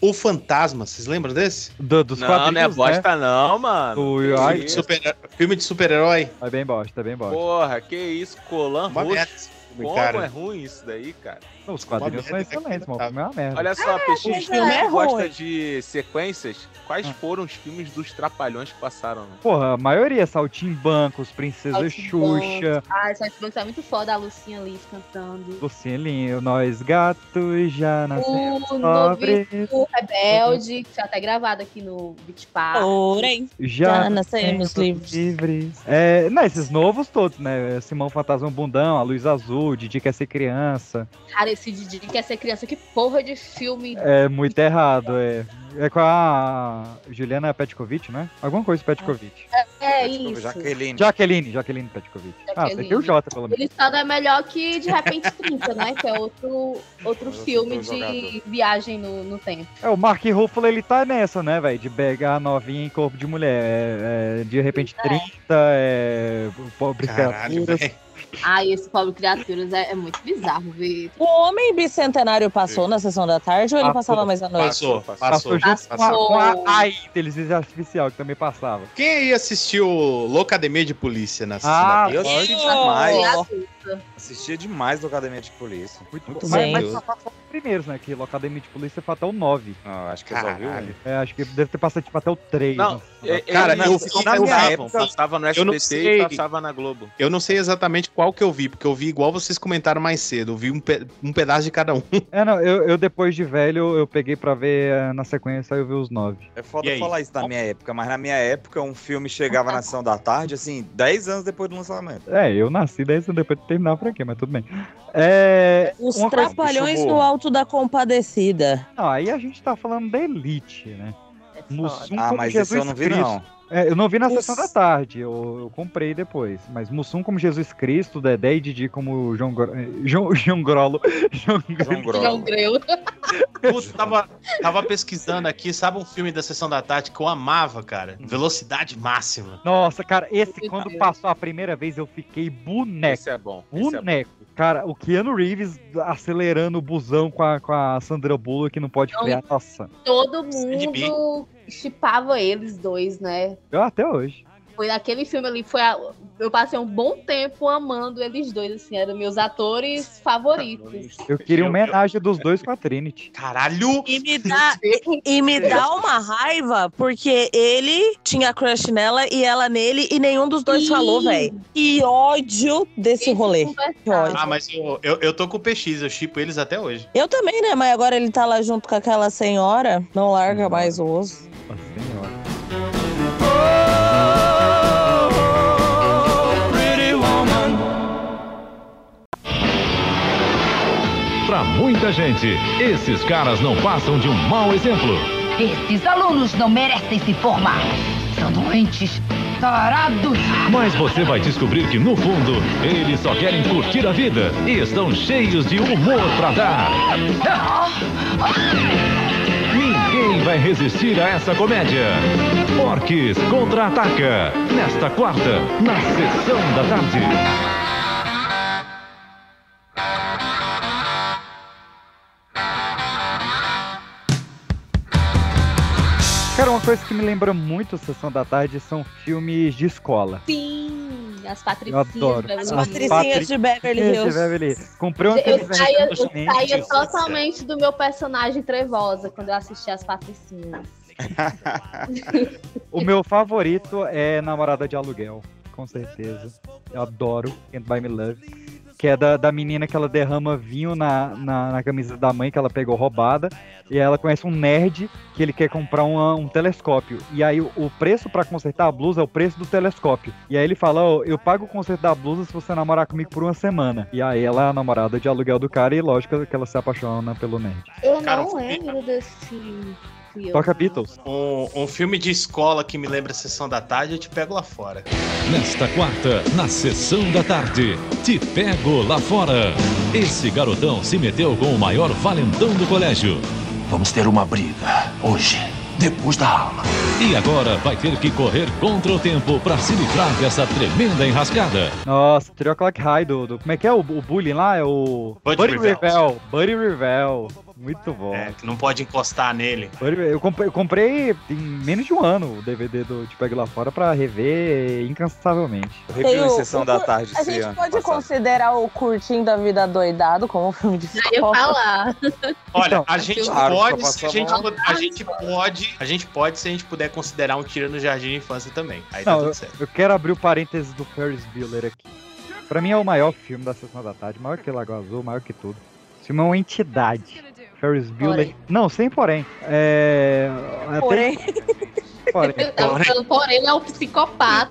Speaker 4: O Fantasma, vocês lembram desse?
Speaker 6: dos né?
Speaker 2: Não, quadrinhos, não é bosta não, mano. Que
Speaker 4: filme, de
Speaker 2: isso?
Speaker 4: super, filme de super-herói.
Speaker 6: É bem bosta, é bem bosta.
Speaker 2: Porra, que isso, Colan
Speaker 4: Uma
Speaker 2: Roxo.
Speaker 4: merda esse filme,
Speaker 2: Como
Speaker 4: cara.
Speaker 2: é ruim isso daí, cara.
Speaker 6: Os quadrinhos são excelentes, mano. O filme é uma merda.
Speaker 2: Olha só, Peixinho,
Speaker 6: mas
Speaker 2: Peixinho,
Speaker 6: não é
Speaker 2: que gosta
Speaker 6: ruim.
Speaker 2: de sequências. Quais foram os filmes dos Trapalhões que passaram? né?
Speaker 6: Porra, a maioria, Saltimbancos, Princesa
Speaker 3: Saltimbanco.
Speaker 6: Xuxa,
Speaker 3: Ai, Saltimbanco é muito foda, a Lucinha ali cantando.
Speaker 6: Lucilinho, Nós Gatos, já nascemos
Speaker 3: O
Speaker 6: pobres.
Speaker 3: novinho rebelde, que foi até gravado aqui no Beach
Speaker 7: Ah.
Speaker 3: Park.
Speaker 7: Porém,
Speaker 6: Já
Speaker 7: nascemos livres.
Speaker 6: É, não, esses novos todos, né? Simão Fantasma Bundão, A Luz Azul, Didi Quer Ser Criança.
Speaker 3: Cara, esse Didi quer ser criança, que porra de filme.
Speaker 6: É muito errado, é. É com a Juliana Petkovic, né? Alguma coisa Petkovic.
Speaker 3: É, isso.
Speaker 6: Jaqueline, Jaqueline Petkovic. Ah, você tem o Jota, pelo menos.
Speaker 3: Ele só não é melhor que De Repente 30, né? Que é outro, outro
Speaker 6: sou
Speaker 3: filme
Speaker 6: teu
Speaker 3: de
Speaker 6: jogador.
Speaker 3: viagem no, no tempo.
Speaker 6: É, o Mark Ruffalo, ele tá nessa, né, velho? De pegar a novinha em corpo de mulher. É, é, de repente, 30, é, pobre
Speaker 4: Caralho,
Speaker 6: criatura.
Speaker 3: Ai, esse pobre Criaturas é, é muito bizarro ver.
Speaker 7: O Homem Bicentenário passou na sessão da tarde ou ele passava mais à noite?
Speaker 4: passou,
Speaker 6: junto com a-
Speaker 7: passou.
Speaker 6: Com a, AI, inteligência artificial, que também passava.
Speaker 4: Quem aí assistiu Locademia de Polícia na sessão
Speaker 6: Ah,
Speaker 4: da tarde?
Speaker 6: eu assisti demais.
Speaker 3: é assim,
Speaker 16: Assistia demais do Academia de Polícia.
Speaker 6: Muito,
Speaker 16: Muito
Speaker 6: mas,
Speaker 16: bem.
Speaker 6: mas só passou os primeiros, né? Que Locademia de Polícia foi até o 9.
Speaker 16: Ah, acho que resolviu, né?
Speaker 6: É, acho que deve ter passado tipo, até o 3.
Speaker 2: Não, é-
Speaker 4: Cara,
Speaker 2: eles
Speaker 4: eu- eu-
Speaker 2: passavam,
Speaker 4: época-
Speaker 2: passava no
Speaker 4: eu não
Speaker 2: SBT e
Speaker 4: sei.
Speaker 2: passava na Globo.
Speaker 4: Eu não sei exatamente qual que eu vi, porque eu vi igual vocês comentaram mais cedo. Eu vi um, pe- um pedaço de cada um.
Speaker 6: É, não, eu, eu depois de velho, eu peguei pra ver eh, na sequência, aí eu vi os 9.
Speaker 16: É foda falar isso na minha época, mas na minha época um filme chegava na sessão da tarde, assim, 10 anos depois do lançamento.
Speaker 6: É, eu nasci 10 anos depois de terminar por aqui, mas tudo bem. É,
Speaker 7: Os
Speaker 6: uma coisa-
Speaker 7: Trapalhões no Alto da Compadecida.
Speaker 6: Não, aí a gente tá falando da Elite, né? No Mussum
Speaker 16: Ah,
Speaker 6: como
Speaker 16: mas
Speaker 6: Jesus
Speaker 16: esse eu não vi,
Speaker 6: Cristo.
Speaker 16: não.
Speaker 6: É, eu não vi na sessão da tarde, eu, eu comprei depois. Mas Mussum como Jesus Cristo, Dedé e Didi como João, Gro... eh, João, <laughs> João Grolo. João,
Speaker 3: Ele é um greu.
Speaker 4: Puta, tava, tava pesquisando aqui, sabe um filme da Sessão da Tarde que eu amava, cara? Velocidade Máxima.
Speaker 6: Nossa, cara, esse quando passou a primeira vez eu fiquei boneco.
Speaker 2: Esse é bom. esse é bom.
Speaker 6: Boneco. Cara, o Keanu Reeves acelerando o busão com a, com a Sandra Bullock que não pode
Speaker 3: Não.
Speaker 6: criar. Nossa,
Speaker 3: Todo
Speaker 6: B.
Speaker 3: mundo chipava eles dois, né?
Speaker 6: eu até hoje.
Speaker 3: Foi naquele filme ali, foi a- eu passei um bom tempo amando eles dois, assim, eram meus atores favoritos.
Speaker 6: Eu queria uma homenagem dos dois com a Trinity.
Speaker 4: Caralho!
Speaker 7: E me dá, e me dá uma raiva, porque ele tinha crush nela e ela nele, e nenhum dos dois
Speaker 4: Ih.
Speaker 7: falou, velho. Que ódio desse rolê. Que ódio.
Speaker 4: Ah, mas eu, eu, eu tô com o PX, eu chipo eles até hoje.
Speaker 7: Eu também, né? Mas agora ele tá lá junto com aquela senhora, não
Speaker 6: Uhum.
Speaker 7: larga mais o osso.
Speaker 13: Para muita gente, esses caras não passam de um mau exemplo.
Speaker 17: Esses alunos não merecem se formar. São doentes, tarados.
Speaker 13: Mas você vai descobrir que no fundo, eles só querem curtir a vida e estão cheios de humor pra dar. Ninguém vai resistir a essa comédia. Porques contra-ataca nesta quarta, na sessão da tarde.
Speaker 6: Cara, uma coisa que me lembra muito Sessão da Tarde são filmes de escola.
Speaker 3: Sim, assim, as
Speaker 6: Eu
Speaker 3: patricinhas.
Speaker 6: adoro.
Speaker 3: Beverly Hills.
Speaker 6: Ah, Patri- Patricinhas de Beverly Hills. Comprei uma
Speaker 3: Eu
Speaker 6: televisão
Speaker 3: saía, eu
Speaker 6: recentemente.
Speaker 3: saía totalmente do meu personagem trevosa quando eu assistia as patricinhas.
Speaker 6: O meu favorito é Namorada de Aluguel, com certeza. Eu adoro Can't Buy Me Love. que é da, da menina que ela derrama vinho na, na, na camisa da mãe que ela pegou roubada. E ela conhece um nerd que ele quer comprar uma- um telescópio. E aí o, o preço pra consertar a blusa é o preço do telescópio. E aí ele fala: Ó, eu pago o conserto da blusa se você namorar comigo por uma semana. E aí ela é a namorada de aluguel do cara e lógico que ela se apaixona pelo nerd.
Speaker 18: Eu não lembro desse filme.
Speaker 6: Toca Beatles.
Speaker 4: Um, um filme de escola que me lembra a sessão da tarde, eu te pego lá fora.
Speaker 14: Nesta quarta, na sessão da tarde, te pego lá fora. Esse garotão se meteu com o maior valentão do colégio. Vamos ter uma briga hoje, depois da aula. E agora vai ter que correr contra o tempo para se livrar dessa tremenda enrascada.
Speaker 6: Nossa, Trio Clock High do, do- Como é que é o, o bullying lá? É o.
Speaker 4: Buddy Rivell.
Speaker 6: Rivell. Buddy Rivell. Muito bom.
Speaker 4: É, que não pode encostar nele.
Speaker 6: Buddy Rivell. Eu comprei, eu comprei em menos de um ano o DVD do Te Pego Lá Fora pra rever incansavelmente.
Speaker 16: Eu
Speaker 7: Tem
Speaker 16: revi uma
Speaker 7: o-
Speaker 16: sessão
Speaker 7: o
Speaker 16: da
Speaker 7: cur-
Speaker 16: tarde
Speaker 7: A
Speaker 16: esse
Speaker 7: gente
Speaker 16: ano.
Speaker 7: pode considerar o Curtindo da Vida Doidado como um filme de escola?
Speaker 3: ia falar.
Speaker 6: Então,
Speaker 4: Olha, a gente
Speaker 16: Claro,
Speaker 4: pode,
Speaker 16: só
Speaker 4: se a
Speaker 16: passou
Speaker 4: gente,
Speaker 16: mal.
Speaker 4: pu- a gente pode, a gente pode se a gente puder considerar um tiro no jardim de infância também. Aí tá
Speaker 6: Não, eu,
Speaker 4: tudo certo.
Speaker 6: eu quero abrir o parênteses do Ferris Bueller aqui. Pra mim é o maior filme da Sessão da Tarde, maior que Lago Azul, maior que tudo. Esse filme é uma entidade. Ferris Bueller.
Speaker 3: Porém.
Speaker 6: Não, sem porém. É. até-
Speaker 3: Porém.
Speaker 7: <laughs>
Speaker 6: Porém.
Speaker 3: Porém. Porém, ele é um psicopata.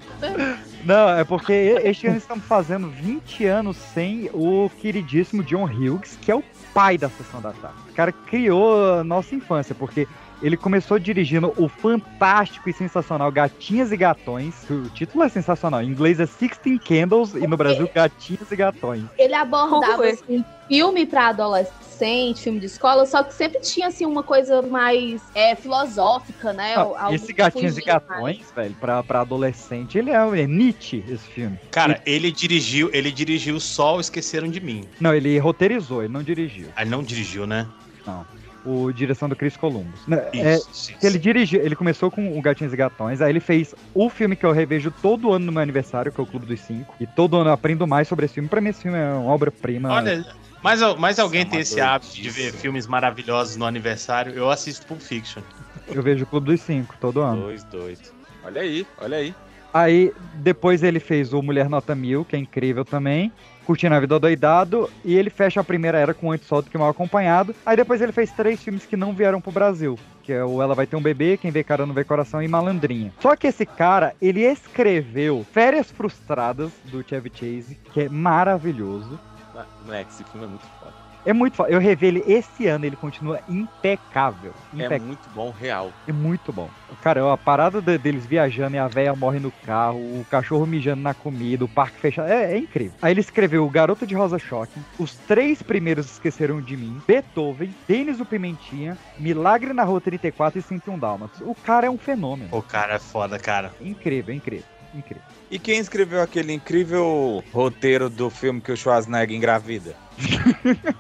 Speaker 6: Não, é porque e- este ano estamos fazendo 20 anos sem o queridíssimo John Hughes, que é o pai da Sessão da Tarde. O cara criou a nossa infância, porque ele começou dirigindo o fantástico e sensacional Gatinhas e Gatões. que O título é sensacional. Em inglês é Sixteen Candles e no Brasil Gatinhas e Gatões.
Speaker 3: Ele
Speaker 7: Como
Speaker 3: abordava
Speaker 7: foi?
Speaker 3: assim, filme pra adolescente, filme de escola, só que sempre tinha assim uma coisa mais é, filosófica, né?
Speaker 6: Ah,
Speaker 3: Algo
Speaker 6: esse Gatinhas e
Speaker 3: fugindo.
Speaker 6: Gatões, velho, pra, pra adolescente, ele é, é Nietzsche, esse filme.
Speaker 4: Cara, ele dirigiu, ele dirigiu Sol Esqueceram de Mim.
Speaker 6: Não, ele roteirizou, ele não dirigiu.
Speaker 4: Ah, ele não dirigiu, né?
Speaker 6: Não. O direção do Chris Columbus. Né, é,
Speaker 4: Isso,
Speaker 6: que ele dirigiu, ele começou com o Gatinhos e Gatões, aí ele fez o filme que eu revejo todo ano no meu aniversário, que é o Clube dos Cinco. E todo ano eu aprendo mais sobre esse filme. Pra mim, esse filme é uma obra-prima.
Speaker 4: Olha, mas, mas alguém tem esse
Speaker 6: doidice.
Speaker 4: hábito de ver filmes maravilhosos no aniversário? Eu assisto Pulp Fiction.
Speaker 6: Eu vejo o Clube dos Cinco todo ano.
Speaker 2: Dois, dois. Olha aí, olha aí.
Speaker 6: Aí depois ele fez o Mulher Nota Mil, que é incrível também. Curtindo a Vida Doidado. E ele fecha a primeira era com Antes Só do que Mal Acompanhado. Aí depois ele fez três filmes que não vieram pro Brasil. Que é o Ela Vai Ter um Bebê, Quem Vê Cara Não Vê Coração e Malandrinha. Só que esse cara, ele escreveu Férias Frustradas, do Chevy Chase, que é maravilhoso.
Speaker 2: Ah, Moleque, esse filme é muito foda.
Speaker 6: É muito foda. Eu revi ele esse ano, ele continua impecável.
Speaker 2: É
Speaker 6: Impecável.
Speaker 2: muito bom, real.
Speaker 6: É muito bom. Cara, a parada de- deles viajando e a véia morre no carro, o cachorro mijando na comida, o parque fechado. É, é incrível. Aí ele escreveu O Garoto de Rosa Choque, Os Três Primeiros Esqueceram de Mim, Beethoven, Denis o Pimentinha, Milagre na Rua 34 e 101 Dálmatas. O cara é um fenômeno.
Speaker 4: O cara é foda, cara.
Speaker 6: Incrível, incrível, incrível.
Speaker 16: E quem escreveu aquele incrível roteiro do filme que o Schwarzenegger engravida?
Speaker 6: <laughs>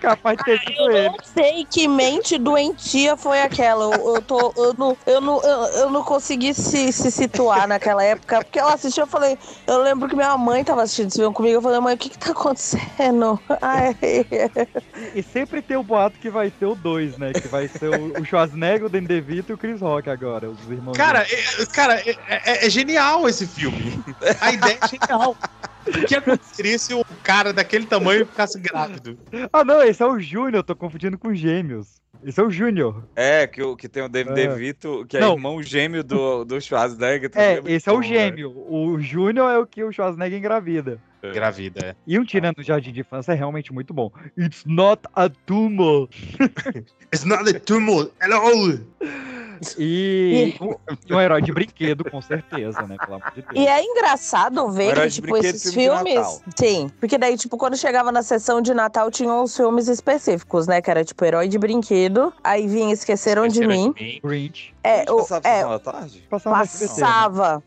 Speaker 6: Capaz de ter sido ele.
Speaker 7: sei que mente doentia foi aquela. Eu, eu tô, eu, não, eu, não, eu, eu não consegui se, se situar naquela época. Porque ela assistiu, eu falei. Eu lembro que minha mãe tava assistindo esse filme comigo. Eu falei, mãe, o que que tá acontecendo? <laughs> Ai.
Speaker 6: E sempre tem o boato que vai ter o dois, né? Que vai ser o, o Schwarzenegger, o Dendevito e o Chris Rock agora, os irmãos.
Speaker 4: Cara, é, cara, é, é- é genial esse filme. A ideia é genial. O que aconteceria se um cara daquele tamanho ficasse grávido?
Speaker 6: Ah, não, esse é o Júnior, tô confundindo com Gêmeos. Esse é o Júnior.
Speaker 16: É, que, o- que tem o David
Speaker 6: É.
Speaker 16: DeVito, que é
Speaker 6: Não.
Speaker 16: irmão gêmeo do, do Schwarzenegger. também
Speaker 6: É,
Speaker 16: muito
Speaker 6: esse é
Speaker 1: né?
Speaker 6: o
Speaker 16: bom, velho.
Speaker 6: gêmeo. O Júnior é o que o Schwarzenegger engravida.
Speaker 4: Gravida, é.
Speaker 6: E um tirando do jardim de infância é realmente muito bom. It's not a tumor.
Speaker 4: It's not a tumor at all.
Speaker 6: E um, e um herói de brinquedo, com certeza, né? Pelo amor de Deus.
Speaker 7: E é engraçado ver
Speaker 6: Herói
Speaker 7: que,
Speaker 6: de
Speaker 7: tipo,
Speaker 6: brinquedo,
Speaker 7: esses
Speaker 6: filme de
Speaker 7: filmes.
Speaker 6: Natal.
Speaker 7: Sim. Porque daí, tipo, quando chegava na sessão de Natal, tinham os filmes específicos, né? Que era, tipo, herói de brinquedo. Aí vinha Esqueceram, um de Mim.
Speaker 6: Grinch.
Speaker 7: É, o,
Speaker 16: Passava
Speaker 7: é,
Speaker 16: sessão da tarde?
Speaker 6: Passava. no SBT, né?
Speaker 7: passava.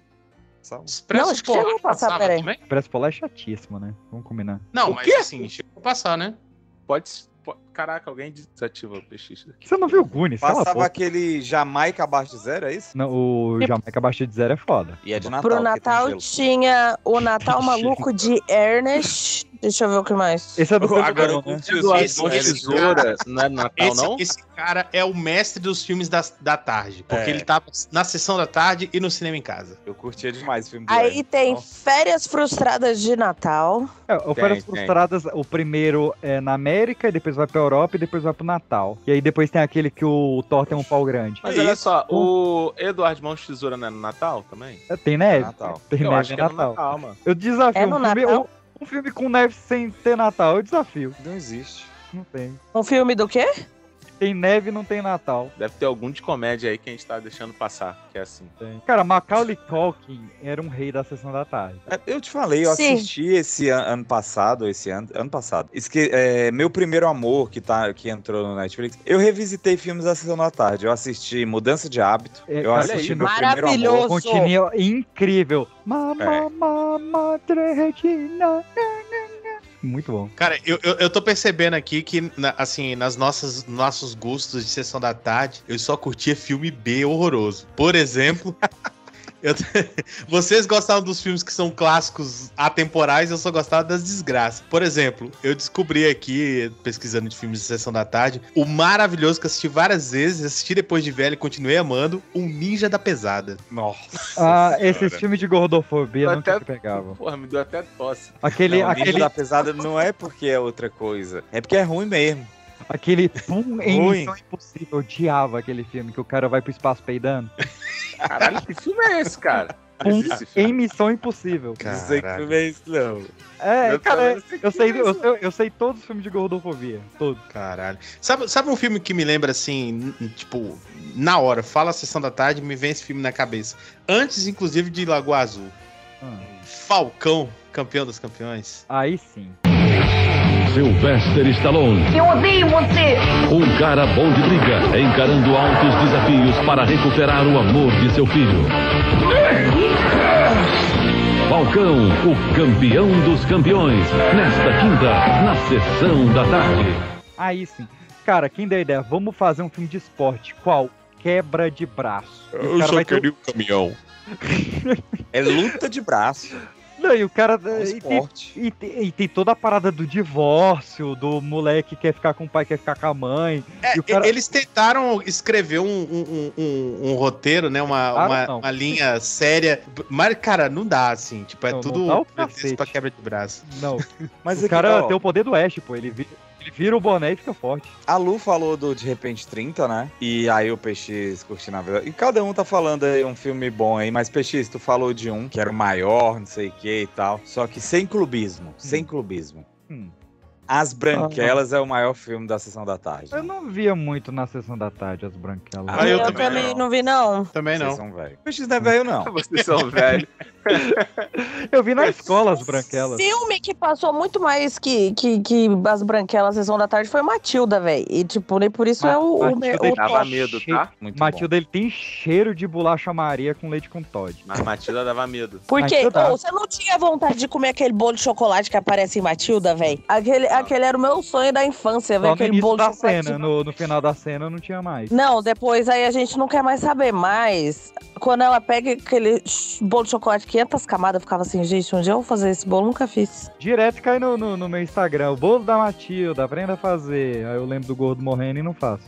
Speaker 7: Não, acho que chegou a passar, peraí.
Speaker 6: Expresso Polar é chatíssimo, né? Vamos combinar.
Speaker 4: Não,
Speaker 2: O
Speaker 4: mas
Speaker 2: quê?
Speaker 4: assim, chegou a passar, né?
Speaker 2: Pode. po- Caraca, alguém desativa o PX daqui.
Speaker 6: Você não viu o Goonies? Cala a
Speaker 16: Passava
Speaker 6: boca.
Speaker 16: aquele Jamaica abaixo de zero, é isso?
Speaker 6: Não, o Jamaica abaixo de zero é foda.
Speaker 16: E é de
Speaker 7: Pro
Speaker 16: Natal.
Speaker 6: <laughs>
Speaker 7: Natal tinha o Natal Maluco de Ernest, Deixa eu ver o que mais.
Speaker 6: Esse é do
Speaker 2: Agora, o tesoura, tesoura, não é Natal,
Speaker 4: esse,
Speaker 2: não?
Speaker 4: esse cara é o mestre dos filmes da, da tarde.
Speaker 1: É.
Speaker 4: Porque ele tá na sessão da tarde e no cinema em casa.
Speaker 1: Eu curtia demais o filme
Speaker 7: Aí tem Férias Frustradas de Natal.
Speaker 6: É, o Férias
Speaker 7: tem.
Speaker 6: Frustradas, o primeiro é na América, e depois vai pra Europa e depois vai pro Natal. E aí depois tem aquele que o Thor tem um pau grande.
Speaker 2: Mas olha só, o Eduardo Mãos Tesoura não é no Natal também?
Speaker 6: É, Tem neve?
Speaker 2: Natal.
Speaker 6: Tem
Speaker 2: Eu
Speaker 6: neve
Speaker 2: acho
Speaker 6: é
Speaker 2: que é no
Speaker 6: Natal.
Speaker 2: Natal, mano.
Speaker 6: Eu desafio
Speaker 7: É no
Speaker 6: um, filme,
Speaker 7: Natal?
Speaker 6: um- um filme com neve sem ter Natal. Eu desafio.
Speaker 1: Não existe.
Speaker 6: Não tem.
Speaker 7: Um filme do quê?
Speaker 6: Tem neve não tem Natal.
Speaker 2: Deve ter algum de comédia aí que a gente tá deixando passar, que é assim.
Speaker 6: Cara, Macaulay Culkin era um rei da sessão da tarde.
Speaker 1: É, Eu te falei, eu
Speaker 6: Sim.
Speaker 1: assisti esse an- ano passado, esse ano, ano passado. Esque- é, meu primeiro amor que, tá, que entrou no Netflix. Eu revisitei filmes da sessão da tarde. Eu assisti Mudança de Hábito. Eu
Speaker 6: olha
Speaker 1: assisti
Speaker 6: aí,
Speaker 1: meu primeiro amor.
Speaker 6: Continua incrível.
Speaker 1: É.
Speaker 6: Mama, mama, Regina. Muito bom.
Speaker 4: Cara, eu, eu, eu tô percebendo aqui que, na- assim, nas nossas nossos gostos de sessão da tarde, eu só curtia filme B horroroso. Por exemplo, <laughs> eu- vocês gostavam dos filmes que são clássicos atemporais, eu só gostava das desgraças. Por exemplo, eu descobri aqui, pesquisando de filmes de sessão da tarde, o maravilhoso que eu assisti várias vezes, assisti depois de velho e continuei amando, Um Ninja da Pesada.
Speaker 1: Nossa.
Speaker 6: Ah, esses filmes de gordofobia
Speaker 1: Até-
Speaker 6: nunca me pegavam.
Speaker 2: Porra, me deu até tosse.
Speaker 6: Aquele-
Speaker 1: Não, o vídeo
Speaker 6: aquele-
Speaker 1: da pesada não é porque é outra coisa. É porque é ruim mesmo.
Speaker 6: Aquele pum em
Speaker 1: Ruim.
Speaker 6: Missão Impossível. Eu odiava aquele filme que o cara vai pro espaço peidando.
Speaker 2: Caralho, que filme é esse, é cara?
Speaker 6: Pum Um em Missão Impossível.
Speaker 1: Não sei que filme é isso, não.
Speaker 6: É,
Speaker 4: Eu
Speaker 6: cara,
Speaker 4: também
Speaker 6: eu,
Speaker 4: não sei
Speaker 6: eu
Speaker 4: que
Speaker 6: sei,
Speaker 4: é
Speaker 6: eu,
Speaker 4: isso.
Speaker 6: sei- eu sei todos os filmes de gordofobia. Todo.
Speaker 4: Caralho. Sabe, sabe um filme que me lembra assim, n- tipo, na hora, fala a sessão da tarde, me vem esse filme na cabeça. Antes, inclusive, de Lagoa Azul.
Speaker 6: Ah.
Speaker 4: Falcão, campeão dos campeões.
Speaker 6: Aí sim.
Speaker 14: Sylvester Stallone.
Speaker 5: Eu odeio você!
Speaker 14: Um cara bom de briga, encarando altos desafios para recuperar o amor de seu filho. Falcão, o campeão dos campeões. Nesta quinta, na sessão da tarde.
Speaker 6: Aí sim. Cara, quem deu a ideia? Vamos fazer um filme de esporte. Qual? Quebra de braço. E o cara vai ter o-
Speaker 2: um caminhão.
Speaker 1: é luta de braço.
Speaker 6: Não, e o cara.
Speaker 1: um
Speaker 6: e, tem,
Speaker 1: esporte.
Speaker 6: e tem- e tem toda a parada do divórcio, do moleque que quer ficar com o pai, quer ficar com a mãe.
Speaker 4: É,
Speaker 6: e o cara-
Speaker 4: Eles tentaram escrever um, um- um- um- um roteiro, né? Uma,
Speaker 6: Claro
Speaker 4: uma-
Speaker 6: não.
Speaker 4: uma linha séria. Mas, cara, não dá, assim. Tipo, é
Speaker 6: Não, não
Speaker 4: tudo
Speaker 6: dá o
Speaker 4: pretexto pra quebra de braço.
Speaker 6: Não.
Speaker 1: é. Mas
Speaker 6: o
Speaker 1: aqui,
Speaker 6: cara
Speaker 1: ó.
Speaker 6: tem um o poder do Oeste, pô. Ele, vi- ele vira o boné e fica forte.
Speaker 1: A Lu falou do De Repente 30, né? E aí o PX curtindo a vida. E cada um tá falando aí um filme bom aí, mas PX, tu falou de um que era o maior, não sei o que e tal. Só que sem clubismo, sem clubismo.
Speaker 6: Hum. Ah,
Speaker 1: As Branquelas é o maior filme da sessão da tarde.
Speaker 6: Eu não via muito na sessão da tarde as branquelas.
Speaker 1: Ah, eu Eu também
Speaker 7: também não. vi, não.
Speaker 4: Também
Speaker 1: Vocês são velhos. PX não é velho,
Speaker 6: <laughs>
Speaker 1: não.
Speaker 2: Vocês são velhos.
Speaker 1: Ah,
Speaker 6: Eu
Speaker 1: é
Speaker 6: vi na escola as branquelas.
Speaker 7: Filme que passou muito mais que, que, que as branquelas sessão da tarde foi Matilda, velho. E, tipo, nem por isso é o, o, meu- o
Speaker 2: dava
Speaker 7: top.
Speaker 2: medo, tá?
Speaker 1: Muito
Speaker 6: Matilda, ele tem cheiro de bolacha Maria com leite com Todd.
Speaker 2: Mas Matilda dava medo.
Speaker 7: Por quê?
Speaker 6: Matilda.
Speaker 7: Ô, você não tinha vontade de comer aquele bolo de chocolate que aparece em Matilda, velho? Aquele, aquele era o meu sonho da infância,
Speaker 6: Tá. Só
Speaker 7: velho.
Speaker 6: no
Speaker 7: Aquele
Speaker 6: início
Speaker 7: bolo
Speaker 6: da
Speaker 7: de chocolate.
Speaker 6: cena, no, no final da cena não tinha mais.
Speaker 7: Não, depois aí a gente não quer mais saber, mas quando ela pega aquele ch- bolo de chocolate 500 camadas, eu ficava assim, gente, um dia eu vou fazer esse bolo, nunca fiz.
Speaker 6: Direto cai no, no, no meu Instagram, o bolo da Matilda, aprenda a fazer. Aí eu lembro do gordo morrendo e não faço.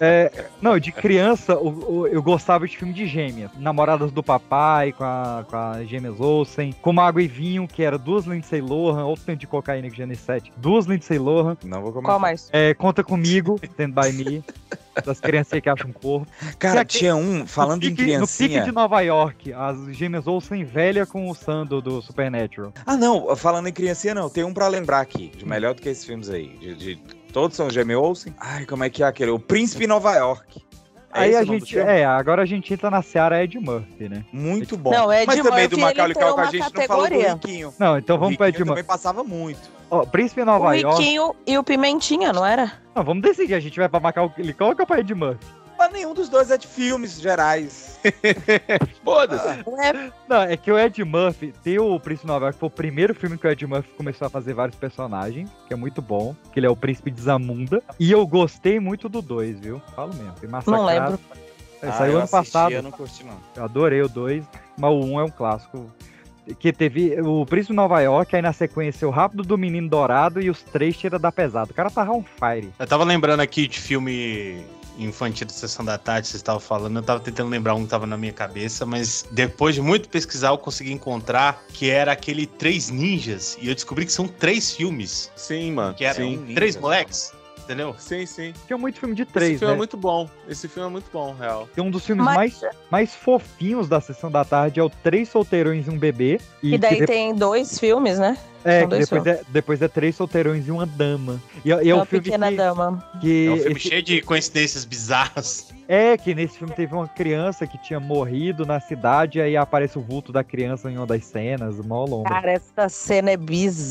Speaker 6: É, não, de criança o- o- eu, gostava de filme de gêmeas. Namoradas do Papai, com a, com a Gêmeas Olsen, Como Água e Vinho, que era duas Lindsay Lohan, outro tanto de cocaína que já nem sete. Duas Lindsay Lohan.
Speaker 1: Não vou
Speaker 7: Qual mais?
Speaker 6: É, conta comigo, Stand By Me. Das crianças aí que acham um corpo.
Speaker 1: Cara,
Speaker 6: E aqui-
Speaker 1: tinha um, falando
Speaker 6: <laughs> no
Speaker 1: em
Speaker 6: pique- No
Speaker 1: criancinha.
Speaker 6: pique de Nova York, as gêmeas Olsen velha com o Sando do Supernatural.
Speaker 1: Ah, não, falando em criancinha, não. Tem um pra lembrar aqui, de melhor do que esses filmes aí. De, de- todos são Jamie Olsen. Ai, como é que é aquele? O Príncipe em Nova York. É
Speaker 6: aí
Speaker 1: esse
Speaker 6: a
Speaker 1: o nome do
Speaker 6: gente,
Speaker 1: filme?
Speaker 6: é, agora a gente entra na seara Ed Murphy, né?
Speaker 1: Muito bom.
Speaker 7: Não, Ed
Speaker 1: Mas também
Speaker 7: Murphy,
Speaker 1: do Macaulay
Speaker 7: ele tem
Speaker 1: Culkin a
Speaker 7: uma
Speaker 1: gente não
Speaker 7: categoria.
Speaker 1: falou do Riquinho.
Speaker 6: Não, então vamos pra
Speaker 1: Riquinho
Speaker 6: Ed Murphy.
Speaker 1: também passava muito.
Speaker 6: Ó, Príncipe em
Speaker 7: O
Speaker 6: Nova York.
Speaker 7: Riquinho e o Pimentinha, não era?
Speaker 6: Não, vamos decidir, a gente vai pra Macaulay Culkin ou pra Ed Murphy?
Speaker 1: Mas nenhum dos dois é de filmes gerais.
Speaker 7: Ah.
Speaker 2: Foda-se.
Speaker 6: <laughs> Não, é que o Ed Murphy tem o Príncipe em Nova York, foi o primeiro filme que o Ed Murphy começou a fazer vários personagens, que é muito bom, que ele é o Príncipe de Zamunda. E eu gostei muito do dois, viu? Falo mesmo. Fui massacrado.
Speaker 7: lembro.
Speaker 6: É,
Speaker 1: Ah,
Speaker 6: saiu
Speaker 1: eu
Speaker 6: ano
Speaker 1: assisti,
Speaker 6: passado.
Speaker 1: Eu não curti, não.
Speaker 6: Eu adorei o 2, mas o 1 um é um clássico. que teve o Príncipe de Nova York, aí na sequência o Rápido do Menino Dourado e os três tira da pesada. O cara tava on fire.
Speaker 4: Eu tava lembrando aqui de filme infantil de Sessão da Tarde, vocês estavam falando, eu tava tentando lembrar um que tava na minha cabeça, mas depois de muito pesquisar eu consegui encontrar que era aquele Três Ninjas, e eu descobri que são três filmes.
Speaker 2: Sim, mano.
Speaker 4: Que eram
Speaker 2: sim.
Speaker 4: três moleques, entendeu?
Speaker 2: Sim, sim.
Speaker 6: Tinha muito filme de
Speaker 2: Esse
Speaker 6: três,
Speaker 2: filme é
Speaker 6: né?
Speaker 2: muito bom. Esse filme é muito bom, real.
Speaker 6: E um dos filmes mais, mais fofinhos da Sessão da Tarde é o Três Solteirões e um Bebê.
Speaker 7: E daí
Speaker 6: que de-
Speaker 7: tem dois filmes, né?
Speaker 6: É,
Speaker 7: São
Speaker 6: que
Speaker 7: dois
Speaker 6: depois
Speaker 7: filmes.
Speaker 6: é, depois é Três Solteirões e uma Dama. E, é- e é
Speaker 7: Uma
Speaker 6: o filme
Speaker 7: Pequena
Speaker 6: que,
Speaker 7: Dama.
Speaker 6: que
Speaker 4: É um filme
Speaker 6: esse-
Speaker 4: cheio de coincidências bizarras.
Speaker 6: É, que nesse filme teve uma criança que tinha morrido na cidade, aí aparece o vulto da criança em uma das cenas, mó longa.
Speaker 7: Cara, essa cena é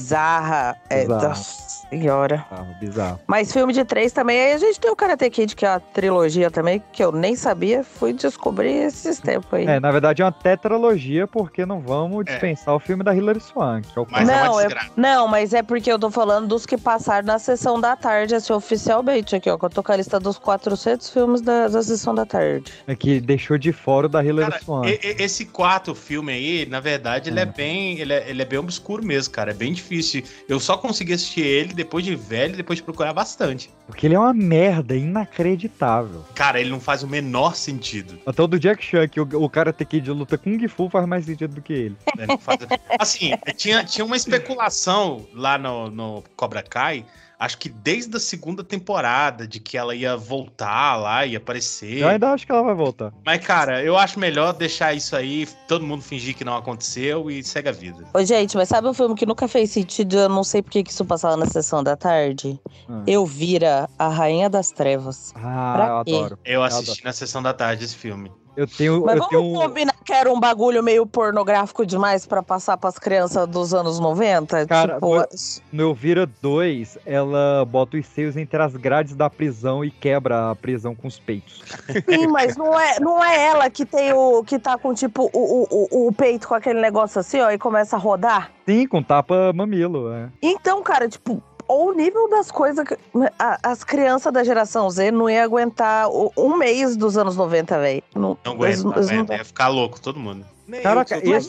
Speaker 7: bizarra. É,
Speaker 6: Bizarro.
Speaker 7: nossa senhora.
Speaker 6: Bizarro, bizarro.
Speaker 7: Mas filme de três também. Aí a gente tem o Karate Kid, que é a trilogia também, que eu nem sabia. Fui descobrir esses tempos aí.
Speaker 6: É, na verdade é uma tetralogia, porque não vamos dispensar o filme da Hilary Swank. Que é o
Speaker 7: não, é- não, mas é porque eu tô falando dos que passaram na sessão da tarde, assim, oficialmente aqui, ó. Que eu tô com a lista dos 400 filmes da, da sessão da tarde.
Speaker 6: É que deixou de fora o da Hilary Swank.
Speaker 4: E- e- esse quarto filme aí, na verdade, ele é bem, ele é, ele é bem obscuro mesmo, cara. É bem difícil. Eu só consegui assistir ele depois de velho, depois de procurar bastante.
Speaker 6: Porque ele é uma merda inacreditável.
Speaker 4: Cara, ele não faz o menor sentido.
Speaker 6: Até o do Jack Chan, que o, o cara tem que ir de luta com Kung Fu faz mais sentido do que ele.
Speaker 4: né? Não faz- Assim, tinha, tinha uma especulação lá no, no Cobra Kai, acho que desde a segunda temporada, de que ela ia voltar lá, ia aparecer.
Speaker 6: Eu ainda acho que ela vai voltar.
Speaker 4: Mas, cara, eu acho melhor deixar isso aí, todo mundo fingir que não aconteceu e segue a vida.
Speaker 7: Ô, gente, mas sabe um filme que nunca fez sentido? Eu não sei por que que isso passava na sessão da tarde.
Speaker 4: Hum.
Speaker 7: Eu vira a Rainha das Trevas.
Speaker 6: Ah,
Speaker 7: Pra
Speaker 4: eu
Speaker 7: quê?
Speaker 4: adoro. Eu assisti na sessão da tarde esse filme.
Speaker 6: Eu tenho.
Speaker 7: Mas vamos combinar que era um bagulho meio pornográfico demais pra passar pras crianças dos anos 90?
Speaker 6: Cara,
Speaker 7: tipo,
Speaker 6: no- no Elvira 2, ela bota os seios entre as grades da prisão e quebra a prisão com os peitos.
Speaker 7: sim, mas não é, não é ela que tem o. que tá com, tipo, o, o- o, o peito com aquele negócio assim, ó, e começa a rodar.
Speaker 6: Sim, com tapa mamilo, é.
Speaker 7: Então, cara, tipo, ou o nível das coisas. que- a- As crianças da geração Z não ia aguentar o- um mês dos anos 90, velho. Não,
Speaker 4: Não
Speaker 7: eles-
Speaker 4: aguento, não
Speaker 7: eles não-
Speaker 4: aguento. Ia ficar louco todo mundo.
Speaker 7: Caraca, ima-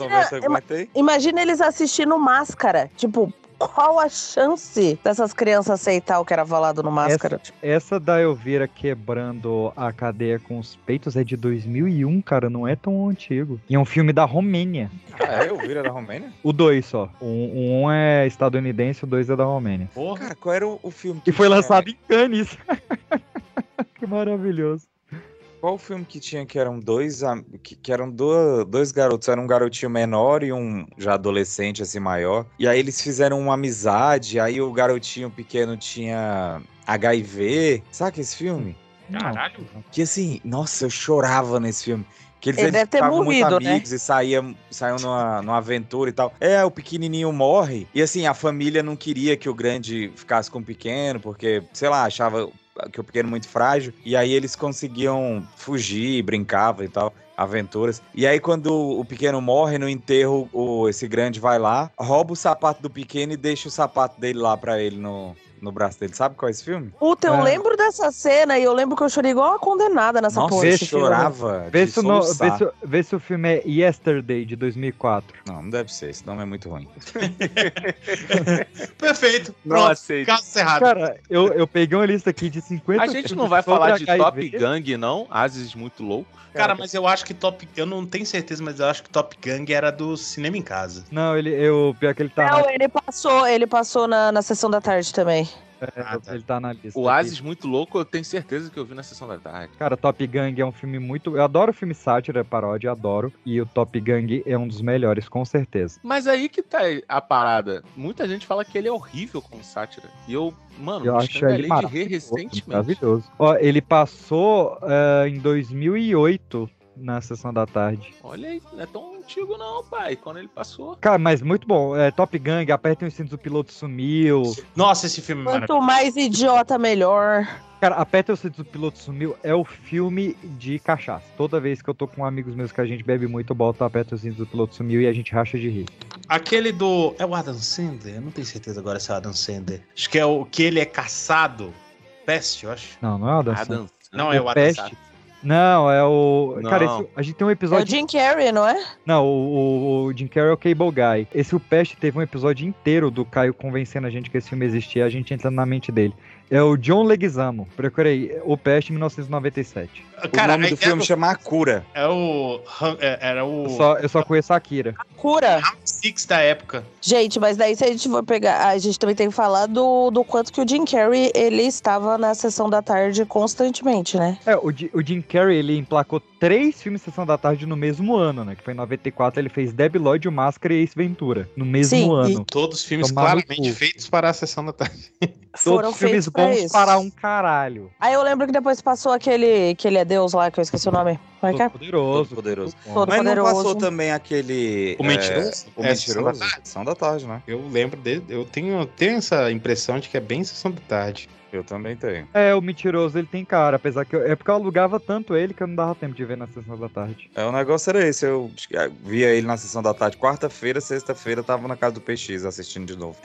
Speaker 7: imagina eles assistindo Máscara. Tipo, qual a chance dessas crianças aceitar o que era falado no Máscara? Tipo,
Speaker 6: Essa, essa da Elvira quebrando a cadeia com os peitos é de 2001, cara, não é tão antigo. E é um filme da Romênia.
Speaker 16: Ah, é? Eu vira da Romênia?
Speaker 6: O dois só. O um, um é estadunidense, o dois é da Romênia.
Speaker 16: Cara, qual era o, o filme
Speaker 6: E foi
Speaker 16: tinha-
Speaker 6: lançado em Cannes. <laughs> que maravilhoso.
Speaker 16: Qual o filme que tinha que eram dois am- que, que eram do- dois garotos, era um garotinho menor e um já adolescente assim maior. E aí eles fizeram uma amizade, aí o garotinho pequeno tinha HIV. Saca esse filme?
Speaker 4: Caralho. <laughs>
Speaker 16: Que assim, nossa, eu chorava nesse filme. Que eles,
Speaker 7: Ele
Speaker 16: eles
Speaker 7: deve ter
Speaker 16: ficavam
Speaker 7: morrido,
Speaker 16: muito
Speaker 7: né?
Speaker 16: amigos e saíam, saíam numa, numa aventura e tal. É, o pequenininho morre. E assim, a família não queria que o grande ficasse com o pequeno, porque, sei lá, achava que o pequeno muito frágil. E aí eles conseguiam fugir, brincavam e tal. Aventuras. E aí, quando o pequeno morre no enterro, o, esse grande vai lá, rouba o sapato do pequeno e deixa o sapato dele lá pra ele no, no braço dele. Sabe qual é esse filme?
Speaker 7: Puta, eu
Speaker 16: É.
Speaker 7: lembro dessa cena e eu lembro que eu chorei igual uma condenada nessa
Speaker 16: Nossa,
Speaker 7: porra.
Speaker 16: eu
Speaker 7: desse filme. é
Speaker 16: chorava
Speaker 6: Vê
Speaker 16: de
Speaker 6: se, o no-
Speaker 16: soluçar.
Speaker 6: vê se o- vê se o filme é Yesterday, de 2004.
Speaker 16: Não, não deve ser. Esse nome é muito ruim.
Speaker 4: Perfeito.
Speaker 6: Não
Speaker 4: Pronto.
Speaker 6: aceito.
Speaker 4: Caso cerrado.
Speaker 6: Cara, eu, eu peguei uma lista aqui de 50
Speaker 2: A gente não
Speaker 6: <laughs> filmes
Speaker 2: vai
Speaker 6: sobre
Speaker 2: falar de
Speaker 6: HIV.
Speaker 2: Top Gang, não? Ases muito loucos.
Speaker 4: Cara, mas eu acho que Top. Eu não tenho certeza, mas eu acho que Top Gang era do cinema em casa.
Speaker 6: Não, ele, eu, pior que ele
Speaker 2: É
Speaker 6: tá,
Speaker 7: Não,
Speaker 6: na,
Speaker 7: ele passou, ele passou na, na sessão da tarde também.
Speaker 6: é, ele tá na lista.
Speaker 2: O
Speaker 6: aqui.
Speaker 2: Ases muito louco, eu tenho certeza que eu vi na sessão da tarde.
Speaker 6: Cara, Top Gang é um filme muito. Eu adoro filme sátira, paródia, adoro. E o Top Gang é um dos melhores, com certeza.
Speaker 2: Mas aí que tá a parada. Muita gente fala que ele é horrível como sátira. E eu, mano,
Speaker 6: Eu
Speaker 2: me
Speaker 6: acho ele
Speaker 2: escangalhei de rir
Speaker 6: maravilhoso,
Speaker 2: recentemente.
Speaker 6: Maravilhoso. Ó, ele passou eh, em 2008 na sessão da tarde.
Speaker 2: Olha aí, não é tão antigo não, pai. Quando ele passou.
Speaker 6: Cara, mas muito bom. É, Top Gang, apertem os cintos, o piloto sumiu.
Speaker 4: Nossa, esse filme é
Speaker 7: Quanto mais idiota, melhor.
Speaker 6: Cara, Aperta os cintos, o piloto sumiu é o filme de cachaça. Toda vez que eu tô com amigos meus que a gente bebe muito, eu boto Aperta os cintos, o piloto sumiu e a gente racha de rir.
Speaker 4: Aquele do. É o Adam Sandler? Eu não tenho certeza agora se é o Adam Sandler. Acho que é o que ele é caçado. Peste, eu acho.
Speaker 6: Não, não é o Adam,
Speaker 2: tá
Speaker 4: Adam
Speaker 6: Sandler.
Speaker 4: Não, é o Adam
Speaker 6: Peste.
Speaker 4: Sandler.
Speaker 6: Não, é o.
Speaker 7: Não.
Speaker 6: Cara, esse- a gente tem um
Speaker 7: É
Speaker 6: episódio.
Speaker 7: o Jim Carrey, não é?
Speaker 6: Não, o, o- o Jim Carrey é o Cable Guy. Esse o Pest teve um episódio inteiro do Caio convencendo a gente que esse filme existia, a gente entrando na mente dele. É o John Leguizamo. Procurei o Pest 1997.
Speaker 4: Cara, a ideia do-
Speaker 6: chama A Cura.
Speaker 4: É o. Han- é- Era o.
Speaker 6: Eu só, eu só conheço a Akira.
Speaker 7: Cura.
Speaker 4: Six da época.
Speaker 7: Gente, mas daí se a gente for pegar, a gente também tem que falar do, do quanto que o Jim Carrey ele estava na sessão da tarde constantemente, né?
Speaker 6: É, o, Ji- o Jim Carrey, ele emplacou três filmes Sessão da Tarde no mesmo ano, né? Que foi em 94, ele fez Debbie Lloyd, o Máscara e Ace Ventura. No mesmo ano.
Speaker 4: Todos os filmes
Speaker 6: Tomar no
Speaker 4: claramente
Speaker 6: cu.
Speaker 4: feitos para a sessão da tarde.
Speaker 7: Foram
Speaker 6: Todos filmes
Speaker 7: feitos pra
Speaker 6: bons
Speaker 7: isso.
Speaker 6: para um caralho.
Speaker 7: Aí eu lembro que depois passou aquele que ele é Deus lá, que eu esqueci o nome. Como é que é?
Speaker 6: Poderoso.
Speaker 16: Poderoso.
Speaker 7: Todo
Speaker 16: Mas não
Speaker 7: poderoso.
Speaker 16: passou também aquele.
Speaker 4: O Mentiroso?
Speaker 16: É, o
Speaker 4: É,
Speaker 16: Mentiroso?
Speaker 4: Sessão da
Speaker 16: Sessão da tarde, né?
Speaker 4: Eu lembro dele, eu tenho, eu tenho essa impressão de que é bem sessão da tarde.
Speaker 16: Eu também tenho.
Speaker 6: É, o mentiroso ele tem cara, apesar que eu- é porque eu alugava tanto ele que eu não dava tempo de ver na sessão da tarde.
Speaker 16: É, o negócio era esse. Eu é, via ele na sessão da tarde, quarta-feira, sexta-feira, tava na casa do PX assistindo de
Speaker 4: <laughs>
Speaker 16: novo.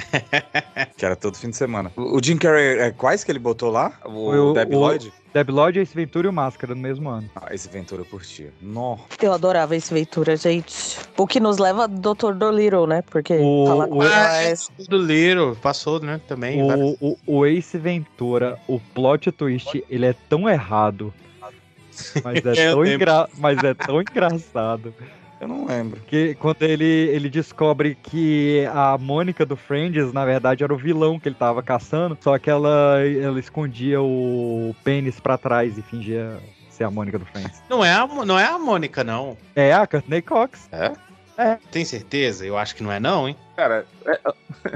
Speaker 16: que era todo fim de semana. O o Jim Carrey, é, quais que ele botou lá? O,
Speaker 6: Foi
Speaker 16: o Debbie Lloyd?
Speaker 6: Debbie Lloyd, Ace Ventura e o Máscara no mesmo ano.
Speaker 16: Ah, esse Ventura eu curtia. Nossa.
Speaker 7: Eu adorava esse Ventura, gente. O que nos leva a Dr. Dolittle, né? Porque falar com
Speaker 6: Ah,
Speaker 7: ela é
Speaker 4: Do Liro, passou, né? Também. várias-
Speaker 6: O, o, o Ace Ventura, o plot twist, ele é tão errado. Mas é,
Speaker 16: Eu
Speaker 6: tão,
Speaker 16: lembro.
Speaker 6: engra- mas é tão engraçado.
Speaker 16: Eu não lembro.
Speaker 6: Que quando ele, ele descobre que a Mônica do Friends, na verdade, era o vilão que ele tava caçando, só que ela, ela escondia o pênis pra trás e fingia ser a Mônica do Friends.
Speaker 4: Não, é a, Mo- não é a Mônica, não.
Speaker 6: É a Courtney Cox.
Speaker 4: É?
Speaker 6: É.
Speaker 4: Tem certeza? Eu acho que não é, não, hein?
Speaker 2: Cara, é-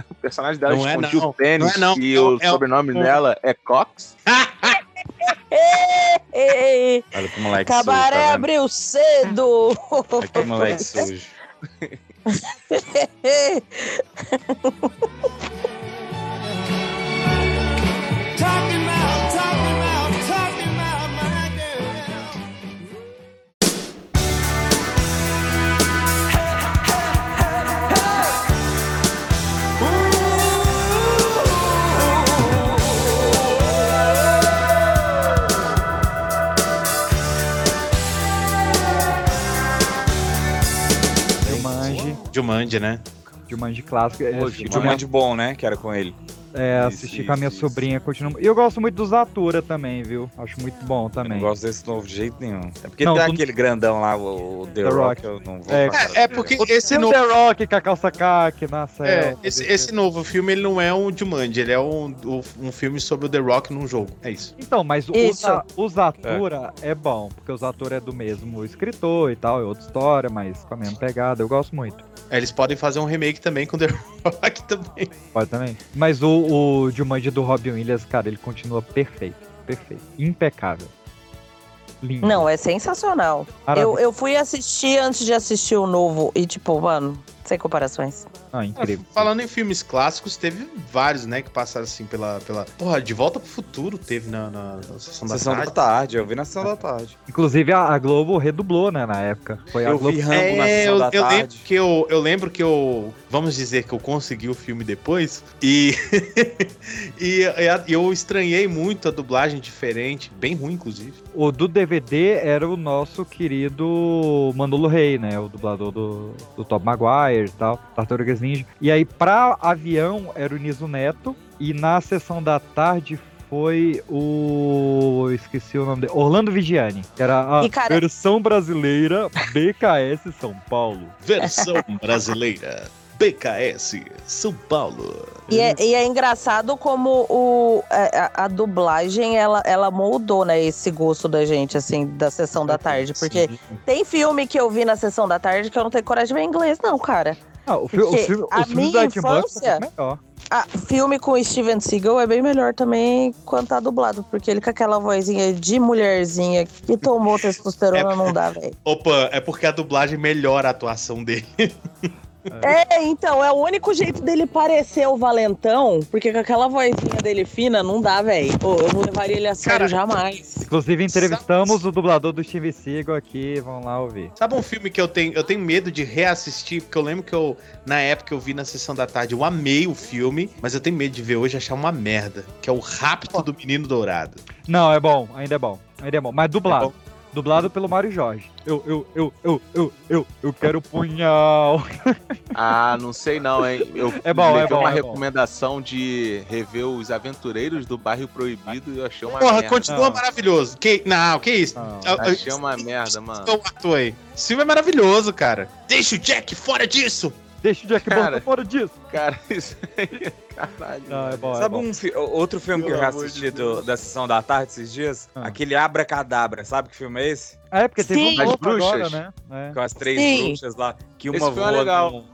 Speaker 2: o personagem dela
Speaker 4: Não é
Speaker 2: escondia
Speaker 4: não.
Speaker 2: o pênis
Speaker 4: Não é não.
Speaker 2: e
Speaker 4: É
Speaker 2: o
Speaker 4: o- é o-
Speaker 2: sobrenome dela é Cox.
Speaker 7: Ei,
Speaker 16: Olha que moleque tá
Speaker 7: cabaré
Speaker 6: né?
Speaker 7: abriu cedo!
Speaker 16: Que
Speaker 7: <laughs>
Speaker 16: moleque sujo.
Speaker 6: é Jumanji.
Speaker 4: Jumanji, né?
Speaker 6: Jumanji clássico. É,
Speaker 16: O Jumanji bom, né? Que era com ele.
Speaker 6: É, assisti com a minha sobrinha, continua. E eu gosto muito dos Zatura também, viu? Acho muito bom
Speaker 16: Eu
Speaker 6: também.
Speaker 16: não gosto desse novo de jeito nenhum. É porque
Speaker 6: Não,
Speaker 16: tem
Speaker 6: tu-
Speaker 16: aquele grandão lá, o, o The,
Speaker 6: The
Speaker 16: Rock,
Speaker 6: Rock.
Speaker 16: eu não vou
Speaker 6: É,
Speaker 16: pra cara
Speaker 4: é
Speaker 16: dele.
Speaker 4: porque
Speaker 6: Tem
Speaker 4: esse
Speaker 6: o
Speaker 4: novo.
Speaker 6: The Rock com a calça caque, nossa.
Speaker 4: É, esse,
Speaker 6: né?
Speaker 4: esse novo filme ele não é um Jumanji, ele é um, um filme sobre o The Rock num jogo. É isso.
Speaker 6: Então, mas o,
Speaker 4: Isso.
Speaker 6: Za- o Zatura é. bom, porque o Zatura é do mesmo escritor e tal, é outra história, mas com a mesma pegada, eu gosto muito.
Speaker 4: Aí Eles podem fazer um remake também com o The <laughs> Rock também.
Speaker 6: Pode também. Mas o, o Jumanji do Robin Williams, cara, ele continua perfeito, perfeito, impecável. Lindo.
Speaker 7: Não, é sensacional.
Speaker 6: Maravilha.
Speaker 7: Eu, eu fui assistir antes de assistir o novo e, tipo, mano, sem comparações.
Speaker 6: Ah, incrível.
Speaker 4: Falando em filmes clássicos, teve vários, né, que passaram assim pela. pela... Porra, De Volta pro Futuro teve na, na, na sessão, da,
Speaker 16: Sessão da
Speaker 4: tarde.
Speaker 16: tarde, eu vi na sessão da tarde.
Speaker 6: Inclusive, a, a Globo redublou, né, na época. Foi a
Speaker 16: Eu
Speaker 6: Globo.
Speaker 16: vi Rambo na
Speaker 4: É,
Speaker 16: sessão
Speaker 4: eu,
Speaker 16: da
Speaker 4: eu
Speaker 16: tarde.
Speaker 4: lembro que eu, eu lembro que eu. Vamos dizer que eu consegui o filme depois. E. <laughs> e e eu estranhei muito a dublagem diferente, bem ruim, inclusive.
Speaker 6: O do DVD era o nosso querido Manolo Rey, né? O dublador do, do Top Maguire e tal, Tartarugas Ninja. E aí, pra avião, era o Niso Neto. E na sessão da tarde foi o. Esqueci o nome dele. Orlando Vigiani. que Era a
Speaker 4: E, cara-
Speaker 6: versão brasileira BKS São Paulo.
Speaker 4: Versão brasileira. BKS, São Paulo.
Speaker 7: E é, e é engraçado como o, é, a, a- a dublagem, ela, ela moldou, né, esse gosto da gente, assim, da sessão da tarde. Porque tem filme que eu vi na sessão da tarde que eu não tenho coragem de ver em inglês, não, cara.
Speaker 6: Ah, o fi- os
Speaker 7: Porque
Speaker 6: filmes- os
Speaker 7: a
Speaker 6: filmes
Speaker 7: minha
Speaker 6: da Tim Burton são
Speaker 7: infância,
Speaker 6: muito melhor.
Speaker 7: ah, filme com o Steven Seagal é bem melhor também quando tá dublado, porque ele com aquela vozinha de mulherzinha que tomou testosterona não dá, velho.
Speaker 4: Opa, é porque a dublagem melhora a atuação dele.
Speaker 7: É, então, é o único jeito dele parecer o valentão, porque com aquela vozinha dele fina não dá, velho. Ô, Eu não levaria ele a sério jamais.
Speaker 6: Inclusive, entrevistamos o dublador do Steve Seagal aqui. Vão lá ouvir.
Speaker 4: Sabe um filme que eu tenho, eu tenho medo de reassistir, porque eu lembro que eu, na época, eu vi na sessão da tarde, eu amei o filme, mas eu tenho medo de ver hoje e achar uma merda, que é o Rapto do Menino Dourado.
Speaker 6: Não, é bom, ainda é bom. Ainda é bom. Mas dublado. Dublado pelo Mário Jorge. Eu, eu, eu, eu, eu, eu, eu quero punhal.
Speaker 2: Ah, não sei não, hein? Eu
Speaker 6: <laughs> É bom, é
Speaker 2: levei
Speaker 6: bom,
Speaker 2: uma
Speaker 6: é bom.
Speaker 2: recomendação de rever os aventureiros do bairro proibido e eu achei uma
Speaker 4: Porra,
Speaker 2: merda.
Speaker 4: continua maravilhoso. Que... Não, que isso? Eu- eu-
Speaker 2: Achei uma merda, mano.
Speaker 4: Então, Arthur aí. Esse filme é maravilhoso, cara. Deixa o Jack fora disso!
Speaker 6: <laughs> Deixa o Jack
Speaker 2: Cara,
Speaker 6: Bauer fora disso.
Speaker 2: Cara, <laughs> isso aí. Caralho.
Speaker 6: Não, é bom, é
Speaker 16: Sabe
Speaker 6: bom.
Speaker 16: um fi- outro filme que eu já assisti do- da sessão da tarde esses dias?
Speaker 6: Ah.
Speaker 16: Aquele Abracadabra, sabe que filme é esse?
Speaker 6: É, porque teve
Speaker 16: Sim.
Speaker 6: um novo
Speaker 16: As bruxas.
Speaker 6: agora, né? É.
Speaker 16: Com as três
Speaker 6: Sim.
Speaker 16: bruxas lá, que uma
Speaker 6: Esse filme é
Speaker 16: voa
Speaker 6: legal.
Speaker 16: num-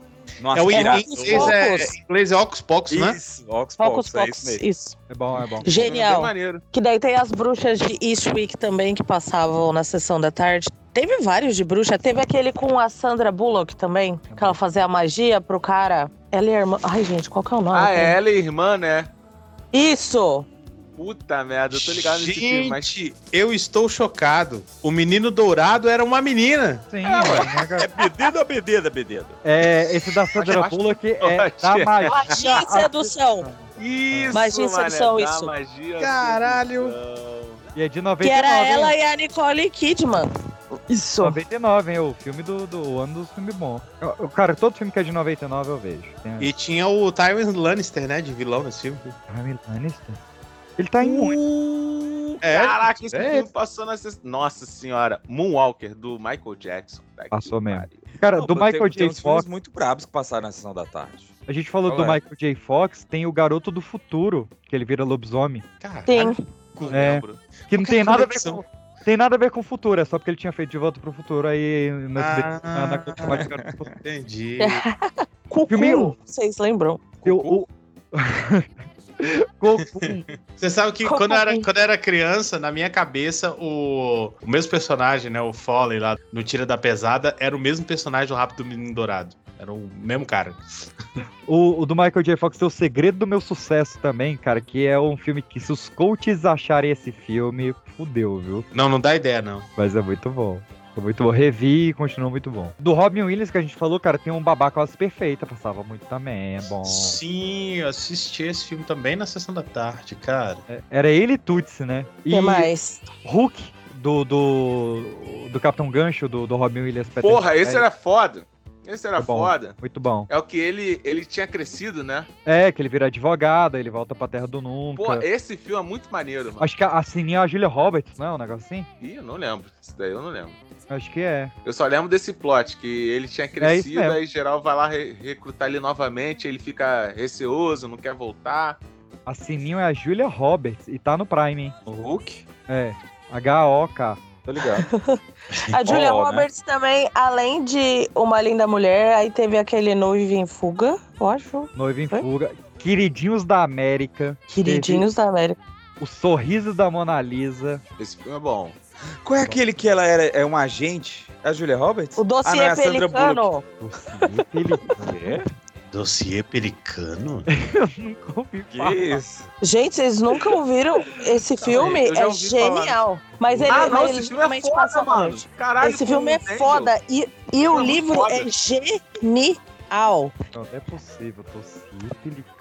Speaker 16: numa
Speaker 4: é o em
Speaker 16: aspiradora.
Speaker 4: inglês
Speaker 6: né?
Speaker 4: é, em inglês é Ocus Pocus, né?
Speaker 16: Isso, Ocus Pocus, é isso mesmo.
Speaker 6: É bom, é bom.
Speaker 7: Genial.
Speaker 2: maneiro.
Speaker 7: Que daí tem as bruxas de Eastwick também que passavam na sessão da tarde. Teve vários de bruxa. Teve aquele com a Sandra Bullock também, que ela fazia a magia pro cara. Ela e a irmã. Ai, gente, qual que é o nome?
Speaker 2: Ah, é ela e a irmã, né?
Speaker 7: Isso!
Speaker 2: Puta merda, eu tô ligado nesse filme, mas.
Speaker 4: Gente, eu estou chocado. O menino dourado era uma menina.
Speaker 6: Sim, né,
Speaker 16: é bedida, bedida, bedida.
Speaker 6: É, esse da Sandra Bullock é da magia.
Speaker 7: Magia e sedução.
Speaker 2: Isso,
Speaker 7: Magia e
Speaker 2: mané,
Speaker 7: sedução,
Speaker 2: dá
Speaker 7: isso.
Speaker 2: magia, assim.
Speaker 4: Caralho.
Speaker 6: E é de
Speaker 7: Que
Speaker 6: 99.
Speaker 7: era ela
Speaker 6: hein?
Speaker 7: e a Nicole Kidman. Isso.
Speaker 6: 99, hein? O filme do, do ano dos filmes bons. Eu- eu- Cara, todo filme que é de 99 eu vejo. Tem-
Speaker 4: E tinha o Tywin Lannister, né? De vilão nesse filme.
Speaker 6: Tywin Lannister? Ele tá em
Speaker 2: muito. Ah,
Speaker 4: É,
Speaker 2: Caraca, esse
Speaker 4: é.
Speaker 2: filme passou na. sess- Nossa senhora, Moonwalker do Michael Jackson. Tá aqui.
Speaker 6: Passou mesmo. Cara, do
Speaker 16: Não,
Speaker 6: Michael
Speaker 16: tem- tem
Speaker 6: J.
Speaker 16: uns filmes
Speaker 6: Fox.
Speaker 16: muito brabos que passaram na sessão da tarde.
Speaker 6: A gente falou
Speaker 16: Qual
Speaker 6: do
Speaker 16: é?
Speaker 6: Michael J. Fox, tem o Garoto do Futuro, que ele vira lobisomem.
Speaker 7: Sim.
Speaker 6: É,
Speaker 2: lembro.
Speaker 6: que não
Speaker 4: Qualquer
Speaker 6: tem nada a ver
Speaker 4: conexão.
Speaker 6: com. Tem nada a ver com o futuro, é só porque ele tinha feito de volta pro futuro aí na,
Speaker 4: Ah.
Speaker 6: na, na continuidade do Garoto do Futuro.
Speaker 4: Entendi.
Speaker 6: Filminho.
Speaker 7: Cucu, vocês lembram?
Speaker 6: Eu, o... <laughs> Goku.
Speaker 4: Você sabe que quando eu, era, quando eu era criança, na minha cabeça, o, o mesmo personagem, né? O Foley lá no Tira da Pesada, era o mesmo personagem do Rápido Menino Dourado. Era o mesmo cara.
Speaker 6: O, o do Michael J. Fox tem o Segredo do Meu Sucesso também, cara, que é um filme que se os coaches acharem esse filme, fudeu, viu?
Speaker 4: Não, não dá ideia, não.
Speaker 6: Mas é muito bom. É muito bom. Revi e continua muito bom. Do Robin Williams que a gente falou, cara, tem um babá quase perfeita, passava muito também, é bom.
Speaker 4: Sim, eu assisti esse filme também na sessão da tarde, cara.
Speaker 6: Era ele e Tutsi, né? E
Speaker 7: que mais?
Speaker 6: Hulk, do, do, do Capitão Gancho, do, do Robin Williams. Peter
Speaker 2: Porra, esse
Speaker 6: Pan.
Speaker 2: era foda. Esse era
Speaker 6: Muito Tá bom,
Speaker 2: foda.
Speaker 6: Muito bom.
Speaker 2: É o que ele, ele tinha crescido, né?
Speaker 6: É, que ele vira advogado, aí ele volta pra Terra do Nunca.
Speaker 2: Pô, esse filme é muito maneiro, mano.
Speaker 6: Acho que a, a Sininha é a Julia Roberts, não é um negócio assim?
Speaker 2: Ih, eu não lembro. Isso daí eu não lembro.
Speaker 6: Acho que é.
Speaker 2: Eu só lembro desse plot, que ele tinha crescido,
Speaker 6: mesmo.
Speaker 2: aí geral vai lá re- recrutar ele novamente, ele fica receoso, não quer voltar.
Speaker 6: A Sininho é a Julia Roberts e tá no Prime, hein?
Speaker 2: O Hulk?
Speaker 6: É. H-O-K.
Speaker 16: Tô ligado.
Speaker 7: A Julia
Speaker 6: Ó, né?
Speaker 7: Roberts também, além de Uma Linda Mulher, aí teve aquele Noivo em Fuga, eu acho.
Speaker 6: Noiva em Fuga. Queridinhos da América.
Speaker 7: Queridinhos da América.
Speaker 6: O Sorriso da Mona Lisa.
Speaker 2: Esse filme é bom.
Speaker 16: Qual
Speaker 6: Tá
Speaker 16: é aquele que ela era, é um agente? É a Julia Roberts?
Speaker 7: O
Speaker 16: doce
Speaker 7: Dossiê Pelicano.
Speaker 6: <laughs>
Speaker 4: Dossiê Pelicano?
Speaker 16: Que isso?
Speaker 7: Gente, vocês nunca ouviram esse filme?
Speaker 16: eu já
Speaker 7: É
Speaker 16: ouvi
Speaker 7: genial. Mas ele,
Speaker 2: Ah, não,
Speaker 7: mas
Speaker 2: esse
Speaker 7: ele
Speaker 2: filme é
Speaker 7: realmente
Speaker 2: foda,
Speaker 7: passa
Speaker 2: mano.
Speaker 7: longe.
Speaker 2: Caralho,
Speaker 7: esse
Speaker 2: como
Speaker 7: filme é
Speaker 2: Angel.
Speaker 7: foda. E, e o
Speaker 2: É muito
Speaker 7: livro
Speaker 2: foda.
Speaker 7: é genial.
Speaker 6: Não é possível, Dossiê Pelicano.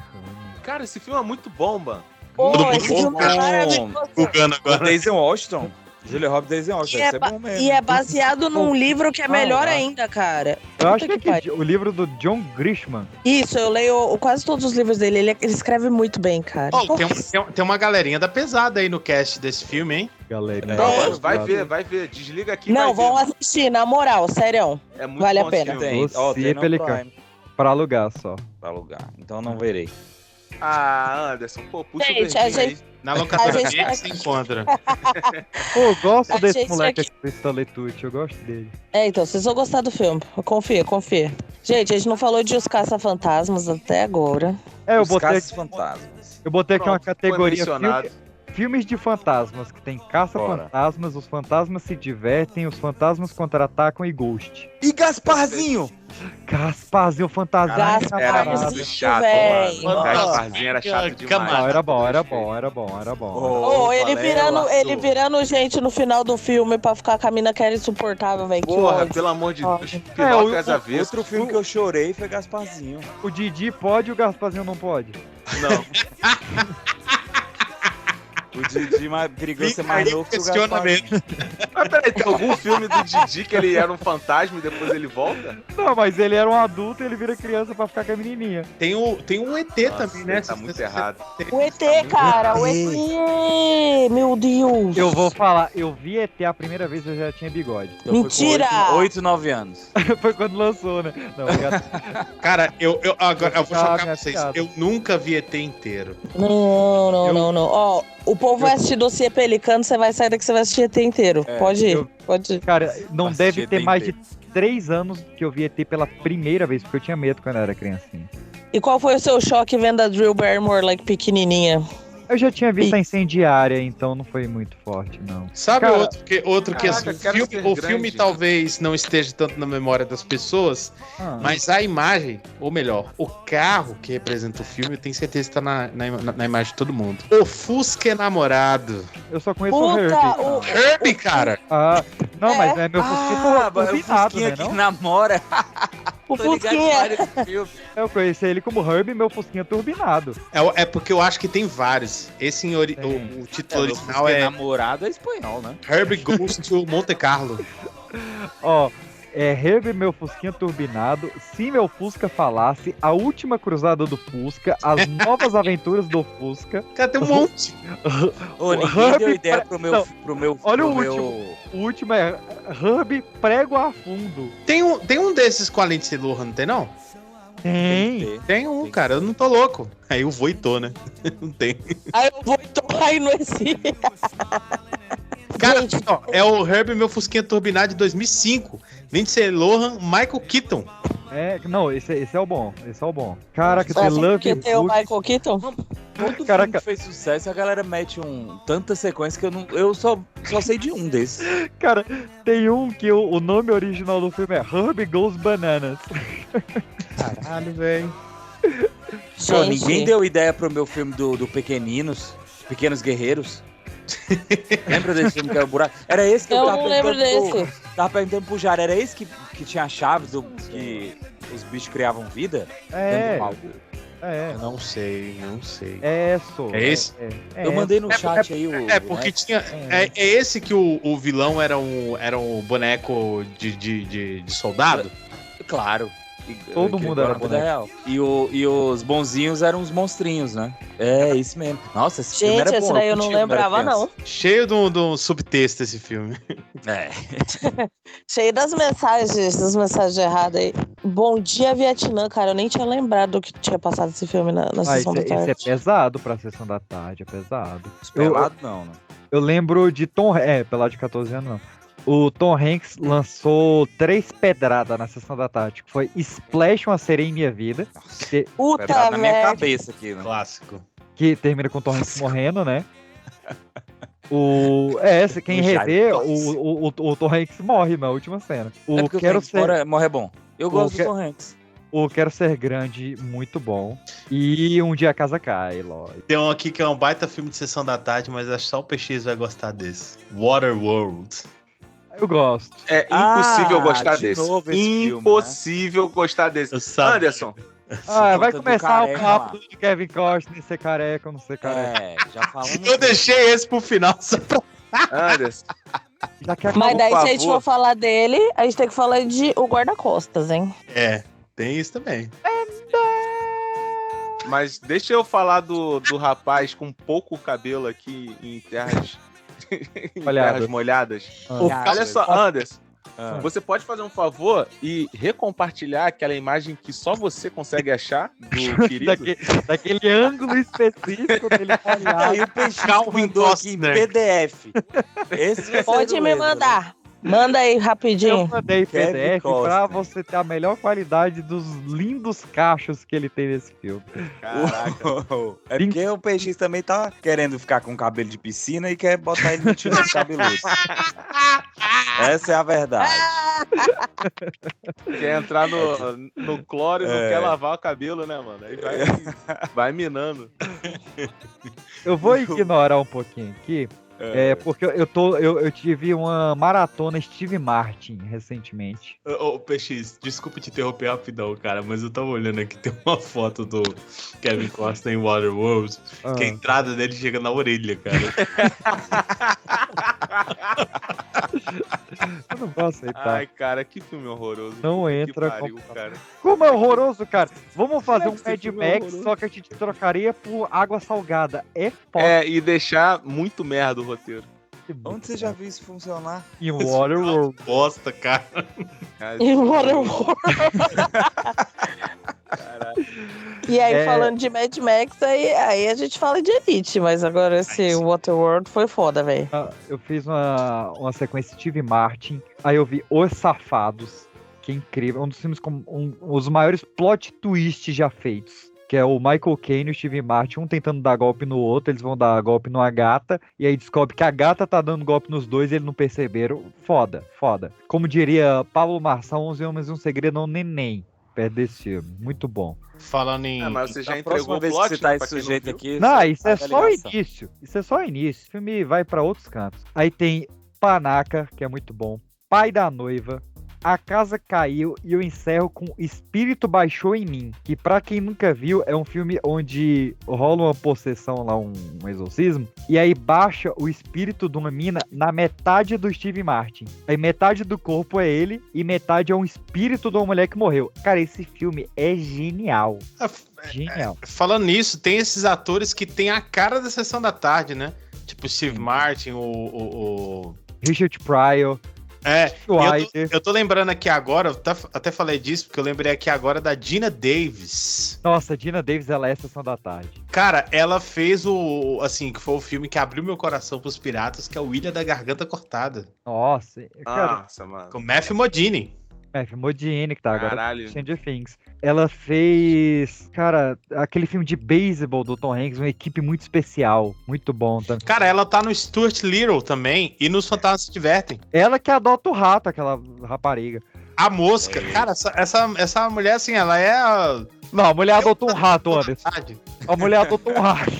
Speaker 2: Cara, esse filme é muito bom, mano.
Speaker 7: Pô,
Speaker 16: Todo
Speaker 7: esse
Speaker 16: mundo
Speaker 7: filme é maravilhoso.
Speaker 4: <laughs> Bugando agora.
Speaker 16: Daisy Washington. Julia Roberts, Daisy
Speaker 7: E
Speaker 16: Washington.
Speaker 7: é,
Speaker 16: Isso é
Speaker 7: ba-
Speaker 16: bom mesmo.
Speaker 7: e é baseado num livro que é
Speaker 6: Ah,
Speaker 7: melhor
Speaker 6: lá.
Speaker 7: ainda, cara.
Speaker 6: Eu acho que, é
Speaker 7: Puta que pariu.
Speaker 6: que o livro do John Grishman.
Speaker 7: Isso, eu leio o- quase todos os livros dele. Ele, ele escreve muito bem, cara.
Speaker 4: Ó,
Speaker 7: <laughs>
Speaker 4: tem, um- tem um- tem uma galerinha da pesada aí no cast desse filme, hein?
Speaker 6: Galerinha. tá
Speaker 2: Então, mano, vai ver, vai ver. Desliga aqui.
Speaker 7: Não,
Speaker 2: vai
Speaker 7: vão assistir, na moral, sério.
Speaker 2: ver. É muito
Speaker 7: vale a
Speaker 2: bom esse
Speaker 7: pena.
Speaker 2: filme.
Speaker 16: Tem, ó, tem
Speaker 6: Dossiê
Speaker 16: no
Speaker 6: é Pelicano.
Speaker 16: Prime
Speaker 6: Pra alugar só.
Speaker 16: pra alugar. Então não verei.
Speaker 2: Ah, Anderson, pô, puxa
Speaker 7: Gente,
Speaker 2: o
Speaker 7: a
Speaker 2: verdinho
Speaker 7: gente-
Speaker 2: aí.
Speaker 4: Na locadora
Speaker 7: A gente-
Speaker 4: dele se encontra.
Speaker 6: Pô, eu gosto
Speaker 7: Achei
Speaker 6: desse
Speaker 7: isso
Speaker 6: moleque
Speaker 7: aqui.
Speaker 6: aqui, do Stanley Tucci, eu gosto dele.
Speaker 7: É, então, vocês vão gostar do filme. Confia, confia. Gente, a gente não falou de Os Caça-Fantasmas até agora.
Speaker 6: É, eu
Speaker 16: Os
Speaker 6: botei,
Speaker 16: Caças
Speaker 6: aqui-
Speaker 16: Fantasmas.
Speaker 6: eu botei aqui uma
Speaker 2: Pronto, foi
Speaker 6: categoria
Speaker 2: mencionado.
Speaker 6: filme, filmes de fantasmas, que tem caça-fantasmas, os fantasmas se divertem, os fantasmas contra-atacam e Ghost.
Speaker 16: E Gasparzinho!
Speaker 6: Gasparzinho fantasma.
Speaker 7: Gasparzinho,
Speaker 2: Era muito chato,
Speaker 7: véi.
Speaker 2: mano.
Speaker 6: Nossa.
Speaker 2: Gasparzinho era chato demais.
Speaker 6: é Não, era bom, era bom, era bom, era bom.
Speaker 16: Ô,
Speaker 7: Ô, ele,
Speaker 16: Valério
Speaker 7: virando,
Speaker 16: Lasso.
Speaker 7: ele virando gente no final do filme pra ficar com a mina que era insuportável, velho. Que
Speaker 2: Porra,
Speaker 7: ódio.
Speaker 2: pelo amor de Deus.
Speaker 6: É, o-
Speaker 2: Pinóquio às avessas.
Speaker 16: Outro filme que eu chorei foi Gasparzinho.
Speaker 6: O Didi pode e o Gasparzinho não pode?
Speaker 2: Não.
Speaker 1: O Didi ma- perigoso ser
Speaker 2: Fica
Speaker 1: mais
Speaker 2: aí o
Speaker 1: novo que o
Speaker 2: questionamento.
Speaker 1: Gasparinho.
Speaker 2: <laughs> Mas peraí, tem algum filme do Didi que ele era um fantasma e depois ele volta?
Speaker 6: Não, mas ele era um adulto e ele vira criança pra ficar com a menininha.
Speaker 4: Tem o, tem um o ET
Speaker 2: também, né? Tá muito errado.
Speaker 7: O ET, cara, o ET! Meu Deus!
Speaker 6: Eu
Speaker 1: <laughs>
Speaker 6: vou falar, eu vi ET a primeira vez eu já tinha bigode. <laughs>
Speaker 1: Então foi com
Speaker 7: Mentira!
Speaker 1: 8, 9 anos.
Speaker 6: Foi quando lançou, né? Não, obrigado.
Speaker 1: <laughs>
Speaker 4: Cara, eu, eu, agora, eu vou
Speaker 6: Ah,
Speaker 4: chocar
Speaker 6: minha
Speaker 4: vocês.
Speaker 6: piada.
Speaker 4: Eu nunca vi ET inteiro.
Speaker 7: Não, não, não, não. Ó, o povo vai assistir dossiê pelicano, você vai sair daqui, você vai assistir ET inteiro.
Speaker 6: É,
Speaker 7: pode ir,
Speaker 6: eu-
Speaker 7: pode ir.
Speaker 6: Cara, Não deve ter mais de três anos que eu vi ET pela primeira vez, porque eu tinha medo quando eu era criancinha.
Speaker 7: E qual foi o seu choque vendo a Drew Barrymore, like, pequenininha?
Speaker 6: Eu já tinha visto a incendiária, então não foi muito forte, não.
Speaker 4: Sabe
Speaker 6: Cara,
Speaker 4: outro que, outro que
Speaker 6: Caraca,
Speaker 4: assim, o
Speaker 6: quero
Speaker 4: filme,
Speaker 6: ser
Speaker 4: o
Speaker 6: grande.
Speaker 4: filme talvez não esteja tanto na memória das pessoas,
Speaker 6: Ah.
Speaker 4: mas a imagem, ou melhor, o carro que representa o filme, eu tenho certeza que tá na, na, ima- na imagem de todo mundo. O Fusca é namorado.
Speaker 6: Eu só conheço o Herbie.
Speaker 7: o-
Speaker 4: Herbie, cara!
Speaker 6: Ah, não, mas é meu fusquinha
Speaker 1: Ah,
Speaker 6: ah,
Speaker 1: mas é o Fusquinha que namora.
Speaker 7: O
Speaker 1: Tô ligado em vários filmes.
Speaker 6: Eu conheci ele como Herbie e meu fusquinha turbinado.
Speaker 4: É, o- é porque eu acho que tem vários. Esse em ori- o, o título original é
Speaker 1: namorado é espanhol, né?
Speaker 4: Herbie Goes to Monte Carlo.
Speaker 6: Ó, é Herbie, meu Fusquinha turbinado, se meu Fusca falasse, a última cruzada do Fusca,
Speaker 1: <laughs>
Speaker 6: as novas aventuras do Fusca.
Speaker 4: Cara, tem um monte.
Speaker 1: Ô, ninguém
Speaker 6: Herbie
Speaker 1: deu ideia
Speaker 6: pre-
Speaker 1: pro meu.
Speaker 6: Não.
Speaker 1: Pro meu
Speaker 6: Olha
Speaker 1: pro
Speaker 6: o
Speaker 1: meu-
Speaker 6: último. O último é Hub prego a fundo.
Speaker 4: Tem um, tem um desses com a Lindsay Lohan, não tem não?
Speaker 6: Tem.
Speaker 4: Tem um, cara. Eu não tô louco. Aí eu voitou, né? <laughs> não tem.
Speaker 7: Aí eu vou tomar aí no exílio.
Speaker 4: Cara, ó, é o Herbie Meu Fusquinha Turbinado de 2005. Lindsay Lohan, Michael Keaton.
Speaker 6: É, não, esse, esse é o bom, esse é o bom. Caraca,
Speaker 1: Só assim
Speaker 6: The
Speaker 1: porque
Speaker 6: Love
Speaker 1: tem o
Speaker 6: Fusca.
Speaker 7: Michael Keaton?
Speaker 1: Todo filme
Speaker 6: Caraca.
Speaker 1: que fez sucesso, a galera mete um tanta sequência que eu não. Eu só, só sei de um desses.
Speaker 6: Cara, tem um que o, o nome original do filme é Hub Goes Bananas.
Speaker 4: Caralho, velho.
Speaker 1: Pô,
Speaker 6: Gente.
Speaker 1: ninguém deu ideia pro meu filme do, do Pequeninos, Pequenos
Speaker 6: <laughs>
Speaker 1: Guerreiros. Lembra desse filme que era o buraco? Era esse que eu,
Speaker 7: Eu
Speaker 1: tava
Speaker 7: não lembro
Speaker 1: perguntando pro-
Speaker 7: desse.
Speaker 1: Tava perguntando pro Jara, era esse que, que tinha a chave do que os bichos criavam vida? um
Speaker 6: É.
Speaker 1: Dentro do álcool.
Speaker 6: É.
Speaker 4: Não sei, não sei.
Speaker 6: É, sou.
Speaker 4: É esse?
Speaker 6: é,
Speaker 1: eu
Speaker 6: é.
Speaker 1: mandei no
Speaker 6: É,
Speaker 1: chat
Speaker 6: é,
Speaker 1: aí o.
Speaker 4: É, porque tinha. É, é esse que o, o vilão era um, era um boneco de, de, de, de soldado?
Speaker 1: Claro.
Speaker 6: Todo mundo era boneco.
Speaker 1: real. E, o, e os bonzinhos eram os monstrinhos, né? É, isso mesmo. Nossa, esse filme
Speaker 7: Gente,
Speaker 1: era
Speaker 7: esse
Speaker 1: bom,
Speaker 7: daí eu não
Speaker 1: curti quando era
Speaker 7: lembrava,
Speaker 1: criança.
Speaker 7: não.
Speaker 4: Cheio de um- de um subtexto esse filme.
Speaker 1: É.
Speaker 7: Cheio das mensagens, das mensagens erradas aí. Bom dia, Vietnã, cara. Eu nem tinha lembrado que tinha passado esse filme na, na
Speaker 6: Ah,
Speaker 7: sessão
Speaker 6: esse,
Speaker 7: da tarde.
Speaker 6: esse é pesado pra sessão da tarde, é pesado.
Speaker 1: Pelado não, né?
Speaker 6: Eu lembro de Tom. É, pelado de 14 anos não. O Tom Hanks lançou três pedradas na sessão da tarde. que Foi Splash, uma sereia em minha vida. Que,
Speaker 7: Puta
Speaker 1: Tá na minha
Speaker 7: merda.
Speaker 1: cabeça aqui, né?
Speaker 4: <laughs> Clássico.
Speaker 6: que termina com o Tom Hanks morrendo, né? O. É, se- quem
Speaker 1: O Jairo
Speaker 6: rever, o,
Speaker 1: Torres.
Speaker 6: o, o, o Tom Hanks morre na última cena. O
Speaker 1: É porque
Speaker 6: Quero
Speaker 1: Hanks mora-
Speaker 6: Ser.
Speaker 1: morre é bom. Eu
Speaker 6: O
Speaker 1: gosto
Speaker 6: que-
Speaker 1: do Tom Hanks.
Speaker 6: O Quero Ser Grande, muito bom. E Um Dia a Casa Cai, lógico.
Speaker 4: Tem um aqui que é um baita filme de sessão da tarde, mas acho que só o PX vai gostar desse. Waterworld.
Speaker 6: Eu gosto.
Speaker 2: É impossível gostar desse. né? impossível gostar desse.
Speaker 4: sabia. <laughs>
Speaker 2: Anderson.
Speaker 6: Ah, vai
Speaker 1: do
Speaker 6: começar o
Speaker 1: careca
Speaker 6: papo
Speaker 1: lá.
Speaker 6: de Kevin Costner ser careca ou não ser careca.
Speaker 1: É,
Speaker 6: <laughs>
Speaker 1: já falamos.
Speaker 4: Então Eu deixei esse pro final só pra.
Speaker 2: Anderson.
Speaker 6: Já que
Speaker 7: Mas daí, se a gente
Speaker 6: favor.
Speaker 7: for falar dele, a gente tem que falar de o guarda-costas, hein?
Speaker 4: É, tem isso também.
Speaker 2: Mas deixa eu falar do, do rapaz com pouco cabelo aqui em terras, <laughs> em
Speaker 6: Molhadas.
Speaker 2: terras molhadas.
Speaker 6: Ah.
Speaker 2: O cara- Olha só, Anderson.
Speaker 1: Ah.
Speaker 2: Você pode fazer um favor e recompartilhar aquela imagem que só você consegue achar <laughs> do querido?
Speaker 6: Daque- daquele
Speaker 1: <laughs>
Speaker 6: ângulo específico dele olhar.
Speaker 1: Aí o Peixinho mandou aqui em PDF. Esse é você
Speaker 7: Pode
Speaker 1: não
Speaker 7: me
Speaker 1: lembra, né?
Speaker 7: mandar. Manda aí
Speaker 6: é Eu
Speaker 7: rapidinho.
Speaker 6: mandei
Speaker 1: Kevin
Speaker 6: PDF pra
Speaker 1: Costner.
Speaker 6: você ter a melhor qualidade dos lindos cachos que ele tem nesse filme.
Speaker 2: Caraca.
Speaker 1: <laughs> É porque o Peixinho também tá querendo ficar com cabelo de piscina e quer botar ele no tiro de
Speaker 2: <laughs>
Speaker 1: cabeludo. Essa é a verdade.
Speaker 2: Quer
Speaker 1: <laughs>
Speaker 2: entrar no, no cloro e não
Speaker 1: É.
Speaker 2: quer lavar o cabelo, né, mano? Aí
Speaker 1: <laughs>
Speaker 2: vai, vai minando.
Speaker 6: Eu vou ignorar um pouquinho aqui É, porque eu, tô, eu, eu tive uma maratona Steve Martin recentemente.
Speaker 4: Ô, ô, PX, desculpa te interromper rapidão, cara, mas eu tava olhando aqui, <laughs> tem uma foto do Kevin Costa em Waterworld,
Speaker 6: Ah.
Speaker 4: que a entrada dele chega na orelha, cara.
Speaker 6: Ah, Eu não vou
Speaker 1: Tá.
Speaker 6: aceitar.
Speaker 2: Ai, cara, que filme horroroso.
Speaker 6: Não
Speaker 2: Puta que
Speaker 6: entra
Speaker 2: pariu,
Speaker 6: como-
Speaker 2: cara.
Speaker 6: Como é horroroso, cara. Vamos fazer
Speaker 2: Será
Speaker 6: um
Speaker 2: que esse
Speaker 6: Mad
Speaker 2: filme é
Speaker 6: Max,
Speaker 2: horroroso?
Speaker 6: só que a gente trocaria por água salgada. É foda.
Speaker 2: É, e deixar muito merda o roteiro.
Speaker 16: Onde você já viu isso funcionar?
Speaker 6: Em um Waterworld.
Speaker 4: Bosta, cara.
Speaker 7: <laughs> Em Waterworld. E aí,
Speaker 6: É.
Speaker 7: falando de Mad Max, aí, aí a gente fala de Elite, mas agora esse Waterworld foi foda, velho.
Speaker 6: Ah, Eu fiz uma, uma sequência Steve Martin, aí eu vi Os Safados, que é incrível. Um dos filmes com um, os maiores plot twists já feitos. Que é o Michael Caine e o Steve Martin, um tentando dar golpe no outro, eles vão dar golpe numa gata, e aí descobre que a gata tá dando golpe nos dois e eles não perceberam. Foda, foda. Como diria Pablo Marçal, 11 Homens e um Segredo, é um neném. Perto desse filme. Muito bom.
Speaker 4: Falando em.
Speaker 2: Ah, mas você já
Speaker 1: Da
Speaker 2: entregou
Speaker 1: próxima
Speaker 2: o
Speaker 1: vez que
Speaker 2: plot,
Speaker 1: citar
Speaker 2: né,
Speaker 1: esse
Speaker 2: pra quem
Speaker 1: sujeito
Speaker 2: viu.
Speaker 1: aqui,
Speaker 6: Não, isso é
Speaker 1: faz a
Speaker 6: só o
Speaker 1: ligação.
Speaker 6: início. Isso é só o início. O filme vai pra outros cantos. Aí tem Panaca, que é muito bom. Pai da Noiva. A Casa Caiu e eu encerro com Espírito Baixou em Mim. Que pra quem nunca viu, é um filme onde rola uma possessão lá, um, um exorcismo. E aí baixa o espírito de uma mina na metade do Steve Martin. Aí metade do corpo é ele e metade é um espírito de uma mulher que morreu. Cara, esse filme é genial. Genial.
Speaker 4: Ah, Falando nisso, tem esses atores que tem a cara da sessão da tarde, né? Tipo Steve Martin, o. o, o-
Speaker 6: Richard Pryor.
Speaker 4: É, e eu tô,
Speaker 6: Schweizer.
Speaker 4: eu tô lembrando aqui agora, eu tá- até falei disso, porque eu lembrei aqui agora da Dina Davis.
Speaker 6: Nossa, Dina Davis, ela é Sessão da Tarde.
Speaker 4: Cara, ela fez o. Assim, que foi o filme que abriu meu coração pros piratas, que é o Ilha da Garganta Cortada.
Speaker 6: Nossa, cara,
Speaker 2: Nossa, mano.
Speaker 4: Com Matthew Modini.
Speaker 6: F. Modine, que tá agora
Speaker 2: Caralho.
Speaker 6: com Stranger Things. Ela fez, cara, aquele filme de beisebol do Tom Hanks, uma equipe muito especial, muito bom também.
Speaker 4: Cara, ela tá no Stuart Little também e nos Fantasmas se Divertem.
Speaker 6: Ela que adota o rato, aquela rapariga.
Speaker 4: A mosca. Cara, essa, essa, essa mulher, assim, ela é a.
Speaker 6: Não, a mulher adotou um rato, Anderson. A mulher adotou um rato.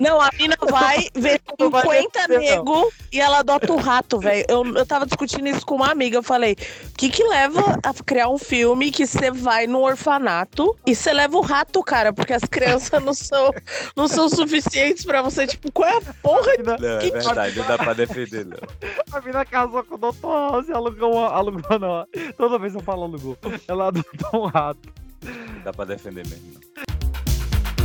Speaker 7: Não, a mina vai ver
Speaker 6: <laughs> Não vai
Speaker 7: 50
Speaker 6: descer, não.
Speaker 7: nego e ela adota o rato, velho. Eu, eu tava discutindo isso com uma amiga. Eu falei: o que que leva a criar um filme que você vai num orfanato e você leva o rato, cara? Porque as crianças não são, não são suficientes pra você. Tipo, qual é a porra de.
Speaker 1: Não, é verdade, não dá pra defender, não.
Speaker 6: <laughs> A mina casou com o Dr. House e alugou, uma- alugou não. Toda vez eu falo alugou. Ela adotou um rato.
Speaker 1: Não dá pra defender mesmo. não.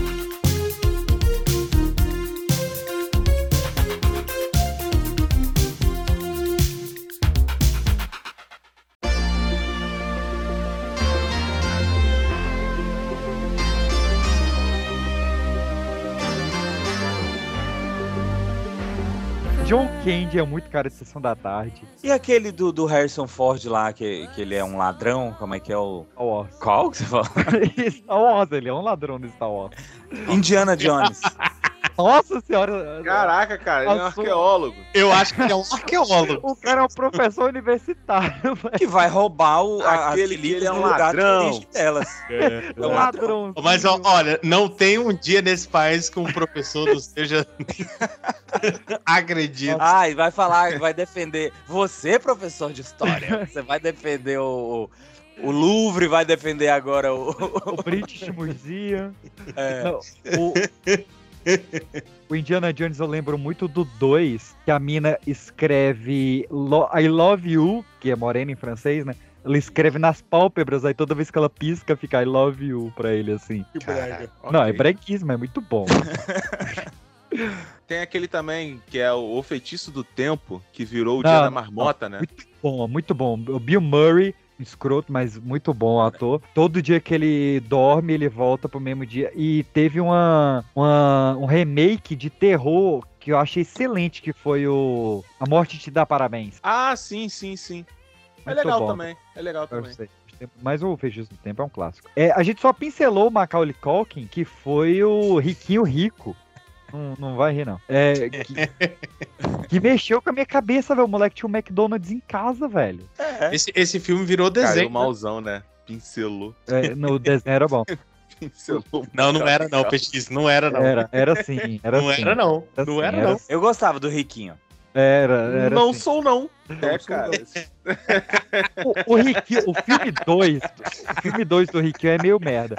Speaker 6: John Candy é muito cara de Sessão da Tarde.
Speaker 1: E aquele do, do Harrison Ford lá, que, que ele é um ladrão? Como é que é o. Qual que você fala?
Speaker 6: Star Wars, ele é um ladrão do Star Wars.
Speaker 1: Indiana <laughs> Jones.
Speaker 6: Nossa senhora.
Speaker 2: Caraca, cara, ele é um
Speaker 6: Assu-
Speaker 2: arqueólogo.
Speaker 4: Eu acho que ele é um arqueólogo.
Speaker 6: O cara é um professor universitário, velho.
Speaker 1: Que vai roubar o, a,
Speaker 2: Aquele
Speaker 1: as
Speaker 2: que ele
Speaker 1: relíquias
Speaker 2: é um
Speaker 1: do lugar de
Speaker 2: ladrão.
Speaker 1: origem delas.
Speaker 4: É.
Speaker 1: É um
Speaker 6: Ladrão.
Speaker 4: Mas ó, olha, não tem um dia nesse país que um professor não seja <laughs> agredido.
Speaker 1: Ah, e vai falar, vai defender. Você, professor de história, você vai defender o, o Louvre, vai defender agora o.
Speaker 6: O British Museum.
Speaker 1: É.
Speaker 6: Não, o, o Indiana Jones eu lembro muito do 2, que a mina escreve lo- I love you, que é morena em francês, né? Ela escreve nas pálpebras, aí toda vez que ela pisca, fica I love you pra ele, assim.
Speaker 2: Caraca,
Speaker 6: Não, é
Speaker 2: ok.
Speaker 6: breguismo, é muito bom.
Speaker 2: Tem aquele também, que é o O Feitiço do Tempo, que virou o Dia
Speaker 6: Não,
Speaker 2: da Marmota, né?
Speaker 6: Muito bom, muito bom. O Bill Murray, escroto, mas muito bom ator. Todo dia que ele dorme, ele volta pro mesmo dia. E teve uma, uma- um remake de terror que eu achei excelente, que foi o A Morte Te Dá Parabéns.
Speaker 2: Ah, sim, sim, sim. É
Speaker 6: Muito
Speaker 2: legal
Speaker 6: bom.
Speaker 2: também. É legal
Speaker 6: Eu
Speaker 2: também.
Speaker 6: sei. Mas o Feitiço do Tempo é um clássico. É, a gente só pincelou o Macaulay Culkin, que foi o Riquinho Rico. Não, não vai rir, não. É, que, que mexeu com a minha cabeça, velho. O moleque tinha um McDonald's em casa, velho.
Speaker 4: Esse, esse filme virou
Speaker 2: Caiu
Speaker 4: desenho.
Speaker 2: malzão, né? Pincelou.
Speaker 6: É, no desenho era bom.
Speaker 4: Não, não era não, PX, não era não.
Speaker 6: Era, era sim. Tá Era
Speaker 4: não
Speaker 6: sim.
Speaker 4: era não,
Speaker 6: Era
Speaker 4: não
Speaker 6: sim,
Speaker 4: era
Speaker 6: era
Speaker 4: não.
Speaker 6: sim.
Speaker 1: Eu gostava do Riquinho.
Speaker 6: Era, era. assim.
Speaker 2: não
Speaker 6: sim.
Speaker 2: sou, não. É, cara.
Speaker 6: O, o Riquinho, o filme 2, o filme 2 do Riquinho é meio merda.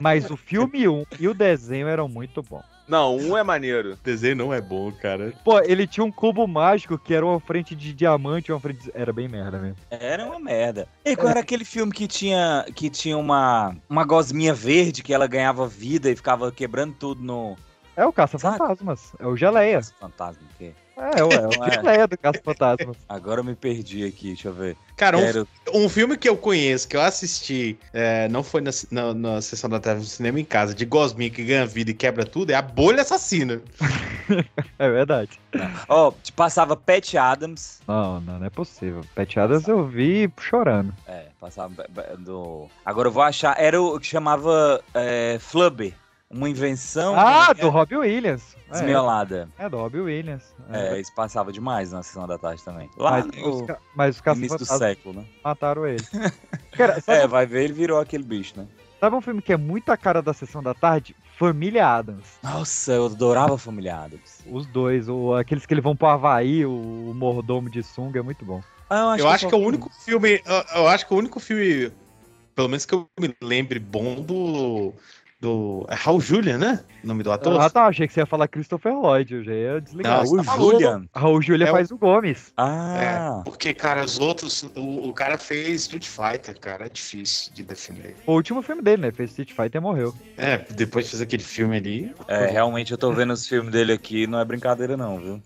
Speaker 6: Mas o filme 1 um e o desenho eram muito bons.
Speaker 2: Não, um é maneiro.
Speaker 4: desenho não é bom, cara.
Speaker 6: Pô, ele tinha um cubo mágico que era uma frente de diamante, uma frente de... Era bem merda mesmo.
Speaker 1: Era uma merda. E qual era aquele filme que tinha, que tinha uma, uma gosminha verde que ela ganhava vida e ficava quebrando tudo no.
Speaker 6: É o Caça-Fantasmas. É o Geleia.
Speaker 1: Fantasma, o quê?
Speaker 6: É, ué, <laughs> é o
Speaker 1: É.
Speaker 6: Geleia do Caça-Fantasmas.
Speaker 1: Agora eu me perdi aqui, deixa eu ver.
Speaker 4: Cara, um,
Speaker 1: Quero-
Speaker 4: um filme que eu conheço, que eu assisti, é, não foi na, na- na sessão da tarde do cinema em casa, de Gosminha que ganha vida e quebra tudo, é a bolha assassina.
Speaker 6: É verdade.
Speaker 1: Ó, te passava Pat Adams.
Speaker 6: Não, não, não é possível. Peteadas eu vi chorando.
Speaker 1: É, passava ba- ba- do. Agora eu vou achar. Era o que chamava é, Flubber. Uma invenção.
Speaker 6: ah,
Speaker 1: né?
Speaker 6: do Robbie Williams. É.
Speaker 1: Desmiolada.
Speaker 6: É, do Robbie Williams.
Speaker 1: É, isso passava demais na sessão da tarde também. Lá
Speaker 6: mas, os,
Speaker 1: no
Speaker 6: ca- mas os
Speaker 1: início do
Speaker 6: caça-fantasmas
Speaker 1: século, né?
Speaker 6: mataram ele. <laughs>
Speaker 1: É, vai ver, ele virou aquele bicho, né?
Speaker 6: Sabe um filme que é muito a cara da sessão da tarde? Família Adams.
Speaker 1: Nossa, eu adorava a família Adams.
Speaker 6: Os dois, ou aqueles que eles vão pro Havaí, o, o mordomo de sunga, é muito bom.
Speaker 1: Ah,
Speaker 4: eu acho que é o único filme. Eu, eu acho que é o único filme, pelo menos que eu me lembre, bom do. do é Raul Julia, né? O nome do ator?
Speaker 6: Ah, tá, achei que você ia falar Christopher Lloyd, eu já ia desligar.
Speaker 4: Não, Raul Julia.
Speaker 6: Raul Julia
Speaker 4: É o-
Speaker 6: faz o Gomes.
Speaker 4: tá.
Speaker 1: Ah.
Speaker 15: Porque, cara, os outros. O, o cara fez Street Fighter, cara. É difícil de defender.
Speaker 6: Foi o último filme dele, né? Fez Street Fighter e morreu.
Speaker 4: É, depois fez aquele filme ali.
Speaker 1: É, realmente eu tô vendo os filmes dele aqui, não é brincadeira, não, viu?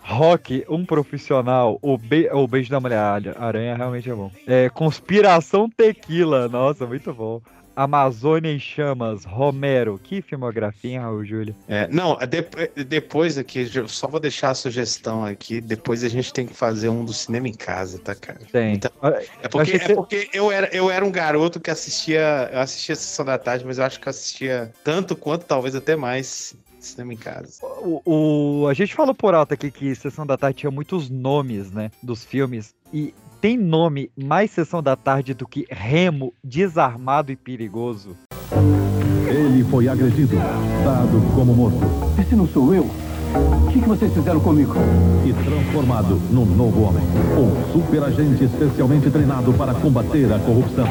Speaker 6: Rock, um profissional, o, be... o beijo da mulher aranha realmente é bom. É, Conspiração Tequila, nossa, muito bom. Amazônia em Chamas, Romero, que filmografia, hein, Raul Júlia.
Speaker 4: É, não, de- depois aqui, eu só vou deixar a sugestão aqui. Depois a gente tem que fazer um do cinema em casa, tá, cara?
Speaker 6: Tem.
Speaker 4: É porque,
Speaker 6: Acho que
Speaker 4: é porque eu, era, eu era um garoto que assistia. Eu assistia a sessão da tarde, mas eu acho que eu assistia tanto quanto, talvez até mais, cinema em casa.
Speaker 6: O, o- a gente falou por alto aqui que Sessão da Tarde tinha muitos nomes, né? Dos filmes. E tem nome mais Sessão da Tarde do que Remo, Desarmado e Perigoso.
Speaker 13: Ele foi agredido, dado como morto. Esse não sou eu. O que, vocês fizeram comigo? E transformado num novo homem. Um super agente especialmente treinado para combater a corrupção.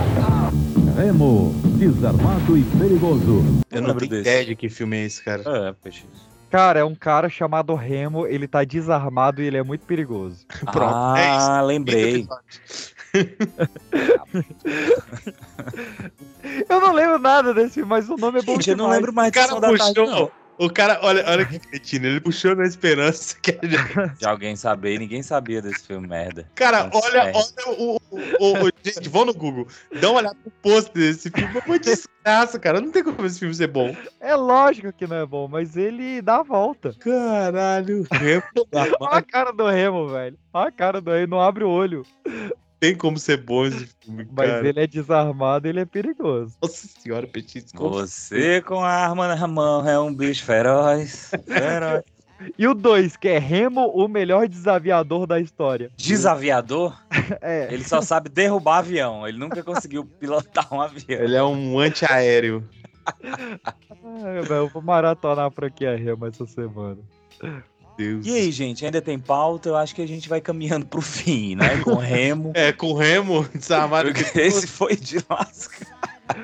Speaker 13: Remo, desarmado e perigoso.
Speaker 4: Eu não tenho ideia de que filme é esse, cara.
Speaker 1: É, peixe.
Speaker 4: <laughs>
Speaker 6: Cara, é um cara chamado Remo, ele tá desarmado e ele é muito perigoso.
Speaker 1: Pronto, é isso. Ah,
Speaker 4: <laughs>
Speaker 1: lembrei.
Speaker 6: Eu não lembro nada desse filme, mas o nome é bom
Speaker 1: Gente, eu não
Speaker 6: demais.
Speaker 1: lembro mais
Speaker 4: O cara puxou. O cara, olha, olha que cretino, ele puxou na esperança. Que...
Speaker 1: De alguém saber, ninguém sabia desse filme, merda.
Speaker 4: Cara,
Speaker 1: Nossa,
Speaker 4: olha,
Speaker 1: merda.
Speaker 4: olha o, o, o- o- Gente, vão no Google. Dá uma olhada pro post desse filme. É uma desgraça, cara. Não tem como esse filme ser bom.
Speaker 6: É lógico que não é bom, mas ele dá a volta.
Speaker 4: Caralho,
Speaker 6: Olha a cara do Remo, velho. Olha a cara do Remo, não abre o olho.
Speaker 4: Tem como ser bom esse filme,
Speaker 6: Mas
Speaker 4: cara.
Speaker 6: ele é desarmado e ele é perigoso.
Speaker 4: Nossa senhora, Petisco.
Speaker 1: Você com a arma na mão é um bicho feroz. feroz.
Speaker 6: E o 2, que é Remo, o melhor desaviador da história.
Speaker 1: Desaviador?
Speaker 6: É.
Speaker 1: Ele só sabe derrubar avião. Ele nunca conseguiu pilotar um avião.
Speaker 4: Ele é um antiaéreo.
Speaker 6: Ai, é, velho, eu vou maratonar pra aqui a Remo essa semana.
Speaker 4: Deus.
Speaker 1: E aí, gente, ainda tem pauta? Eu acho que a gente vai caminhando pro fim, né? Com remo.
Speaker 4: É, com remo, desarmado.
Speaker 1: Porque esse foi de lasca.
Speaker 4: <laughs>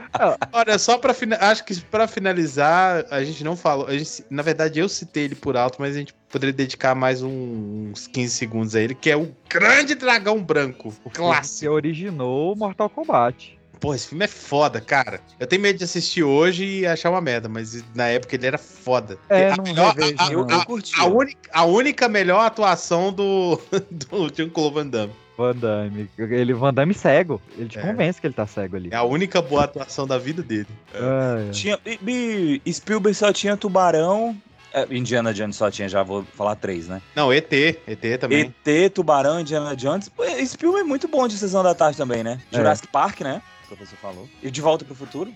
Speaker 4: Olha, só pra fina- acho que pra finalizar, a gente não falou. a gente- na verdade, eu citei ele por alto, mas a gente poderia dedicar mais um- uns 15 segundos a ele, que é o Grande Dragão Branco. O clássico.
Speaker 6: Que originou o Mortal Kombat.
Speaker 4: Pô, esse filme é foda, cara. Eu tenho medo de assistir hoje e achar uma merda, mas na época ele era foda.
Speaker 6: É,
Speaker 4: a,
Speaker 6: não
Speaker 4: melhor-
Speaker 6: revejo,
Speaker 4: a- a-
Speaker 6: não.
Speaker 4: a-
Speaker 6: Eu curti.
Speaker 4: a única, a única melhor atuação do, <laughs> do Jean-Claude Van Damme.
Speaker 6: Van Damme. Ele, Van Damme cego. Ele te convence que ele tá cego ali. É,
Speaker 4: É a única boa atuação da vida dele.
Speaker 6: Ai,
Speaker 1: É. Tinha, e- e Spielberg só tinha tubarão. É, Indiana Jones só tinha, já vou falar três, né?
Speaker 4: Não, ET. ET também.
Speaker 1: ET, Tubarão, Indiana Jones. Pô, Esse filme é muito bom de Sessão da Tarde também, né?
Speaker 6: É.
Speaker 1: Jurassic Park, né? O professor falou. E De Volta pro Futuro.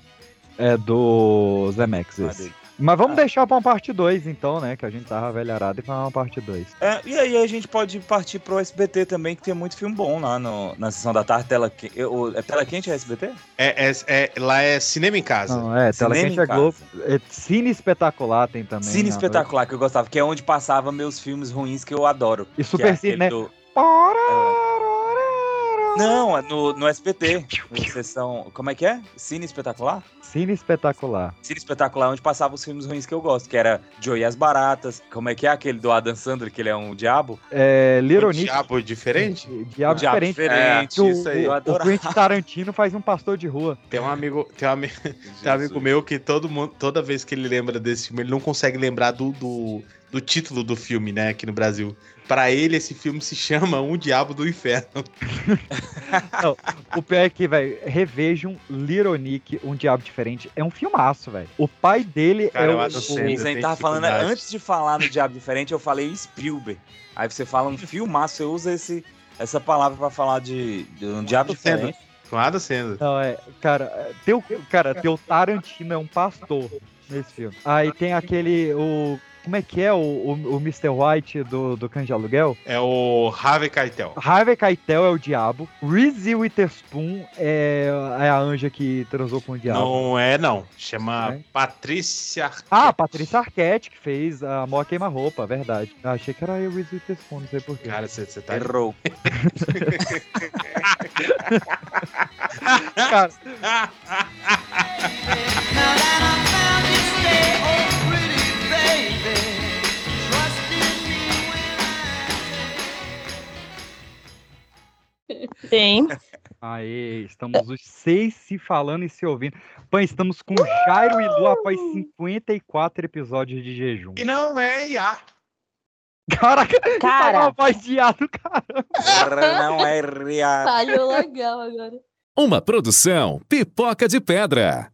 Speaker 6: É do Zemex esse.
Speaker 1: Ah,
Speaker 6: Mas vamos deixar pra uma parte 2, então, né? Que a gente tava velharado e pra uma parte 2.
Speaker 1: É, e aí a gente pode partir pro SBT também, que tem muito filme bom lá no- na sessão da tarde. Tela, que, eu- é tela quente é SBT?
Speaker 4: É, é, é- lá é cinema em casa.
Speaker 6: Não, é, tela
Speaker 1: Cinema
Speaker 6: quente
Speaker 1: em
Speaker 6: é Globo. É, cine espetacular tem também.
Speaker 1: Cine
Speaker 6: né?
Speaker 1: espetacular que eu gostava, que é onde passava meus filmes ruins que eu adoro.
Speaker 6: E
Speaker 1: que
Speaker 6: Super
Speaker 1: é
Speaker 6: Cine,
Speaker 1: aquele
Speaker 6: né?
Speaker 1: do-
Speaker 6: Para!
Speaker 1: Não, é no, no SBT. na Sessão. Como é que é? Cine espetacular?
Speaker 6: Cine espetacular.
Speaker 1: Cine espetacular é onde passava os filmes ruins que eu gosto, que era Joe e as Baratas. Como é que é aquele do Adam Sandler, que ele é um diabo?
Speaker 6: É, Little Nick.
Speaker 4: Diabo diferente?
Speaker 6: Diabo
Speaker 1: Diabo
Speaker 6: diferente.
Speaker 1: diferente,
Speaker 6: Que o-
Speaker 1: isso aí, eu
Speaker 6: o- O
Speaker 1: adorava.
Speaker 6: Quentin Tarantino faz um pastor de rua.
Speaker 4: Tem um amigo, tem um, ami- tem um amigo meu que todo mundo, toda vez que ele lembra desse filme, ele não consegue lembrar do, do, do título do filme, né, aqui no Brasil. Pra ele, esse filme se chama Um Diabo do Inferno.
Speaker 6: Não, o pior é que, velho, revejam Little Nick, Um Diabo Diferente. É um filmaço, velho. O pai dele
Speaker 1: Cara,
Speaker 6: é
Speaker 1: eu
Speaker 6: o...
Speaker 1: acho
Speaker 6: o-
Speaker 1: Você tava falando, né, antes de falar no Diabo Diferente, eu falei Spielberg. Aí você fala um filmaço, você usa esse, essa palavra pra falar de, de um
Speaker 4: Tá
Speaker 1: Diabo Diferente.
Speaker 4: Com Adam Sandler.
Speaker 6: Não, é, cara, é, teu, cara, teu Tarantino é um pastor nesse filme. Aí tem aquele, o... Como é que é o, o, o Mr. White do, do Cães de Aluguel?
Speaker 4: É o Harvey Keitel.
Speaker 6: Harvey Keitel é o diabo. Reese Witherspoon é, é a anja que transou com o diabo.
Speaker 4: Não é, não. Chama Patrícia
Speaker 6: Ah, Patrícia Arquette, que fez a Mó Queima-Roupa, verdade. Eu achei que era eu, Reese Witherspoon, não sei porquê.
Speaker 4: Cara, você tá...
Speaker 1: Errou.
Speaker 6: Cara,
Speaker 4: Ah,
Speaker 7: Sim.
Speaker 6: Aê, estamos os seis se falando e se ouvindo. Pan, estamos com Jairo e Lu após 54 episódios de jejum.
Speaker 4: E não é IA.
Speaker 6: Caraca,
Speaker 5: Cara.
Speaker 6: tá uma voz de ar do
Speaker 1: caramba. Não é real.
Speaker 3: Falhou legal agora.
Speaker 19: Uma produção pipoca de pedra.